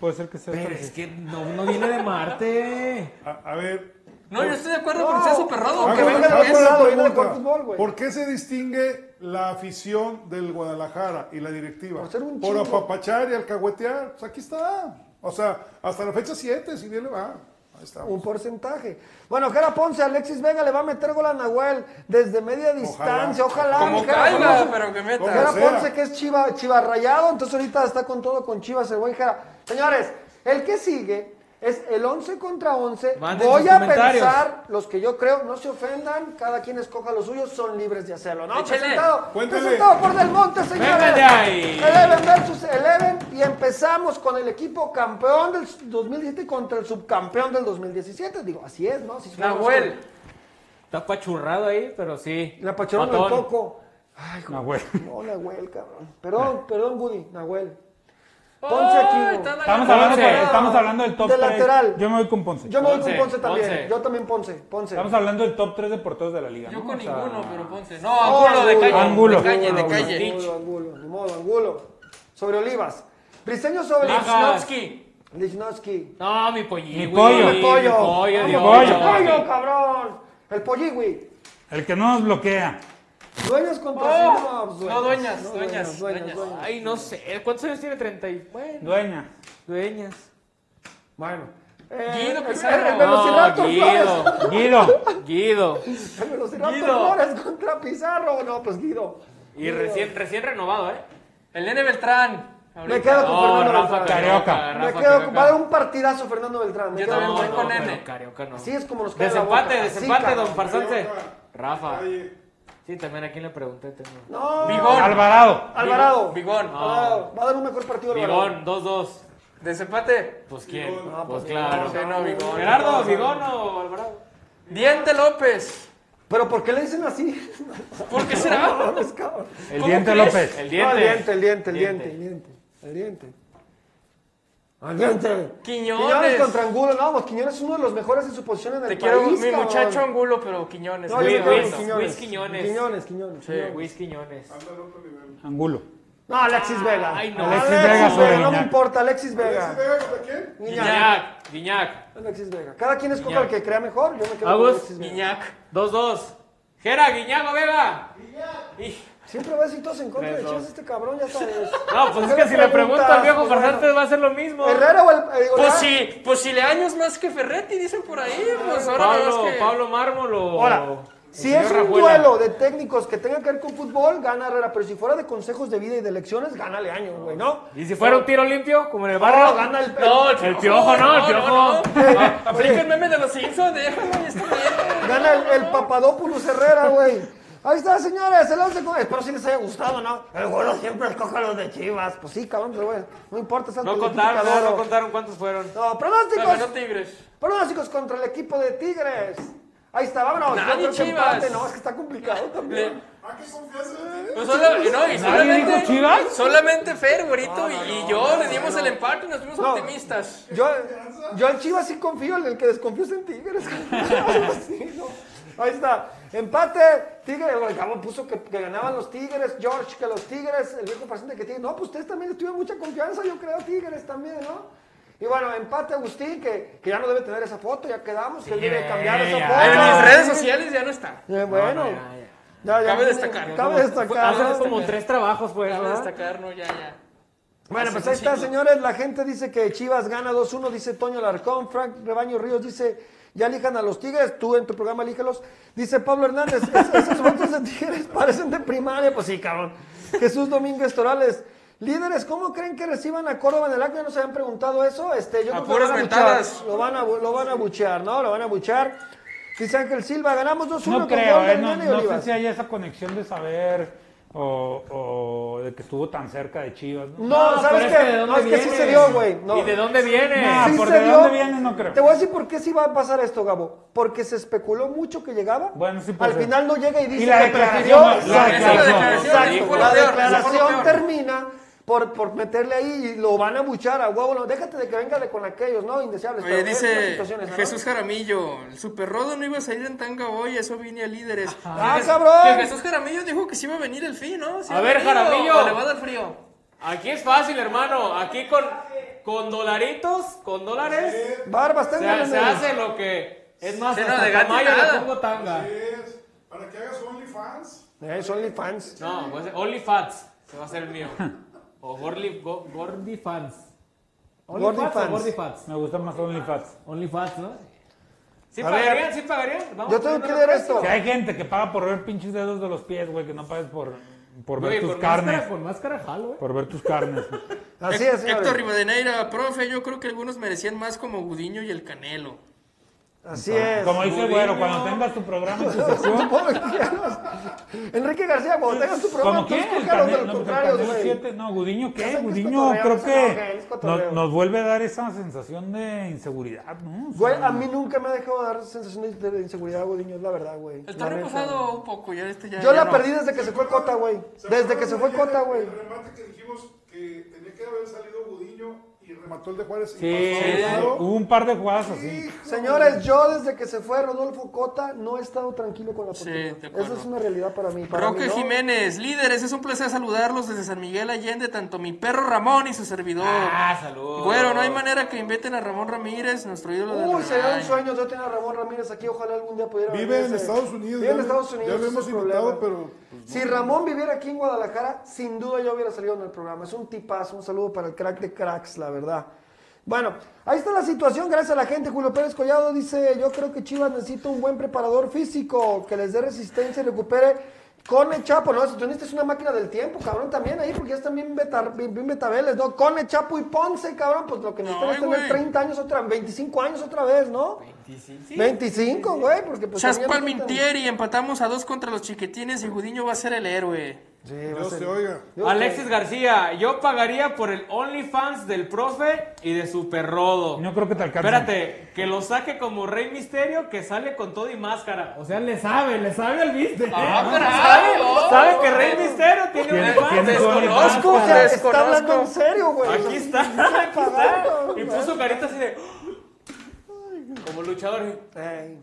Speaker 2: Puede ser que sea.
Speaker 6: Pero
Speaker 2: otra
Speaker 6: es
Speaker 2: vez.
Speaker 6: que no, no viene de Marte.
Speaker 7: A, a ver.
Speaker 8: No, yo estoy de acuerdo
Speaker 1: No.
Speaker 8: con César Perrado.
Speaker 1: Ah,
Speaker 8: Que
Speaker 1: no, no,
Speaker 8: venga la
Speaker 1: no,
Speaker 8: vez.
Speaker 1: lado,
Speaker 7: Pregunta,
Speaker 1: y no jugar fútbol, güey.
Speaker 7: ¿Por qué se distingue la afición del Guadalajara y la directiva?
Speaker 1: Por ser un
Speaker 7: Por
Speaker 1: chingo.
Speaker 7: apapachar y alcahuetear. Pues aquí está. O sea, hasta la fecha 7, si bien le va. Ahí está.
Speaker 1: Un porcentaje. Bueno, Jera Ponce, Alexis Vega le va a meter gol a Nahuel desde media distancia. Ojalá.
Speaker 8: Como
Speaker 1: Jera
Speaker 8: caiga,
Speaker 1: Ponce.
Speaker 8: pero que meta.
Speaker 1: Como Jera
Speaker 7: sea.
Speaker 1: Ponce que es Chiva, Chiva rayado, entonces ahorita está con todo con Chivas el buen Jera. Señores, el que sigue es el 11 contra 11.
Speaker 6: Manden
Speaker 1: Voy
Speaker 6: sus
Speaker 1: a
Speaker 6: comentarios.
Speaker 1: pensar, los que yo creo, no se ofendan, cada quien escoja lo suyo, son libres de hacerlo, ¿no?
Speaker 8: Échele.
Speaker 1: Presentado,
Speaker 7: Cuéntele.
Speaker 1: presentado por Del Monte, señores.
Speaker 6: Venga de ahí.
Speaker 1: Eleven versus Eleven y empezamos con el equipo campeón del 2017 contra el subcampeón del 2017. Digo, así es, ¿no? Si fuéramos
Speaker 6: Nahuel. Está pachurrado ahí, pero sí.
Speaker 1: con- La pachorona un
Speaker 6: Matón.
Speaker 1: poco. Ay,
Speaker 2: No, güey.
Speaker 1: no, Nahuel, cabrón. Perdón, perdón, Woody, Nahuel. Ponce aquí.
Speaker 6: Ay, está
Speaker 1: güey.
Speaker 6: la-
Speaker 2: Estamos hablando,
Speaker 6: Ponce.
Speaker 2: por- estamos hablando del top
Speaker 1: De
Speaker 2: 3.
Speaker 1: lateral.
Speaker 2: Yo me voy con Ponce.
Speaker 1: Yo me voy con
Speaker 6: Ponce,
Speaker 1: Ponce también.
Speaker 6: Ponce.
Speaker 1: Yo también Ponce, Ponce.
Speaker 2: Estamos hablando del top 3 de porteros de la liga.
Speaker 8: Yo
Speaker 2: ¿no?
Speaker 8: con
Speaker 2: O sea,
Speaker 8: ninguno, pero Ponce. No, Angulo de calle.
Speaker 2: Angulo.
Speaker 8: De calle, de
Speaker 1: Angulo,
Speaker 8: calle.
Speaker 1: Angulo, Angulo, ni modo, Angulo. Sobre Olivas. Briseño sobre
Speaker 6: Lichnowsky.
Speaker 1: Lichnowsky.
Speaker 6: No, mi pollín.
Speaker 2: Mi
Speaker 6: güey.
Speaker 2: pollo.
Speaker 1: El pollo.
Speaker 6: Mi pollo,
Speaker 1: Vamos,
Speaker 6: Dios.
Speaker 1: pollo, pollo, cabrón. El polligui.
Speaker 2: El que no nos bloquea.
Speaker 1: Dueños contra
Speaker 6: Oh,
Speaker 1: Sinaloa,
Speaker 8: no, dueñas,
Speaker 1: no,
Speaker 8: dueñas, dueñas.
Speaker 6: Ay, no sé. ¿Cuántos años tiene? 30 y... Bueno,
Speaker 2: Dueña.
Speaker 6: dueñas.
Speaker 1: Bueno. Eh,
Speaker 8: Guido
Speaker 1: el-
Speaker 8: Pizarro.
Speaker 1: El, el Velociraptor
Speaker 6: No, Guido.
Speaker 1: Flores.
Speaker 2: Guido.
Speaker 6: Guido.
Speaker 1: El Velociraptor
Speaker 6: Guido.
Speaker 1: Flores contra Pizarro. No, pues Guido.
Speaker 6: Y
Speaker 1: Guido.
Speaker 6: recién, recién renovado, ¿eh?
Speaker 8: El Nene Beltrán.
Speaker 1: Me quedo con Fernando
Speaker 6: Rafa
Speaker 1: Beltrán.
Speaker 2: Carioca.
Speaker 6: Carioca.
Speaker 1: Me
Speaker 6: Rafa
Speaker 1: quedo,
Speaker 6: Carioca.
Speaker 1: va a dar un partidazo Fernando Beltrán. Me
Speaker 8: Yo
Speaker 1: quedo
Speaker 8: también
Speaker 1: con
Speaker 8: voy
Speaker 1: él.
Speaker 8: con Nene.
Speaker 6: pero Carioca no.
Speaker 1: Así es como nos cae la
Speaker 6: Desempate,
Speaker 1: boca, así,
Speaker 6: desempate,
Speaker 1: cabrón.
Speaker 6: don Farsante. Rafa.
Speaker 7: Ahí.
Speaker 6: Sí, también aquí le pregunté. tengo.
Speaker 1: No.
Speaker 8: Bigón.
Speaker 2: Alvarado.
Speaker 1: Alvarado.
Speaker 8: Bigón.
Speaker 1: Alvarado. Va a dar un mejor partido Alvarado.
Speaker 6: Bigón, 2-2.
Speaker 8: Desempate.
Speaker 6: Pues quién.
Speaker 1: No,
Speaker 6: Pues
Speaker 1: pues,
Speaker 6: claro.
Speaker 8: Sí, no, Bigón.
Speaker 6: Gerardo, Bigón o Alvarado.
Speaker 8: Diente López.
Speaker 1: Pero ¿por qué le dicen así?
Speaker 8: ¿Por qué será?
Speaker 1: No, es cabrón.
Speaker 2: El
Speaker 8: ¿Cómo
Speaker 2: diente
Speaker 8: crees?
Speaker 2: López.
Speaker 6: El
Speaker 1: No, el
Speaker 6: diente.
Speaker 1: diente, el diente, el diente,
Speaker 6: Diente.
Speaker 1: el diente. El diente. El diente.
Speaker 8: Quiñones.
Speaker 1: contra Angulo. No, pues Quiñones es uno de los mejores en su posición en el
Speaker 8: Te quiero,
Speaker 1: país,
Speaker 8: mi
Speaker 1: cabrón.
Speaker 8: muchacho Angulo, pero Quiñones.
Speaker 1: No, yo me
Speaker 6: Luis,
Speaker 1: quedo con
Speaker 6: Luis, Luis Quiñones.
Speaker 1: Quiñones, Quiñones. Quiñones.
Speaker 6: Luis Quiñones.
Speaker 2: Angulo.
Speaker 1: No, Alexis Vega.
Speaker 6: Ah, Ay, no.
Speaker 2: Alexis Vega sobre
Speaker 1: no me
Speaker 2: Guiñac.
Speaker 1: importa, Alexis Vega.
Speaker 7: ¿Vega contra quién?
Speaker 1: Guiñac.
Speaker 6: Guiñac, Guiñac.
Speaker 1: Alexis Vega. Cada quien escoja el que crea mejor. Yo me quedo con
Speaker 6: Agus,
Speaker 1: Alexis Vega.
Speaker 8: Iñac.
Speaker 6: 2-2. Gera, Guiñac o Vega. Ih,
Speaker 1: Siempre va a decir todos en contra de
Speaker 6: Tres,
Speaker 1: Chivas
Speaker 6: dos.
Speaker 1: este cabrón, ya sabes.
Speaker 6: No, pues
Speaker 1: ¿Por
Speaker 6: es
Speaker 1: qué
Speaker 6: que si le pregunto
Speaker 1: preguntas?
Speaker 6: al viejo
Speaker 1: Pues bueno.
Speaker 6: farsante va a ser lo mismo.
Speaker 1: Herrera o el. eh,
Speaker 8: Pues
Speaker 1: Olea-
Speaker 8: sí, pues si le años más que Ferretti, dicen por ahí. Pues ahora
Speaker 6: Pablo,
Speaker 8: verás que-
Speaker 6: Pablo Mármol o...
Speaker 1: Ahora, si es un duelo de técnicos que tenga que ver con fútbol, gana Herrera. Pero si fuera de consejos de vida y de elecciones, gánale años, güey, ¿no?
Speaker 6: ¿Y si fuera un tiro limpio, como en el barrio?
Speaker 1: gana el-
Speaker 6: No, el piojo, no, el piojo.
Speaker 8: no. Aplica el meme de los Simpsons, déjalo, ya está bien.
Speaker 1: Gana el, el Papadopoulos Herrera, güey. Ahí está, señores, el 11 con... Espero si les haya gustado, ¿no? El golo siempre escoge a los de Chivas. Pues sí, cabrón, pero güey, no importa. es
Speaker 6: No
Speaker 1: alto
Speaker 6: contaron, no,
Speaker 1: identificador.
Speaker 6: no contaron cuántos fueron.
Speaker 1: No,
Speaker 8: Se ganó
Speaker 1: pronósticos.
Speaker 8: Tigres.
Speaker 1: Pronósticos contra el equipo de Tigres. Ahí está, vámonos.
Speaker 8: Nadie,
Speaker 1: Yo creo que
Speaker 8: Chivas.
Speaker 1: empate, No, es que está complicado también.
Speaker 7: ¿A Ah, qué confianza?
Speaker 8: Pues solo-
Speaker 5: eh,
Speaker 8: y no, y
Speaker 2: dijo
Speaker 8: solamente,
Speaker 2: Chivas?
Speaker 8: solamente Fer, Gorito y, y yo le dimos el empate y nos fuimos
Speaker 1: No.
Speaker 8: optimistas.
Speaker 1: Yo, yo en Chivas sí confío, en el que desconfío es en Tigres. Sí, no. Ahí está. Empate. Tigres. El Gabo puso que, que ganaban los Tigres. George, que los Tigres. El viejo paciente que Tigres. No, pues ustedes también les tuvieron mucha confianza. Yo creo Tigres también, ¿no? Y bueno, empate Agustín, que, que ya no debe tener esa foto. Ya quedamos, que él debe cambiar esa
Speaker 5: ya.
Speaker 1: foto.
Speaker 5: En mis redes sociales ya no está.
Speaker 1: Eh, bueno.
Speaker 5: No, no,
Speaker 1: Ya, ya.
Speaker 5: Cabe destacar.
Speaker 1: Cabe destacar.
Speaker 6: Hace
Speaker 1: ¿no?
Speaker 6: como tres trabajos, pues.
Speaker 5: Cabe
Speaker 6: ¿verdad?
Speaker 5: destacar, no, ya, ya.
Speaker 1: Bueno,
Speaker 5: Hace
Speaker 1: pues
Speaker 5: un
Speaker 1: ahí está,
Speaker 5: siglo.
Speaker 1: señores. La gente dice que Chivas gana 2-1, dice Toño Larcón. Frank Rebaño Ríos dice, ya elijan a los Tigres. Tú en tu programa elíjalos. Dice Pablo Hernández, "Es- esas fotos de Tigres parecen de primaria. Pues sí, cabrón. Jesús Domínguez Torales. Líderes, ¿cómo creen que reciban a Córdoba en el acto? ¿No se han preguntado eso? Este, yo
Speaker 5: A
Speaker 1: creo que lo
Speaker 5: puras
Speaker 1: van a abuchear.
Speaker 5: mentadas.
Speaker 1: Lo van a, bu- lo van a buchear, ¿no? Lo van a buchear. Dice Ángel Silva, ganamos 2-1
Speaker 2: No
Speaker 1: con
Speaker 2: creo,
Speaker 1: gol
Speaker 2: eh,
Speaker 1: de
Speaker 2: no,
Speaker 1: Nene
Speaker 2: no sé
Speaker 1: Olivas.
Speaker 2: si haya esa conexión de saber o, o de que estuvo tan cerca de Chivas.
Speaker 1: No, ¿sabes
Speaker 2: pero
Speaker 1: qué?
Speaker 2: de
Speaker 1: no,
Speaker 2: dónde
Speaker 1: es que sí
Speaker 2: viene.
Speaker 1: se dio, güey. No.
Speaker 2: No,
Speaker 1: Sí
Speaker 2: Ah, por
Speaker 1: se
Speaker 2: de
Speaker 1: dio.
Speaker 2: dónde viene no creo.
Speaker 1: Te voy a decir por qué sí va a pasar esto, Gabo. Porque se especuló mucho que llegaba.
Speaker 2: Bueno, sí puede
Speaker 1: Al
Speaker 2: ser.
Speaker 1: final no llega y dice
Speaker 2: Y la
Speaker 1: que prefirió.
Speaker 2: declaración, no, la
Speaker 1: Exacto,
Speaker 2: declaración.
Speaker 1: exacto.
Speaker 2: Sí, fue lo
Speaker 1: La
Speaker 2: peor,
Speaker 1: declaración
Speaker 2: eso fue lo peor.
Speaker 1: termina por, por meterle ahí y lo van a buchar a huevo. No, déjate de que venga de con aquellos, ¿no? Indeseables.
Speaker 5: Oye,
Speaker 1: pero es- es
Speaker 5: dice
Speaker 1: situaciones, ¿no?
Speaker 5: Jesús Jaramillo, el Super Rodo no iba a salir en tanga hoy, eso vine a líderes.
Speaker 1: Ah,
Speaker 5: Que-
Speaker 1: cabrón.
Speaker 5: Que Jesús Jaramillo dijo que sí iba a venir el fin, ¿no? Sí
Speaker 6: A
Speaker 5: va
Speaker 6: ver,
Speaker 5: venir, o-
Speaker 6: Jaramillo.
Speaker 5: o le va a dar frío.
Speaker 6: Aquí es fácil, hermano. Aquí con, con dolaritos, con dólares.
Speaker 1: Barbas,
Speaker 6: se,
Speaker 1: ténganle.
Speaker 6: se hace lo que. Es más,
Speaker 1: Se
Speaker 6: hasta
Speaker 1: no, de gato
Speaker 6: Tamayo
Speaker 1: nada.
Speaker 6: le pongo tanga.
Speaker 7: Para que hagas OnlyFans.
Speaker 1: Eh, son OnlyFans.
Speaker 6: No, pues OnlyFans. Se va a hacer el mío. O Gordy, Go- Gordy Fans.
Speaker 2: OnlyFans.
Speaker 6: o Gordy Fans.
Speaker 2: Me gusta más OnlyFans.
Speaker 6: OnlyFans, ¿no? ¿Sí
Speaker 2: A
Speaker 6: pagarían?
Speaker 2: ver.
Speaker 6: ¿Sí pagarían? Vamos
Speaker 2: Yo tengo
Speaker 6: poniendo
Speaker 2: que
Speaker 6: los
Speaker 2: leer
Speaker 6: precios.
Speaker 2: esto. Si hay gente que paga por ver pinches dedos de los pies, güey, que no pagues por, por ver
Speaker 6: Güey,
Speaker 2: tus
Speaker 6: con
Speaker 2: carnes.
Speaker 6: máscara- con máscara jalo, eh.
Speaker 2: Por ver tus carnes.
Speaker 5: Hec- Héctor Rivadeneira, profe, yo creo que algunos merecían más como Gudiño y el Canelo.
Speaker 1: Así es.
Speaker 2: Como dice el güero, cuando tengas tu programa en tu sección.
Speaker 1: Supongo que quieras. Enrique García, cuando tengas tu programa,
Speaker 2: ¿Cómo
Speaker 1: tú
Speaker 2: qué? El
Speaker 1: escoge a los de los
Speaker 2: Canelo, no, pues, el
Speaker 1: contrarios,
Speaker 2: Canelo
Speaker 1: güey.
Speaker 2: siete, no, Gudiño,
Speaker 1: Ya sé
Speaker 2: ¿qué?
Speaker 1: que es
Speaker 2: Gudiño
Speaker 1: cotorreo,
Speaker 2: creo
Speaker 1: es cotorreo,
Speaker 2: que
Speaker 1: es
Speaker 2: nos,
Speaker 1: cotorreo.
Speaker 2: nos vuelve a dar esa sensación de inseguridad, ¿no? O sea,
Speaker 1: Güey, ah, a mí nunca me ha dejado dar sensación de de inseguridad, Gudiño, es la verdad, güey.
Speaker 5: El
Speaker 1: La
Speaker 5: torneo
Speaker 1: neta.
Speaker 5: pasado un poco, ya este ya.
Speaker 1: Yo
Speaker 5: ya
Speaker 1: la
Speaker 5: no.
Speaker 1: perdí desde que se fue Cota, güey. Desde que se fue Cota, güey.
Speaker 7: El remate que dijimos que tenía que haber salido Gudiño y remató el de Juárez. y
Speaker 2: Sí,
Speaker 7: pasó al
Speaker 2: sí,
Speaker 7: lado.
Speaker 2: eh, hubo un par de jugadas así.
Speaker 1: Señores, yo desde que se fue Rodolfo Cota no he estado tranquilo con la
Speaker 5: de
Speaker 1: portería.
Speaker 5: acuerdo.
Speaker 1: Eso es una realidad para mí. Para
Speaker 5: Roque
Speaker 1: mí, ¿no?
Speaker 5: Jiménez, líderes, es un placer saludarlos desde San Miguel Allende, tanto mi perro Ramón y su servidor.
Speaker 6: Ah, saludos.
Speaker 5: Güero, no hay manera que inviten a Ramón Ramírez, nuestro ídolo de
Speaker 1: Uy, sería un sueño yo tenía a Ramón Ramírez aquí, ojalá algún día pudiera
Speaker 7: Vive
Speaker 1: venirse.
Speaker 7: en Estados Unidos.
Speaker 1: Vive
Speaker 7: ya
Speaker 1: en
Speaker 7: le-
Speaker 1: Estados Unidos.
Speaker 7: Ya lo
Speaker 1: ese es
Speaker 7: hemos
Speaker 1: el
Speaker 7: invitado,
Speaker 1: problema.
Speaker 7: pero. pues,
Speaker 1: Si Ramón viviera aquí en Guadalajara, sin duda yo hubiera salido en el programa. Es un tipazo, un saludo para el crack de cracks, la verdad. Bueno, ahí está la situación, gracias a la gente. Julio Pérez Collado dice, yo creo que Chivas necesita un buen preparador físico que les dé resistencia y recupere. Con el Chapo, no, si tú necesitas una máquina del tiempo, cabrón, también ahí, porque ya están bien, beta- bien, bien betabeles, ¿no? Con el Chapo y Ponce, cabrón, pues lo que necesitan es tener
Speaker 5: güey.
Speaker 1: 30 años otra, 25 años otra vez, ¿no? 25, güey, porque pues... también necesitan-
Speaker 5: Chaspal Mintieri, empatamos a dos contra los chiquitines y Gudiño va a ser el héroe.
Speaker 1: Dios
Speaker 7: te oiga.
Speaker 6: Alexis García, yo pagaría por el OnlyFans del profe y de Super Rodo.
Speaker 2: No creo que te alcance.
Speaker 6: Espérate, que lo saque como Rey Misterio que sale con todo y máscara. O sea, le sabe, le sabe al viste.
Speaker 5: Ah,
Speaker 6: sabe,
Speaker 5: bravo.
Speaker 6: sabe que Rey Misterio Oh. tiene
Speaker 2: Tiene-
Speaker 6: OnlyFans.
Speaker 2: tiene todo el OnlyFans.
Speaker 6: Desconozco,
Speaker 2: O sea,
Speaker 1: está
Speaker 6: desconozco.
Speaker 1: hablando en serio, güey.
Speaker 6: Aquí está, aquí está. Y puso carita así de. Como luchador.
Speaker 1: Ey.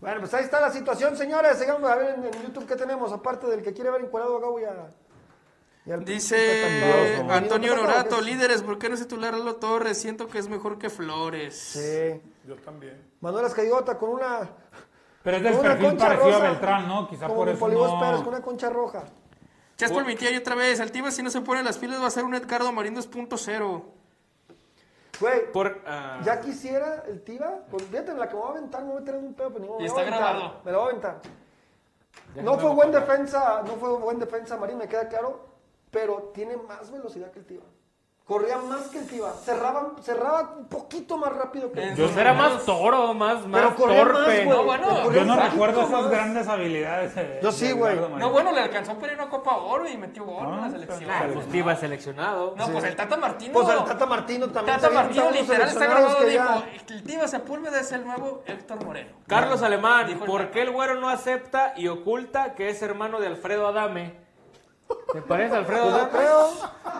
Speaker 1: Bueno, pues ahí está la situación, señores. Sigamos a ver en, en YouTube qué tenemos, aparte del que quiere ver encuadrado a Gabo y a- y al-
Speaker 5: Dice
Speaker 1: Al-
Speaker 5: Antonio
Speaker 1: al-
Speaker 5: Norato, líderes, ¿por qué no es titular Lalo Torres? Siento que es mejor que Flores.
Speaker 1: Sí.
Speaker 7: Yo también.
Speaker 1: Manuel Escaigota con una.
Speaker 2: Pero
Speaker 1: con una
Speaker 2: es del Pues, perfil
Speaker 1: concha
Speaker 2: parecido
Speaker 1: rosa.
Speaker 2: a Beltrán, ¿no? Quizá
Speaker 1: Como
Speaker 2: por
Speaker 1: mi
Speaker 2: eso
Speaker 1: Polibos
Speaker 2: no-
Speaker 1: Pérez con una concha roja.
Speaker 5: Chaspal Mintieri otra vez, Altivas si no se pone las pilas va a ser un Edgardo Marín 2.0.
Speaker 1: Güey,
Speaker 6: Por, ah,
Speaker 1: ya quisiera el Tiba. Pues fíjate, en la que me voy a aventar, me voy a meter en un pedo, pero ni modo,
Speaker 5: Y
Speaker 1: me
Speaker 5: está
Speaker 1: voy a aventar,
Speaker 5: grabado.
Speaker 1: Me lo voy a aventar.
Speaker 6: Ya
Speaker 1: No
Speaker 6: no
Speaker 1: fue
Speaker 6: me
Speaker 1: buen defensa, no fue buen defensa Marín, me queda claro, pero tiene más velocidad que el Tiba. Corría más que el Tiba, cerraba, cerraba un poquito más rápido que el
Speaker 6: Yo
Speaker 1: Tiba.
Speaker 6: Pues era más toro, más, más
Speaker 1: Pero corría más,
Speaker 6: torpe.
Speaker 1: güey.
Speaker 6: no, bueno.
Speaker 1: Te corría
Speaker 2: Yo no
Speaker 1: un
Speaker 2: recuerdo
Speaker 1: poquito
Speaker 2: esas
Speaker 1: más.
Speaker 2: grandes habilidades. eh,
Speaker 1: Yo sí,
Speaker 2: de
Speaker 1: güey.
Speaker 2: Eduardo Marín.
Speaker 5: No, bueno, le alcanzó para ir a Copa Oro y metió gol en la selección.
Speaker 6: Ah, pues Diva seleccionado.
Speaker 5: No, pues el Tata Martino.
Speaker 1: Pues el Tata Martino pues también.
Speaker 5: Tata
Speaker 1: se había
Speaker 5: Martino
Speaker 1: aventado unos
Speaker 5: literal está
Speaker 1: seleccionados
Speaker 5: grabado
Speaker 1: que ya-
Speaker 5: dijo, el Tiva Sepúlveda es el nuevo Héctor Moreno.
Speaker 6: Carlos Alemán, ¿por qué el güero no acepta y oculta que es hermano de Alfredo Adame? ¿Te parece Alfredo
Speaker 1: Yo
Speaker 6: Adame?
Speaker 1: creo.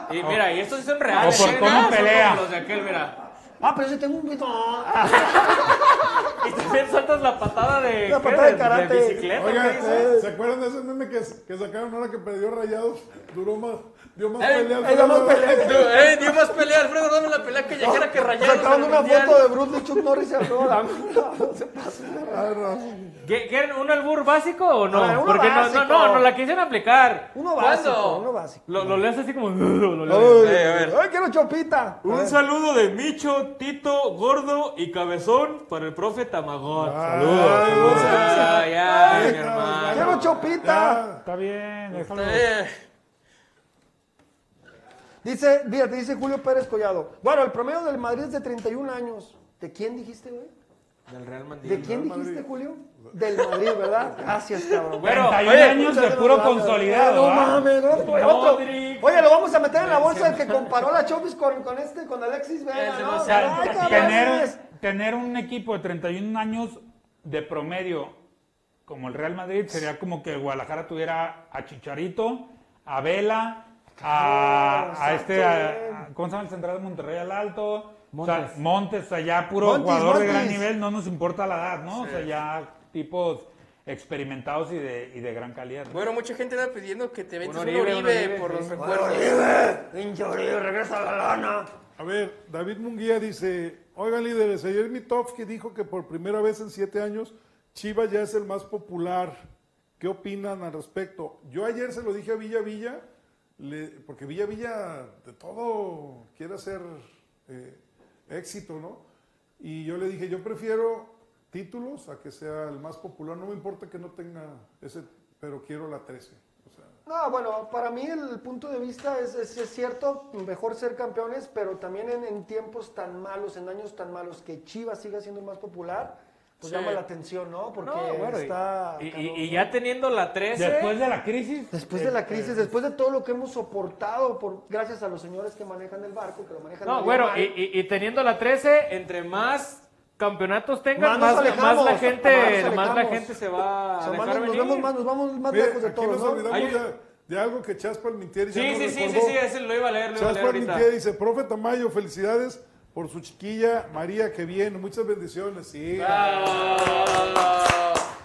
Speaker 6: Y mira, y estos son reales.
Speaker 2: O por
Speaker 6: ¿eh?
Speaker 2: cómo
Speaker 6: No son
Speaker 2: pelea.
Speaker 6: como Los de aquel, mira.
Speaker 1: Ah, pero yo sí tengo un grito.
Speaker 6: Y también sueltas la patada de,
Speaker 1: La
Speaker 6: ¿qué?
Speaker 1: patada de
Speaker 6: de,
Speaker 1: karate.
Speaker 6: bicicleta.
Speaker 7: Oigan,
Speaker 6: ¿qué dice?
Speaker 7: ¿se acuerdan de ese meme que, que sacaron ahora que perdió Rayados? Duró más, dio más
Speaker 8: Eh,
Speaker 7: peleas.
Speaker 1: eh, dio más
Speaker 8: Eh, dio más pelea, Alfredo, dame la pelea callejera que rayados.
Speaker 1: Sacaron
Speaker 8: en
Speaker 1: pues
Speaker 8: el
Speaker 1: una
Speaker 8: Mundial.
Speaker 1: foto de Bruce Lee, Chuck Norris y Alfredo Adame. No se pasen de
Speaker 7: raro.
Speaker 6: ¿Qué- ¿Quieren un albur básico o no?
Speaker 1: A ver, uno
Speaker 6: Porque no,
Speaker 1: básico.
Speaker 6: no, no, no la quisieron aplicar.
Speaker 1: Uno
Speaker 6: ¿Cuándo?
Speaker 1: básico, uno básico.
Speaker 6: Lo, lo lees así como. lo lees.
Speaker 1: Ay,
Speaker 6: Eh, a ver.
Speaker 1: ay, quiero chopita. A ver.
Speaker 6: Un saludo de Micho, Tito, Gordo y Cabezón para el profe Tamagón. Saludos, saludos. Ya, ya, mi hermano.
Speaker 1: Quiero chopita.
Speaker 2: Está bien, déjalo.
Speaker 8: Eh,
Speaker 1: Dice, fíjate, dice Julio Pérez Collado. Bueno, el promedio del Madrid es de 31 años. ¿De quién dijiste, güey?
Speaker 6: Del Real Madrid.
Speaker 1: ¿De quién
Speaker 7: Madrid.
Speaker 1: dijiste, Julio? Del Madrid, ¿verdad? Gracias, cabrón.
Speaker 2: Bueno, 31
Speaker 1: oye,
Speaker 2: años de puro
Speaker 1: no, No
Speaker 2: consolidado, ¿ah?
Speaker 1: mames, no, pues, otro.
Speaker 6: Modric.
Speaker 1: Oye, lo vamos a meter en la bolsa del que comparó la Chopis con, con este, con Alexis Vega,
Speaker 6: Ese
Speaker 1: ¿no?
Speaker 6: va a
Speaker 2: O sea,
Speaker 1: Ay, cabrón,
Speaker 2: tener, tener un equipo de 31 años de promedio como el Real Madrid sería como que el Guadalajara tuviera a Chicharito, a Vela, a, a este, a- a- ¿cómo se llama el central de Monterrey al alto? O sea,
Speaker 6: Montes.
Speaker 2: Montes, allá puro
Speaker 1: Montes,
Speaker 2: jugador de gran
Speaker 1: Montes.
Speaker 2: nivel, no nos importa la edad, ¿no? O sea, ya tipos experimentados y de, y de gran calidad. ¿no?
Speaker 8: bueno, mucha gente anda pidiendo que te vendes
Speaker 6: Un
Speaker 8: un
Speaker 6: Oribe,
Speaker 8: Oribe,
Speaker 6: un Oribe,
Speaker 8: por
Speaker 6: sí.
Speaker 8: los recuerdos.
Speaker 1: Pinche Oribe, regresa la lana.
Speaker 7: A ver, David Munguía dice, oigan líderes, ayer Mitofsky dijo que por primera vez en siete años Chivas ya es el más popular. ¿Qué opinan al respecto? Yo ayer se lo dije a Villa Villa, le- porque Villa Villa de todo quiere hacer eh, éxito, ¿no? Y yo le dije, yo prefiero títulos a que sea el más popular, no me importa que no tenga ese, pero quiero la 13. O sea,
Speaker 1: No, bueno, para mí el punto de vista es, es, es cierto, mejor ser campeones, pero también en, en tiempos tan malos, en años tan malos, que Chivas siga siendo el más popular, pues
Speaker 8: Sí.
Speaker 1: llama la atención, ¿no? Porque
Speaker 6: No, bueno, y-
Speaker 1: está...
Speaker 6: Y,
Speaker 1: cabrón,
Speaker 6: y- y
Speaker 1: ¿no?
Speaker 6: ya teniendo la 13.
Speaker 2: Después de la crisis,
Speaker 1: Después de la crisis, después de todo lo que hemos soportado por gracias a los señores que manejan el barco, que lo manejan
Speaker 6: No,
Speaker 1: muy
Speaker 6: bueno,
Speaker 1: mal.
Speaker 6: y, y- y teniendo la 13, entre más campeonatos
Speaker 1: Más
Speaker 6: tengas, más,
Speaker 1: nos
Speaker 6: más
Speaker 1: alejamos,
Speaker 6: la gente,
Speaker 1: más nos
Speaker 6: más la
Speaker 1: alejamos.
Speaker 6: gente se va a
Speaker 1: O sea, más
Speaker 6: dejar
Speaker 1: nos, nos
Speaker 6: venir.
Speaker 1: vemos más, nos vamos más
Speaker 7: mira,
Speaker 1: lejos de
Speaker 7: aquí
Speaker 1: todos,
Speaker 7: nos
Speaker 1: ¿no?
Speaker 7: olvidamos
Speaker 6: Hay-
Speaker 7: de, de algo que Chaspal Mintier ya
Speaker 6: Sí,
Speaker 7: no
Speaker 6: sí, sí, sí,
Speaker 7: recordó.
Speaker 6: sí, ese lo iba a leer, lo iba a
Speaker 7: Chas
Speaker 6: leer ahorita.
Speaker 7: Parmentier dice, profe Tamayo, felicidades por su chiquilla María, que bien, muchas bendiciones. Sí.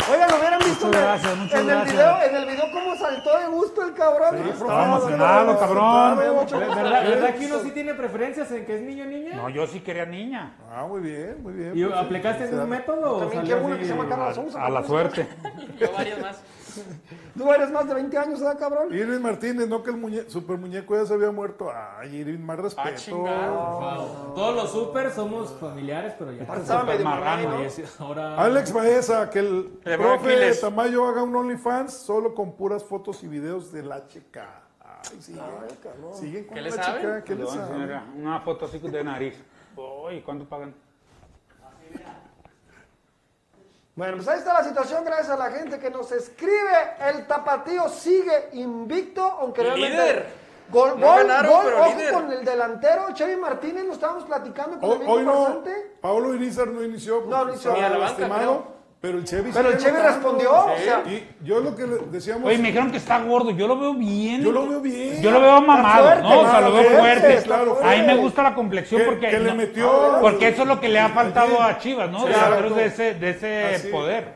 Speaker 1: Oigan, lo hubieran visto
Speaker 2: Muchas
Speaker 1: en-
Speaker 2: gracias, muchas
Speaker 1: en,
Speaker 2: gracias.
Speaker 1: el video, en el video cómo saltó de gusto el cabrón.
Speaker 2: Sí,
Speaker 1: No,
Speaker 2: estaba
Speaker 1: no,
Speaker 2: emocionado,
Speaker 1: no, no,
Speaker 2: cabrón.
Speaker 1: me dio mucho
Speaker 6: ¿Verdad,
Speaker 1: gusto.
Speaker 6: verdad que uno sí tiene preferencias en que es niño o niña?
Speaker 2: no, yo sí quería niña.
Speaker 7: Ah, muy bien, muy bien.
Speaker 6: ¿Y
Speaker 7: pues,
Speaker 6: aplicaste
Speaker 7: felicidades.
Speaker 6: algún método? o
Speaker 1: También
Speaker 6: salió
Speaker 1: quiero una
Speaker 6: así?
Speaker 1: que se llama Carlos Sousa.
Speaker 2: A, a la suerte.
Speaker 8: Yo varios más.
Speaker 1: Tú eres más de 20 años, ¿verdad, cabrón?
Speaker 7: Irving Martínez, no que el muñe- super muñeco ya se había muerto. Ay, Irving, más respeto.
Speaker 8: Ah, chingado.
Speaker 6: Todos los super somos familiares, pero ya.
Speaker 1: Pasaba medio
Speaker 2: marrano,
Speaker 1: mamey, ¿no?
Speaker 6: Falleció.
Speaker 2: Ah,
Speaker 6: Ahora.
Speaker 7: Alex Baeza, que el
Speaker 8: Le va
Speaker 7: profe
Speaker 8: Aquiles.
Speaker 7: Tamayo haga un OnlyFans solo con puras fotos y videos de la chica. Ay, sí. eh. Siguen con
Speaker 8: Ah, ¿Qué
Speaker 7: la
Speaker 8: le saben?
Speaker 7: chica. ¿Qué le
Speaker 2: Perdón,
Speaker 7: saben?
Speaker 2: señora, Una foto así de nariz. Uy, ¿cuánto pagan?
Speaker 1: Bueno, pues ahí está la situación, gracias a la gente que nos escribe. El tapatío sigue invicto, aunque realmente.
Speaker 8: Líder.
Speaker 1: Gol,
Speaker 8: No
Speaker 1: gol,
Speaker 8: ganaron,
Speaker 1: gol,
Speaker 8: pero
Speaker 1: ojo
Speaker 8: líder.
Speaker 1: con el delantero, Chevy Martínez, lo estábamos platicando con
Speaker 7: Hoy,
Speaker 1: el mismo
Speaker 7: hoy no,
Speaker 1: pasante.
Speaker 7: Paolo Irizar no inició porque
Speaker 1: No, no inició. Ni
Speaker 7: estaba
Speaker 1: a la
Speaker 8: banca,
Speaker 7: lastimado,
Speaker 8: creo.
Speaker 7: pero el Chevy
Speaker 1: Pero el
Speaker 7: sigue
Speaker 1: Chevy
Speaker 7: anotando.
Speaker 1: respondió, o
Speaker 7: Sí.
Speaker 1: sea.
Speaker 7: y yo lo que le decíamos,
Speaker 2: Oye, me dijeron que está gordo. Yo lo veo bien.
Speaker 7: Pues yo lo veo bien.
Speaker 2: Yo lo veo mamado,
Speaker 1: fuerte,
Speaker 2: ¿no? O sea, lo veo
Speaker 1: claro,
Speaker 2: fuerte.
Speaker 1: fuerte, claro,
Speaker 2: A mí me
Speaker 1: fuerte.
Speaker 2: gusta la complexión
Speaker 7: Que-
Speaker 2: porque.
Speaker 7: que le
Speaker 2: no-
Speaker 7: metió-
Speaker 2: Porque eso es lo que le ha faltado
Speaker 7: Allí.
Speaker 2: a Chivas, ¿no?
Speaker 7: Sí,
Speaker 2: Delanteros de
Speaker 7: exacto.
Speaker 2: ese, de ese
Speaker 7: Así.
Speaker 2: poder.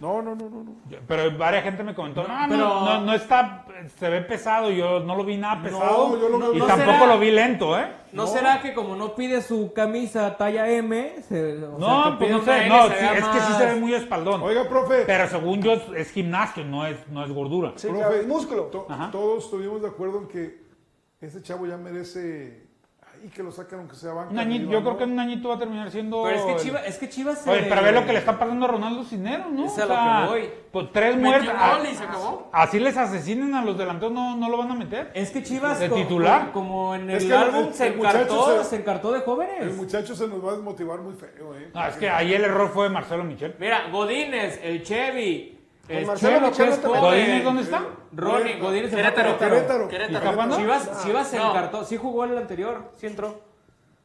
Speaker 7: No, no, no, no, no.
Speaker 2: Pero varias gente me comentó, no, no,
Speaker 6: pero-
Speaker 2: no, no está, se ve pesado, yo no lo vi nada pesado
Speaker 7: yo lo veo-
Speaker 2: y
Speaker 6: no
Speaker 2: tampoco
Speaker 6: será-
Speaker 2: lo vi lento, ¿eh?
Speaker 6: ¿No, será que como no pide su camisa talla M? se- o sea,
Speaker 2: no,
Speaker 6: que
Speaker 2: pues
Speaker 6: pide
Speaker 2: no
Speaker 6: una
Speaker 2: sé,
Speaker 6: L,
Speaker 2: no,
Speaker 6: se
Speaker 2: sí,
Speaker 6: vea
Speaker 2: es que sí
Speaker 6: más-
Speaker 2: se ve muy espaldón,
Speaker 7: Oiga, profe,
Speaker 2: pero según yo es, es gimnasio, no es, no es gordura.
Speaker 1: Sí,
Speaker 7: profe,
Speaker 1: claro, el músculo.
Speaker 7: to-
Speaker 2: Ajá.
Speaker 7: todos estuvimos de acuerdo en que ese chavo ya merece y que lo saquen aunque sea banca.
Speaker 2: Un añito, yo creo que en un añito va a terminar siendo...
Speaker 6: Pero es que
Speaker 2: el-
Speaker 6: Chivas, es que Chivas se-
Speaker 2: Oye, pero ve lo que le está pasando a Ronaldo Cisneros, ¿no?
Speaker 6: Es a
Speaker 2: O
Speaker 6: lo
Speaker 2: sea,
Speaker 6: que voy.
Speaker 2: Pues tres
Speaker 8: Metió
Speaker 2: muertos.
Speaker 8: un
Speaker 2: a-
Speaker 8: gol
Speaker 1: Ah.
Speaker 8: y se acabó.
Speaker 2: Así les asesinen a los delanteros, no, no lo van a meter.
Speaker 6: Es que Chivas
Speaker 2: ¿De
Speaker 6: co-
Speaker 2: titular?
Speaker 6: co- como en el
Speaker 7: Es que el-
Speaker 6: álbum
Speaker 7: el-
Speaker 6: se
Speaker 7: el muchacho
Speaker 6: encartó, se...
Speaker 7: se-
Speaker 6: encartó de
Speaker 7: El
Speaker 6: jóvenes.
Speaker 7: muchacho se nos va a desmotivar muy feo, eh.
Speaker 2: No, Ah, es que ahí el error fue de Marcelo Michel.
Speaker 6: Mira, Godínez, el Chevy, el
Speaker 1: Marcelo
Speaker 6: Chelo, que
Speaker 1: Michel
Speaker 6: es
Speaker 1: no te-
Speaker 6: joven.
Speaker 2: pues, ¿Godínez dónde está?
Speaker 6: Ronnie, Godínez se fue a
Speaker 8: Querétaro,
Speaker 7: Querétaro.
Speaker 2: ¿Y está
Speaker 8: Querétaro.
Speaker 2: jugando?
Speaker 6: Chivas, Chivas se encartó, sí jugó el anterior, sí entró.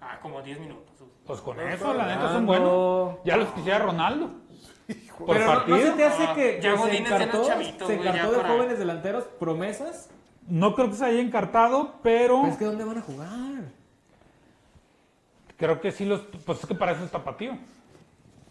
Speaker 8: Ah, como 10 minutos.
Speaker 2: Pues con eso, la neta, son buenos.
Speaker 6: Ronaldo.
Speaker 2: Ya los quisiera Ronaldo. Por
Speaker 6: Pero no-
Speaker 2: partido.
Speaker 6: no se te hace que,
Speaker 8: Ya
Speaker 6: que se
Speaker 8: Godínez ya no es
Speaker 6: encartó,
Speaker 8: chavito,
Speaker 6: se
Speaker 8: güey, ya
Speaker 6: encartó de
Speaker 8: para-
Speaker 6: jóvenes delanteros promesas
Speaker 2: No creo que se haya encartado, pero...
Speaker 6: es que ¿dónde van a jugar?
Speaker 2: Creo que sí los... Pues es que para eso está Tapatío.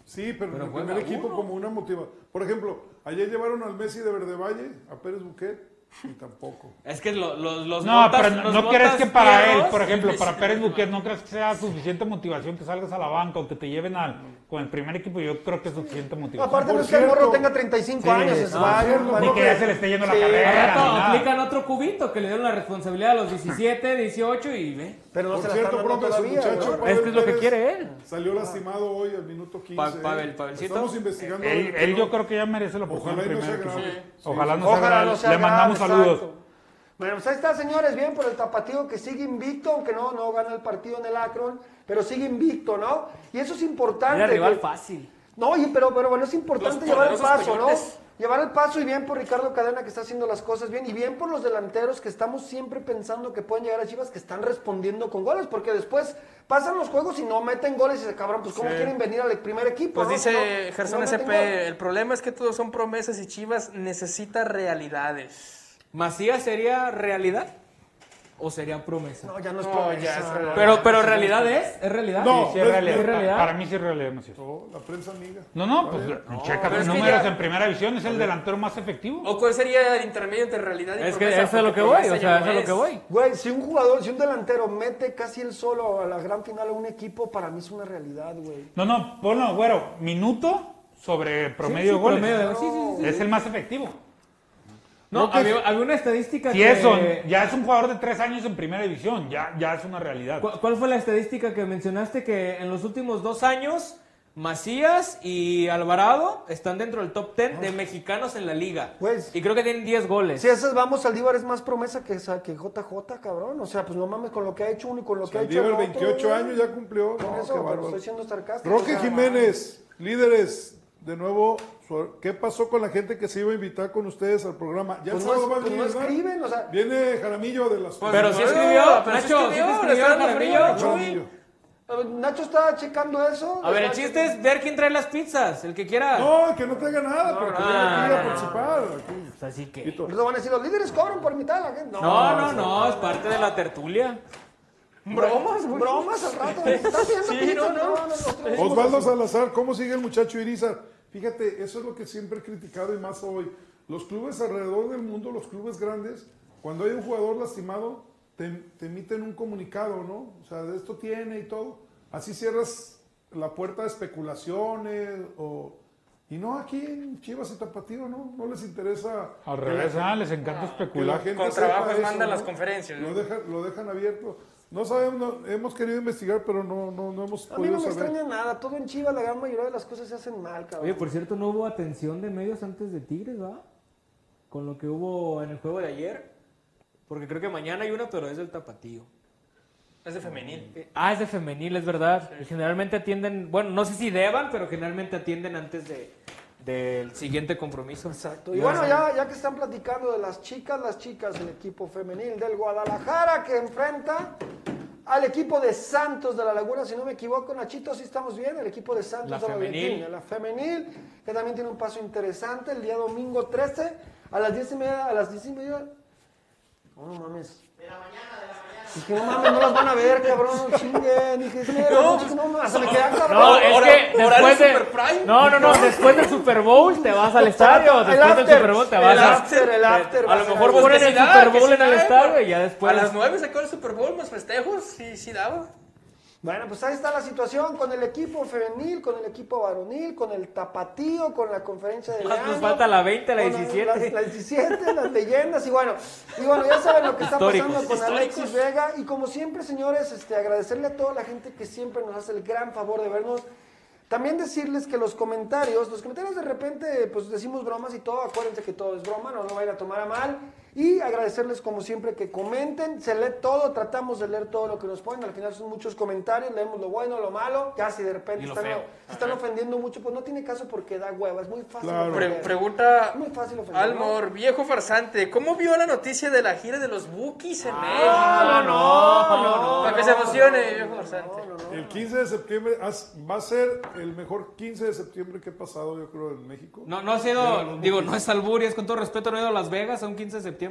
Speaker 7: Sí, pero, en el
Speaker 2: juega
Speaker 7: primer equipo
Speaker 2: uno.
Speaker 7: como una motiva. Por ejemplo, ayer llevaron al Messi de Verde Valle, a Pérez Buquet, y tampoco.
Speaker 6: Es que lo- los, los
Speaker 2: No,
Speaker 6: notas-
Speaker 2: pero no,
Speaker 6: los
Speaker 2: no crees
Speaker 6: notas
Speaker 2: que para
Speaker 6: fierros-
Speaker 2: él, por ejemplo, para Pérez Buquet, no crees que sea suficiente motivación que salgas a la banca o que te lleven al, con el primer equipo. Yo creo que es suficiente motivación.
Speaker 1: Aparte, no es que el morro tenga 35 años, es varios,
Speaker 2: Ni
Speaker 1: varios.
Speaker 2: que ya se le esté yendo
Speaker 6: Sí,
Speaker 2: la carrera.
Speaker 6: al rato
Speaker 2: ni nada.
Speaker 6: aplican otro cubito que le dieron la responsabilidad a los 17, 18 y ve.
Speaker 1: Pero
Speaker 7: Por cierto, profe, su muchacho. Pavel
Speaker 6: Es que es lo que
Speaker 7: Pérez
Speaker 6: quiere él.
Speaker 7: Salió lastimado hoy al minuto 15.
Speaker 6: Pa- Pavel, Pavelcito.
Speaker 7: Estamos investigando.
Speaker 2: Él, él yo creo que ya merece la
Speaker 7: Ojalá
Speaker 2: oportunidad.
Speaker 7: y no sea
Speaker 2: primero que-
Speaker 7: grave. Sí.
Speaker 2: Ojalá no sea
Speaker 1: Ojalá
Speaker 2: grave.
Speaker 1: no sea
Speaker 2: Le
Speaker 1: grave,
Speaker 2: mandamos saludos.
Speaker 1: exacto. Bueno, pues ahí está, señores, bien por el tapatío que sigue invicto, aunque no, no gana el partido en el Akron, pero sigue invicto, ¿no? Y eso es importante.
Speaker 6: Era rival
Speaker 1: que-
Speaker 6: fácil.
Speaker 1: No, y- pero, pero bueno, es importante
Speaker 6: Los
Speaker 1: llevar el
Speaker 6: poderosos
Speaker 1: paso,
Speaker 6: coyotes.
Speaker 1: ¿no? Llevar el paso y bien por Ricardo Cadena que está haciendo las cosas bien y bien por los delanteros que estamos siempre pensando que pueden llegar a Chivas que están respondiendo con goles, porque después pasan los juegos y no meten goles y se cabrón, pues cómo
Speaker 8: Sí.
Speaker 1: quieren venir al primer equipo.
Speaker 8: Pues
Speaker 1: no?
Speaker 8: dice
Speaker 1: No-
Speaker 8: Gerson
Speaker 1: no meten
Speaker 8: SP,
Speaker 1: gol.
Speaker 8: el problema es que todos son promesas y Chivas necesita realidades.
Speaker 6: ¿Macías sería realidad o sería promesa?
Speaker 1: No, ya no es
Speaker 8: No,
Speaker 1: promesa.
Speaker 8: ya es realidad.
Speaker 6: Pero, pero realidad es, es realidad.
Speaker 2: No, sí, sí es
Speaker 6: ¿Es
Speaker 2: realidad.
Speaker 6: realidad?
Speaker 2: Para mí sí es realidad, no es cierto.
Speaker 7: No, la prensa amiga.
Speaker 2: No, no, pues
Speaker 7: Vale.
Speaker 2: checa
Speaker 7: pero
Speaker 2: los
Speaker 7: es que
Speaker 2: números
Speaker 7: ya-
Speaker 2: en primera división, es el delantero más efectivo.
Speaker 8: ¿O cuál sería el intermedio entre realidad y
Speaker 6: Es que
Speaker 8: promesa?
Speaker 6: eso es lo
Speaker 8: Porque
Speaker 6: que voy,
Speaker 8: promesa
Speaker 6: o
Speaker 8: ya
Speaker 6: sea,
Speaker 8: no
Speaker 6: eso es lo que voy.
Speaker 1: Güey, si un jugador, si un delantero mete casi el solo a la gran final a un equipo, para mí es una realidad, güey.
Speaker 2: No, no, ponlo, güero, minuto sobre promedio
Speaker 6: sí,
Speaker 2: de goles.
Speaker 6: promedio de- sí, sí, sí, sí.
Speaker 2: Es el más efectivo.
Speaker 6: No, había, había una estadística
Speaker 2: Si
Speaker 6: que...
Speaker 2: eso, ya es un jugador de tres años en primera división, ya, ya es una realidad.
Speaker 6: ¿Cu- ¿Cuál fue la estadística que mencionaste que en los últimos dos años Macías y Alvarado están dentro del top 10
Speaker 8: Ah.
Speaker 6: de mexicanos en la liga?
Speaker 8: Pues,
Speaker 6: y creo que tienen 10 goles.
Speaker 1: Si esas vamos, Saldívar es más promesa que, esa- que JJ, cabrón. O sea, pues no mames con lo que ha hecho uno y con lo que ha hecho el
Speaker 7: Saldívar,
Speaker 1: otro.
Speaker 7: 28
Speaker 1: güey.
Speaker 7: años, ya cumplió.
Speaker 1: Por
Speaker 7: No,
Speaker 1: eso,
Speaker 7: qué
Speaker 1: pero
Speaker 7: bárbaro.
Speaker 1: estoy siendo sarcástico.
Speaker 7: Roque
Speaker 1: o sea,
Speaker 7: Jiménez, líderes, de nuevo, su- ¿qué pasó con la gente que se iba a invitar con ustedes al programa? Ya
Speaker 1: Pues
Speaker 7: el
Speaker 1: no,
Speaker 7: sábado va a
Speaker 1: pues no
Speaker 7: venir, ¿verdad?
Speaker 1: escriben, o sea.
Speaker 7: Viene Jaramillo de las...
Speaker 6: Pero sí escribió,
Speaker 8: pues, pero sí
Speaker 6: Nacho, sí
Speaker 8: escribió,
Speaker 6: te
Speaker 8: le
Speaker 6: escribió
Speaker 8: está dando
Speaker 6: Jaramillo.
Speaker 8: frío,
Speaker 6: Chuy.
Speaker 1: a ver, Nacho estaba checando eso.
Speaker 6: A ver, el
Speaker 1: Nacho-
Speaker 6: chiste es ver quién trae las pizzas, el que quiera.
Speaker 7: No, que no traiga nada,
Speaker 6: No,
Speaker 7: pero que
Speaker 6: no,
Speaker 7: venga aquí
Speaker 6: no,
Speaker 7: a
Speaker 6: no,
Speaker 7: participar.
Speaker 6: Pues así que...
Speaker 1: Entonces van a decir, los líderes cobran por mitad de la gente.
Speaker 6: No, no, no, es parte de la tertulia.
Speaker 1: Bromas, güey. Bromas al rato. Estás pidiendo
Speaker 6: Sí,
Speaker 1: pizza,
Speaker 6: no, no.
Speaker 1: cabrón, nosotros-
Speaker 7: Osvaldo Salazar, ¿cómo sigue el muchacho Irizar? Fíjate, eso es lo que siempre he criticado y más hoy. Los clubes alrededor del mundo, los clubes grandes, cuando hay un jugador lastimado, te, te emiten un comunicado, ¿no? O sea, de esto tiene y todo. Así cierras la puerta a especulaciones o... Y no, aquí en Chivas y Tapatío, ¿no? No les interesa...
Speaker 2: Al revés,
Speaker 7: que la-
Speaker 2: ah, les encanta
Speaker 7: que la
Speaker 2: especular.
Speaker 7: gente
Speaker 8: Con
Speaker 7: sepa
Speaker 8: trabajos
Speaker 7: eso,
Speaker 8: mandan
Speaker 7: ¿no?
Speaker 8: las conferencias, ¿no?
Speaker 7: Lo dejan, lo dejan abierto. No sabemos, no- hemos querido investigar, pero no, no, no hemos
Speaker 1: A mí no
Speaker 7: podido
Speaker 1: me
Speaker 7: saber.
Speaker 1: extraña nada. Todo en Chivas, la gran mayoría de las cosas se hacen mal, cabrón.
Speaker 6: Oye, por cierto, no hubo atención de medios antes de Tigres, ¿va? Con lo que hubo en el juego de ayer. Porque creo que mañana hay una, pero es del tapatío.
Speaker 8: Es de femenil.
Speaker 6: Ah, es de femenil, es verdad. Y Generalmente atienden, bueno, no sé si deban, pero generalmente atienden antes de, del siguiente compromiso. Exacto.
Speaker 1: Y bueno, ya, ya que están platicando de las chicas, las chicas del equipo femenil del Guadalajara que enfrenta al equipo de Santos de la Laguna, si no me equivoco, Nachito, sí estamos bien, el equipo de Santos
Speaker 6: La
Speaker 1: de la
Speaker 6: femenil.
Speaker 1: Argentina, la femenil, que también tiene un paso interesante el día domingo 13 a las 10 y media, a las 10 y media. Oh, No, no mames. Dije, no mames, no las van a ver, cabrón, no chinguen. Dije, es mierda,
Speaker 6: No,
Speaker 1: no, chinguen, no, hasta me quedan, cabrón.
Speaker 6: No, es que
Speaker 1: Horario
Speaker 6: después de,
Speaker 1: superprime.
Speaker 6: no, no, no, después del Super Bowl te vas al estadio,
Speaker 1: El
Speaker 6: después del
Speaker 1: after,
Speaker 6: Super Bowl te
Speaker 1: el
Speaker 6: vas al-
Speaker 1: after, el after,
Speaker 6: A lo
Speaker 1: vas a-
Speaker 6: mejor
Speaker 1: Pues
Speaker 6: ponen
Speaker 1: que
Speaker 6: el
Speaker 1: sí da,
Speaker 6: Super
Speaker 1: que
Speaker 6: Bowl
Speaker 1: sí
Speaker 6: en el
Speaker 1: da,
Speaker 6: estadio y ya después
Speaker 8: A las 9 sacó el Super Bowl, más festejos, sí, sí daba.
Speaker 1: Bueno, pues ahí está la situación con el equipo femenil, con el equipo varonil, con el tapatío, con la conferencia de
Speaker 6: Más
Speaker 1: Leandro.
Speaker 6: nos falta la 20, la
Speaker 1: con la-
Speaker 6: 17.
Speaker 1: La, la 17, las leyendas y bueno, y bueno, ya saben lo que está
Speaker 6: Históricos.
Speaker 1: pasando con
Speaker 6: Históricos.
Speaker 1: Alexis Vega y como siempre, señores, este agradecerle a toda la gente que siempre nos hace el gran favor de vernos. También decirles que los comentarios, los comentarios de repente, pues decimos bromas y todo, acuérdense que todo es broma, no lo vayan a tomar a mal. Y agradecerles como siempre que comenten, se lee todo, tratamos de leer todo lo que nos ponen, al final son muchos comentarios, leemos lo bueno, lo malo, ya si de repente
Speaker 8: Y lo
Speaker 1: están,
Speaker 8: feo.
Speaker 1: se están ofendiendo mucho, pues no tiene caso porque da hueva, es muy fácil.
Speaker 8: Pre-
Speaker 1: ofender.
Speaker 8: pregunta
Speaker 1: Muy fácil ofender, ¿no?
Speaker 8: Almor, viejo farsante, ¿cómo vio la noticia de la gira de los Bookies en
Speaker 7: no,
Speaker 8: México?
Speaker 7: no, no,
Speaker 8: Para que
Speaker 7: no,
Speaker 8: se emocione,
Speaker 7: no,
Speaker 8: viejo farsante.
Speaker 7: El 15 de septiembre has- va a ser el mejor 15 de septiembre que ha pasado, yo creo, en México.
Speaker 6: No, no ha
Speaker 7: Mira,
Speaker 6: sido,
Speaker 7: los
Speaker 6: digo,
Speaker 7: Bukis.
Speaker 6: no es alburias, con todo respeto, no he ido a Las Vegas a un 15 de septiembre.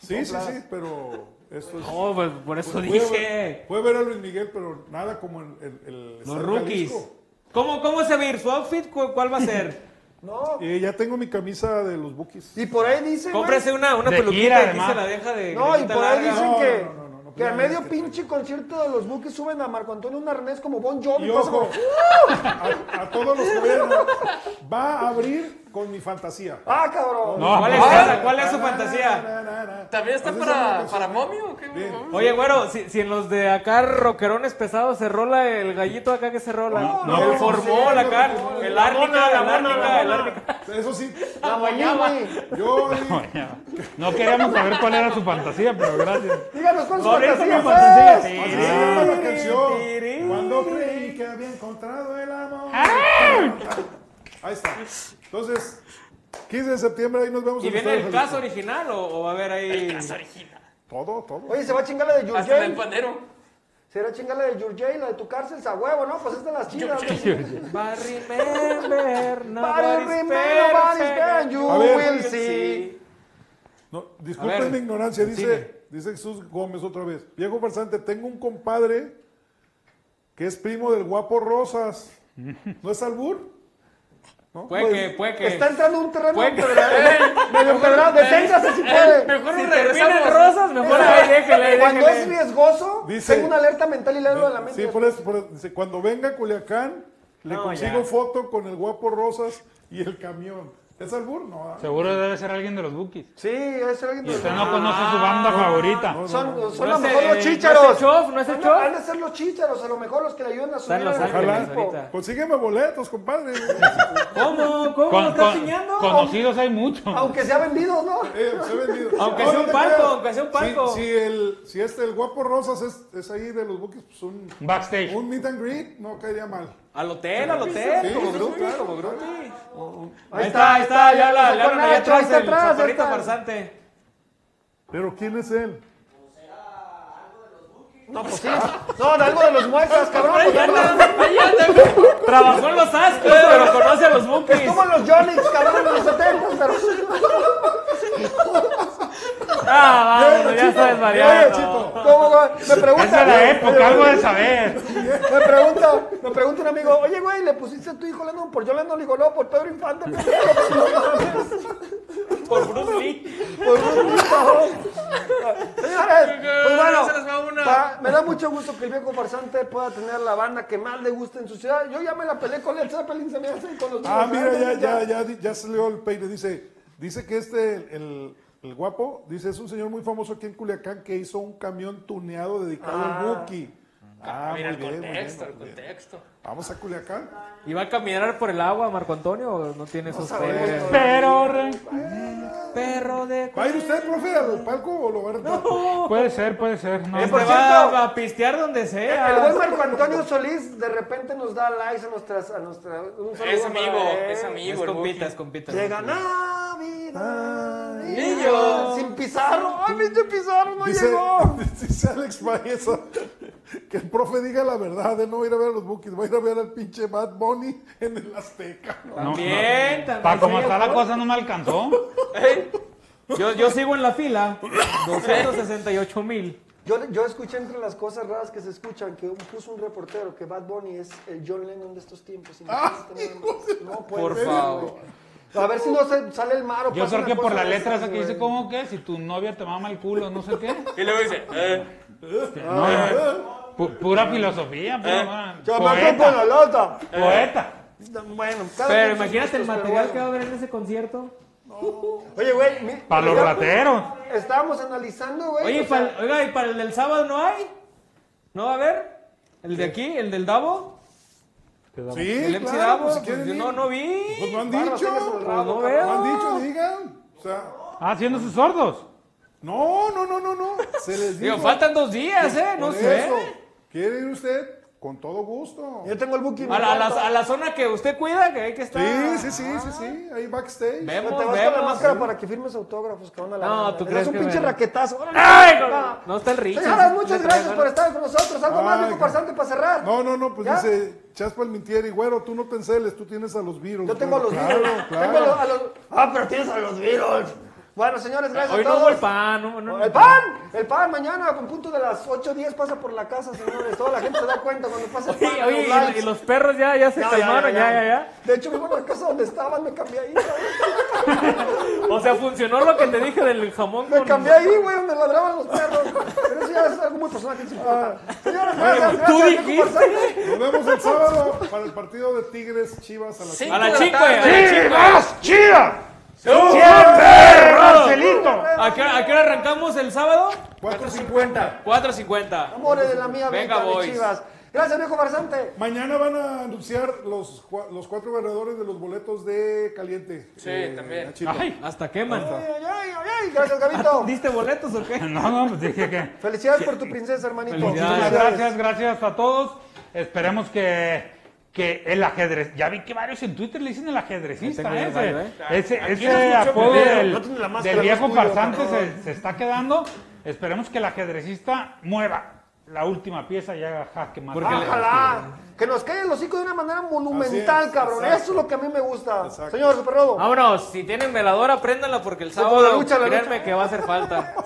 Speaker 7: Sí, sí, sí, pero esto es.
Speaker 6: No, pues, por eso
Speaker 7: Puede
Speaker 6: dije.
Speaker 7: ver- Puede ver, a Luis Miguel, pero nada como el. el- el
Speaker 6: Los
Speaker 7: Estadio
Speaker 6: rookies.
Speaker 7: Jalisco.
Speaker 6: ¿Cómo, ¿Cómo se va a ir su outfit? ¿Cu- ¿Cuál va a ser?
Speaker 1: no.
Speaker 7: Eh, ya tengo mi camisa de los Bookies.
Speaker 1: Y por ahí dice.
Speaker 6: Cómprese
Speaker 1: güey.
Speaker 6: una, una
Speaker 7: De
Speaker 6: peluquita
Speaker 7: gira,
Speaker 6: y aquí se
Speaker 7: además.
Speaker 6: la deja de.
Speaker 1: No, y
Speaker 6: greñita
Speaker 1: por ahí
Speaker 6: larga.
Speaker 1: dicen que, que a
Speaker 7: no,
Speaker 1: medio
Speaker 7: no, no.
Speaker 1: pinche concierto de los buques suben a Marco Antonio un arnés como Bon Jovi.
Speaker 7: Y
Speaker 1: pasa
Speaker 7: ojo,
Speaker 1: por-
Speaker 7: a, a todos los que vayan, va a abrir con mi fantasía.
Speaker 1: ¡Ah, cabrón!
Speaker 6: No. ¿Cuál es
Speaker 7: ¿Ah?
Speaker 6: esa? ¿Cuál es su fantasía?
Speaker 8: ¿También está
Speaker 7: Así se llama la
Speaker 8: para,
Speaker 7: canción.
Speaker 8: para momio o qué?
Speaker 6: Oye, güero, si, si en los de acá roquerones pesados se rola el gallito acá que se rola.
Speaker 7: no,
Speaker 6: el
Speaker 7: no,
Speaker 6: formol
Speaker 7: sí,
Speaker 6: acá,
Speaker 7: no, no,
Speaker 6: el
Speaker 7: la mona,
Speaker 6: árnica,
Speaker 7: la
Speaker 6: el
Speaker 7: mona, la
Speaker 6: árnica, el
Speaker 7: mona.
Speaker 6: árnica.
Speaker 7: Eso sí.
Speaker 1: La
Speaker 6: guayaba.
Speaker 7: Yo
Speaker 2: No queríamos saber cuál era su fantasía, pero gracias.
Speaker 1: Díganos cuál es su
Speaker 2: Por eso
Speaker 1: fantasía.
Speaker 2: me fantasía,
Speaker 1: pues.
Speaker 2: sí.
Speaker 7: Así
Speaker 2: Ah.
Speaker 7: se llama la canción. Cuando creí que había encontrado el amor.
Speaker 6: Ah.
Speaker 7: Ahí está. Entonces, 15 de septiembre, ahí nos vemos
Speaker 6: ¿Y
Speaker 7: en
Speaker 6: viene
Speaker 7: Estadio
Speaker 6: el
Speaker 7: Jalisco.
Speaker 6: caso original o, o va a haber ahí? El caso original.
Speaker 7: Todo, todo.
Speaker 1: Oye, se va a chingar la de
Speaker 6: Hasta
Speaker 1: Yurjay.
Speaker 6: el panero.
Speaker 1: Se va a chingar la de Yurjay, la de tu cárcel, a huevo, ¿no? Pues esta es las chidas.
Speaker 6: Barry Member,
Speaker 1: Barry remember, nobody's there, you
Speaker 7: A ver,
Speaker 1: will
Speaker 7: you
Speaker 1: see.
Speaker 7: No,
Speaker 6: A ver,
Speaker 7: disculpen mi ignorancia,
Speaker 6: sigue.
Speaker 7: dice, dice Jesús Gómez otra vez. Viejo farsante, tengo un compadre que es primo del guapo Rosas. ¿No es Albur? ¿No?
Speaker 6: Puede que, puede que.
Speaker 1: Está entrando un terreno
Speaker 6: Puede que-
Speaker 1: empedrado, medio empedrado. Deténgase si
Speaker 6: Eh,
Speaker 1: puede.
Speaker 6: mejor
Speaker 1: Si
Speaker 6: nos
Speaker 1: termina
Speaker 6: regresamos.
Speaker 1: en
Speaker 6: Esa-
Speaker 1: ahí
Speaker 6: ahí
Speaker 1: Cuando
Speaker 6: déjele.
Speaker 1: es riesgoso,
Speaker 7: Dice-
Speaker 1: tengo una alerta mental y le hablo a la mente.
Speaker 7: Sí, por eso, por eso. Dice, cuando venga a Culiacán, le
Speaker 6: No,
Speaker 7: consigo
Speaker 6: ya.
Speaker 7: foto con el guapo Rosas y el camión. ¿Es Albur? No.
Speaker 2: Seguro debe ser alguien de los Bookies.
Speaker 1: Sí, es alguien
Speaker 2: Y
Speaker 1: de-
Speaker 2: usted no conoce su
Speaker 6: Ah,
Speaker 2: banda favorita.
Speaker 1: Son, son
Speaker 6: No
Speaker 1: a
Speaker 6: es
Speaker 1: lo mejor
Speaker 6: el-
Speaker 1: los chícharos.
Speaker 6: no es el chof, no es el
Speaker 1: Van a-
Speaker 6: chof.
Speaker 1: Van a ser los chícharos, a lo mejor los que le ayudan a subir
Speaker 6: Están los
Speaker 1: al
Speaker 6: ángeles
Speaker 1: equipo.
Speaker 6: ahorita.
Speaker 7: Consígueme boletos, compadre.
Speaker 6: ¿Cómo? ¿Cómo?
Speaker 2: Con-
Speaker 6: ¿Estás
Speaker 2: con-
Speaker 6: piñando?
Speaker 2: conocidos hay muchos.
Speaker 6: Ah,
Speaker 1: Aunque sea vendido, ¿no?
Speaker 7: Eh, se ha vendido.
Speaker 6: Aunque
Speaker 7: No,
Speaker 6: sea
Speaker 7: no
Speaker 6: un
Speaker 7: te
Speaker 6: palco,
Speaker 7: creas.
Speaker 6: aunque sea un
Speaker 7: Si-
Speaker 6: palco.
Speaker 7: Si, el, si este, el guapo Rosas es, es ahí de los buques, pues un...
Speaker 2: Backstage.
Speaker 7: Un meet and greet no caería mal.
Speaker 6: Al hotel, al hotel,
Speaker 7: Sí,
Speaker 6: como
Speaker 7: sí,
Speaker 6: Gruti,
Speaker 7: claro,
Speaker 6: como Gruti.
Speaker 1: Ahí está, ahí está, ya la-
Speaker 6: le
Speaker 1: ya
Speaker 6: hablan
Speaker 1: la-
Speaker 6: allá
Speaker 1: ya
Speaker 6: atrás,
Speaker 1: está
Speaker 6: el
Speaker 1: atrás, ya
Speaker 6: chaparrito
Speaker 1: está.
Speaker 6: farsante.
Speaker 7: Pero ¿quién es él?
Speaker 1: No, pues sí. No, de algo de los muecas, cabrón.
Speaker 6: Ahí
Speaker 1: pues,
Speaker 6: anda,
Speaker 1: no.
Speaker 6: ahí anda. Trabajó en los Astros, pero conoce a los Bookies.
Speaker 1: Estuvo en los Jonix, cabrón, en los 70, pero...
Speaker 6: Ah, vámonos, ya está
Speaker 1: Oye,
Speaker 6: desvariando.
Speaker 1: Chito, ¿cómo va? Me pregunta...
Speaker 2: Es de la época, algo de saber.
Speaker 1: Me pregunta, me pregunta un amigo, oye, güey, ¿le pusiste a tu hijo Landon por John Landon? Le digo, no, por Pedro Infante.
Speaker 6: Por Bruce Lee.
Speaker 1: Por un Señores, pues bueno,
Speaker 6: Se les va una.
Speaker 1: pa- me da mucho gusto que el viejo farsante pueda tener la banda que más le gusta en su ciudad. Yo ya me la peleé con el Zeppelin, se me hace y con los
Speaker 7: Ah,
Speaker 1: Beatles,
Speaker 7: mira, ya,
Speaker 1: ¿sabes?
Speaker 7: ya, ya, di- ya salió el peine. Dice, dice que este, el, el- el guapo, dice, es un señor muy famoso aquí en Culiacán que hizo un camión tuneado dedicado al Buki. Ah,
Speaker 8: Mira el
Speaker 7: muy bien, muy bien,
Speaker 8: contexto,
Speaker 7: muy
Speaker 8: el
Speaker 7: bien.
Speaker 8: contexto.
Speaker 7: Vamos a Culiacán.
Speaker 6: ¿Y va a caminar por el agua, Marco Antonio? ¿O no tiene esos
Speaker 7: sabemos.
Speaker 6: perros?
Speaker 2: Pero re-
Speaker 6: Perro de...
Speaker 7: ¿Va a ir usted, profe, al palco o lo va a rentar?
Speaker 2: puede ser, puede ser. no.
Speaker 6: Este
Speaker 1: por cierto,
Speaker 6: va a pistear donde
Speaker 1: El buen
Speaker 6: sea.
Speaker 1: Marco Antonio Solís de repente nos da likes a nuestras. A nuestra, un saludo
Speaker 8: Es
Speaker 1: para
Speaker 8: amigo,
Speaker 1: él.
Speaker 8: es
Speaker 6: Es
Speaker 8: amigo. el
Speaker 6: compitas, compitas.
Speaker 1: Llega Navidad.
Speaker 8: Niño.
Speaker 1: Sin Pizarro. ¡Ay, pinche Pizarro no
Speaker 7: Dice,
Speaker 1: llegó!
Speaker 7: dice Alex Baeza que el profe diga la verdad de no ir a ver a los Bookies, va a ir a ver al pinche Bad Bunny en el Azteca.
Speaker 2: No, no.
Speaker 6: También, también.
Speaker 2: Para como
Speaker 6: Sí,
Speaker 2: está la
Speaker 6: ¿no?
Speaker 2: cosa, no me alcanzó.
Speaker 6: Yo, yo sigo en la fila. 268 mil.
Speaker 1: Yo, yo escuché entre las cosas raras que se escuchan que un- puso un reportero que Bad Bunny es el John Lennon de estos tiempos. Imagínate nada más. no puede
Speaker 6: Por
Speaker 1: ser,
Speaker 6: favor.
Speaker 1: güey. A ver si no se- sale el mar o
Speaker 2: Yo
Speaker 1: pasa
Speaker 2: creo
Speaker 1: una
Speaker 2: que por
Speaker 1: cosa
Speaker 2: la
Speaker 1: de
Speaker 2: letra
Speaker 1: esas,
Speaker 2: esa que dice,
Speaker 1: güey.
Speaker 2: ¿cómo que? Si tu novia te mama el culo, no sé qué. Este,
Speaker 8: Y luego dice, eh,
Speaker 2: No, pu- pura filosofía,
Speaker 8: Eh.
Speaker 2: pura man.
Speaker 1: Chamaco con la
Speaker 2: poeta.
Speaker 1: lota.
Speaker 2: poeta.
Speaker 1: Bueno, cada
Speaker 6: Pero
Speaker 1: quien sus
Speaker 6: imagínate el
Speaker 1: gustos, pero
Speaker 6: material
Speaker 1: bueno.
Speaker 6: que va a haber en ese concierto.
Speaker 1: Oye, güey. mi-
Speaker 2: Para los
Speaker 1: ya-
Speaker 2: rateros.
Speaker 1: Estábamos analizando, güey.
Speaker 6: Oye,
Speaker 1: o
Speaker 6: y para
Speaker 1: sea,
Speaker 6: el- oiga, ¿y para el del sábado no hay? ¿No va a haber? ¿El de aquí? ¿El del Davo?
Speaker 7: Sí,
Speaker 6: ¿El MC
Speaker 7: claro,
Speaker 6: Davo?
Speaker 7: pues, si quieren
Speaker 6: Pues yo
Speaker 7: ir.
Speaker 6: no, no vi.
Speaker 7: Pues no han
Speaker 1: Barros, tengas el
Speaker 7: dicho,
Speaker 1: rabo,
Speaker 6: no
Speaker 1: cabrón.
Speaker 6: veo.
Speaker 7: no han dicho, digan. O sea,
Speaker 2: Ah, haciendo sus sordos.
Speaker 7: no, no, no, no, no. Se les dijo.
Speaker 6: Digo, faltan dos días, ¿eh? No
Speaker 7: Por
Speaker 6: sé.
Speaker 7: eso, ¿Quiere ir usted? Con todo gusto.
Speaker 1: Yo tengo el booking.
Speaker 6: A la, a la-
Speaker 1: abierto.
Speaker 6: a la zona que usted cuida, que hay que estar.
Speaker 7: Sí, sí, sí, sí, sí.
Speaker 1: Ah.
Speaker 7: Ahí
Speaker 1: Pero
Speaker 7: backstage.
Speaker 6: Vemos,
Speaker 1: te vas con la
Speaker 6: vemos.
Speaker 1: máscara para que firmes autógrafos, cabrón. a la
Speaker 6: No,
Speaker 1: banda.
Speaker 6: tú
Speaker 1: Le
Speaker 6: crees
Speaker 1: das un
Speaker 6: que
Speaker 1: pinche
Speaker 6: me-
Speaker 1: raquetazo. ¡Órale,
Speaker 6: ¡Ay!
Speaker 1: va!
Speaker 6: No está el Richie.
Speaker 1: Señoras, muchas
Speaker 6: Le
Speaker 1: gracias por
Speaker 6: traigo-
Speaker 1: estar con nosotros. Algo más,
Speaker 7: Ay,
Speaker 1: viejo
Speaker 7: cabrón.
Speaker 1: farsante, para cerrar.
Speaker 7: No, no, no, pues
Speaker 1: ¿Ya?
Speaker 7: dice Chaspa el Mintier y güero, tú no te enceles, tú tienes a los virus.
Speaker 1: Yo tengo a los
Speaker 7: Claro,
Speaker 1: Beatles.
Speaker 7: claro.
Speaker 1: Tengo a los, a los- Ah, pero tienes a los Beatles.
Speaker 8: Bueno, señores, gracias
Speaker 6: Hoy
Speaker 8: a
Speaker 6: no
Speaker 8: todos.
Speaker 6: hubo el pan, Ah, no, no, no.
Speaker 8: ¡El pan! El pan, mañana con punto de las 8.10 pasa por la casa, señores. Toda la gente se da cuenta cuando pasa el pan.
Speaker 6: Oye,
Speaker 8: los
Speaker 6: oye, y-
Speaker 8: likes.
Speaker 6: y, los perros ya, ya se
Speaker 8: Ya, ya,
Speaker 6: calmaron,
Speaker 8: ya,
Speaker 6: ya,
Speaker 8: ya.
Speaker 6: ya, ya,
Speaker 8: De hecho, me voy a la casa donde estaban, me cambié ahí.
Speaker 6: O sea, funcionó lo que te dije del jamón
Speaker 8: Me
Speaker 6: con-
Speaker 8: cambié ahí, güey, donde ladraban los perros. Pero eso ya es algo muy personal que no se importa. Señores, gracias, gracias. Hay que conversar.
Speaker 7: Nos vemos el sábado para el partido de Tigres Chivas a las
Speaker 6: A las
Speaker 7: cinco
Speaker 6: 5
Speaker 7: de la tarde.
Speaker 2: ¡Chivas!
Speaker 7: ¡Siempre,
Speaker 2: Marcelito!
Speaker 6: ¿A qué, hora- a qué hora arrancamos el sábado?
Speaker 7: 4.50.
Speaker 6: 4.50.
Speaker 8: Amores de la mía,
Speaker 6: Venga,
Speaker 8: venga, mis
Speaker 6: boys.
Speaker 8: chivas. Gracias, viejo farsante.
Speaker 7: Mañana van a anunciar los, cua- los cuatro ganadores de los boletos de Caliente.
Speaker 5: Sí,
Speaker 7: Eh,
Speaker 5: también.
Speaker 7: la chiva.
Speaker 6: Ay, hasta queman.
Speaker 8: Ay, ay, ay, gracias, Gabito.
Speaker 6: ¿Diste boletos o qué?
Speaker 2: No, no, pues dije que.
Speaker 8: Felicidades por tu princesa, hermanito.
Speaker 2: Muchísimas gracias, gracias a todos. Esperemos que, que el ajedrez. Ya vi que varios en Twitter le dicen el ajedrecista.
Speaker 6: Ahí tengo
Speaker 2: ese
Speaker 6: yo, ¿eh?
Speaker 2: ese,
Speaker 6: Aquí
Speaker 2: ese
Speaker 6: no escucho
Speaker 2: apodo
Speaker 6: primero,
Speaker 2: del,
Speaker 6: no tiene la máscara,
Speaker 2: del
Speaker 6: no
Speaker 2: viejo
Speaker 6: es tuyo,
Speaker 2: farsante
Speaker 6: cabrón.
Speaker 2: se, se está quedando. Esperemos que el ajedrecista mueva la última pieza y haga jaque mate. Ah,
Speaker 8: Ojalá. Ah, Que nos caigan los hijos de una manera monumental,
Speaker 2: Así es, Ah.
Speaker 8: cabrón.
Speaker 2: exacto.
Speaker 8: Eso es lo que a mí me gusta. Señor Superrodo.
Speaker 6: Vámonos, si tienen veladora, préndanla porque el
Speaker 8: Sí, por
Speaker 6: sábado,
Speaker 8: la lucha, la
Speaker 6: créanme
Speaker 8: lucha.
Speaker 6: que va a hacer falta.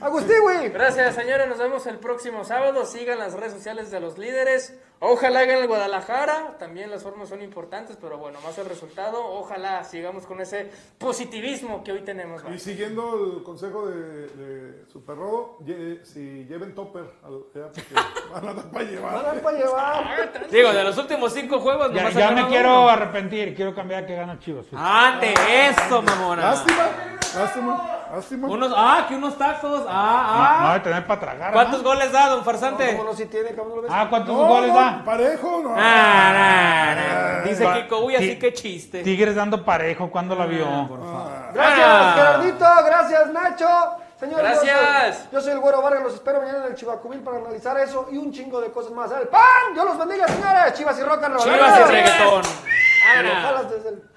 Speaker 8: Agustín, güey.
Speaker 5: Gracias, señores. Nos vemos el próximo sábado. Sigan las redes sociales de los líderes. Ojalá hagan el Guadalajara. También las formas son importantes, pero bueno, más el resultado. Ojalá sigamos con ese positivismo que hoy tenemos.
Speaker 7: Y
Speaker 5: ¿vale?
Speaker 7: siguiendo el consejo de, de Superrodo, lle- si lleven topper, al- ya, porque van a dar para llevar.
Speaker 8: Van a dar para llevar.
Speaker 6: Digo, de los últimos cinco juegos,
Speaker 2: Ya,
Speaker 6: nomás
Speaker 2: ya
Speaker 6: han
Speaker 2: me
Speaker 6: ganado
Speaker 2: quiero
Speaker 6: uno. Ah.
Speaker 2: arrepentir, quiero cambiar que gana Chivas.
Speaker 6: Ande, eso, mamona.
Speaker 7: Lástima, lástima, lástima.
Speaker 6: Unos, ah, que unos tacos. Ah, ah.
Speaker 2: No, no, de tener para tragar.
Speaker 6: ¿Cuántos
Speaker 2: ¿no?
Speaker 6: goles da, don Farsante?
Speaker 8: No, si tiene, cabrón, lo ves.
Speaker 2: Ah, ¿cuántos goles da?
Speaker 7: Parejo, no.
Speaker 6: Ah, nah, nah. Dice
Speaker 2: Va-
Speaker 6: Kiko, uy, así
Speaker 2: Ti-
Speaker 6: que chiste.
Speaker 2: Tigres dando parejo, ¿cuándo la vio?
Speaker 6: Ah,
Speaker 8: Gracias,
Speaker 2: Ah.
Speaker 8: Gerardito. Gracias, Nacho. Señor, Yo
Speaker 2: Gracias.
Speaker 8: soy, yo soy el Güero Vargas. Los espero mañana en el Chivacumil para analizar eso y un chingo de cosas más. ¡El pan! Dios los bendiga, señores. Chivas y rock and roll.
Speaker 6: Chivas y
Speaker 8: ¡Vámonos!
Speaker 6: reggaetón.
Speaker 8: Y ojalá desde el-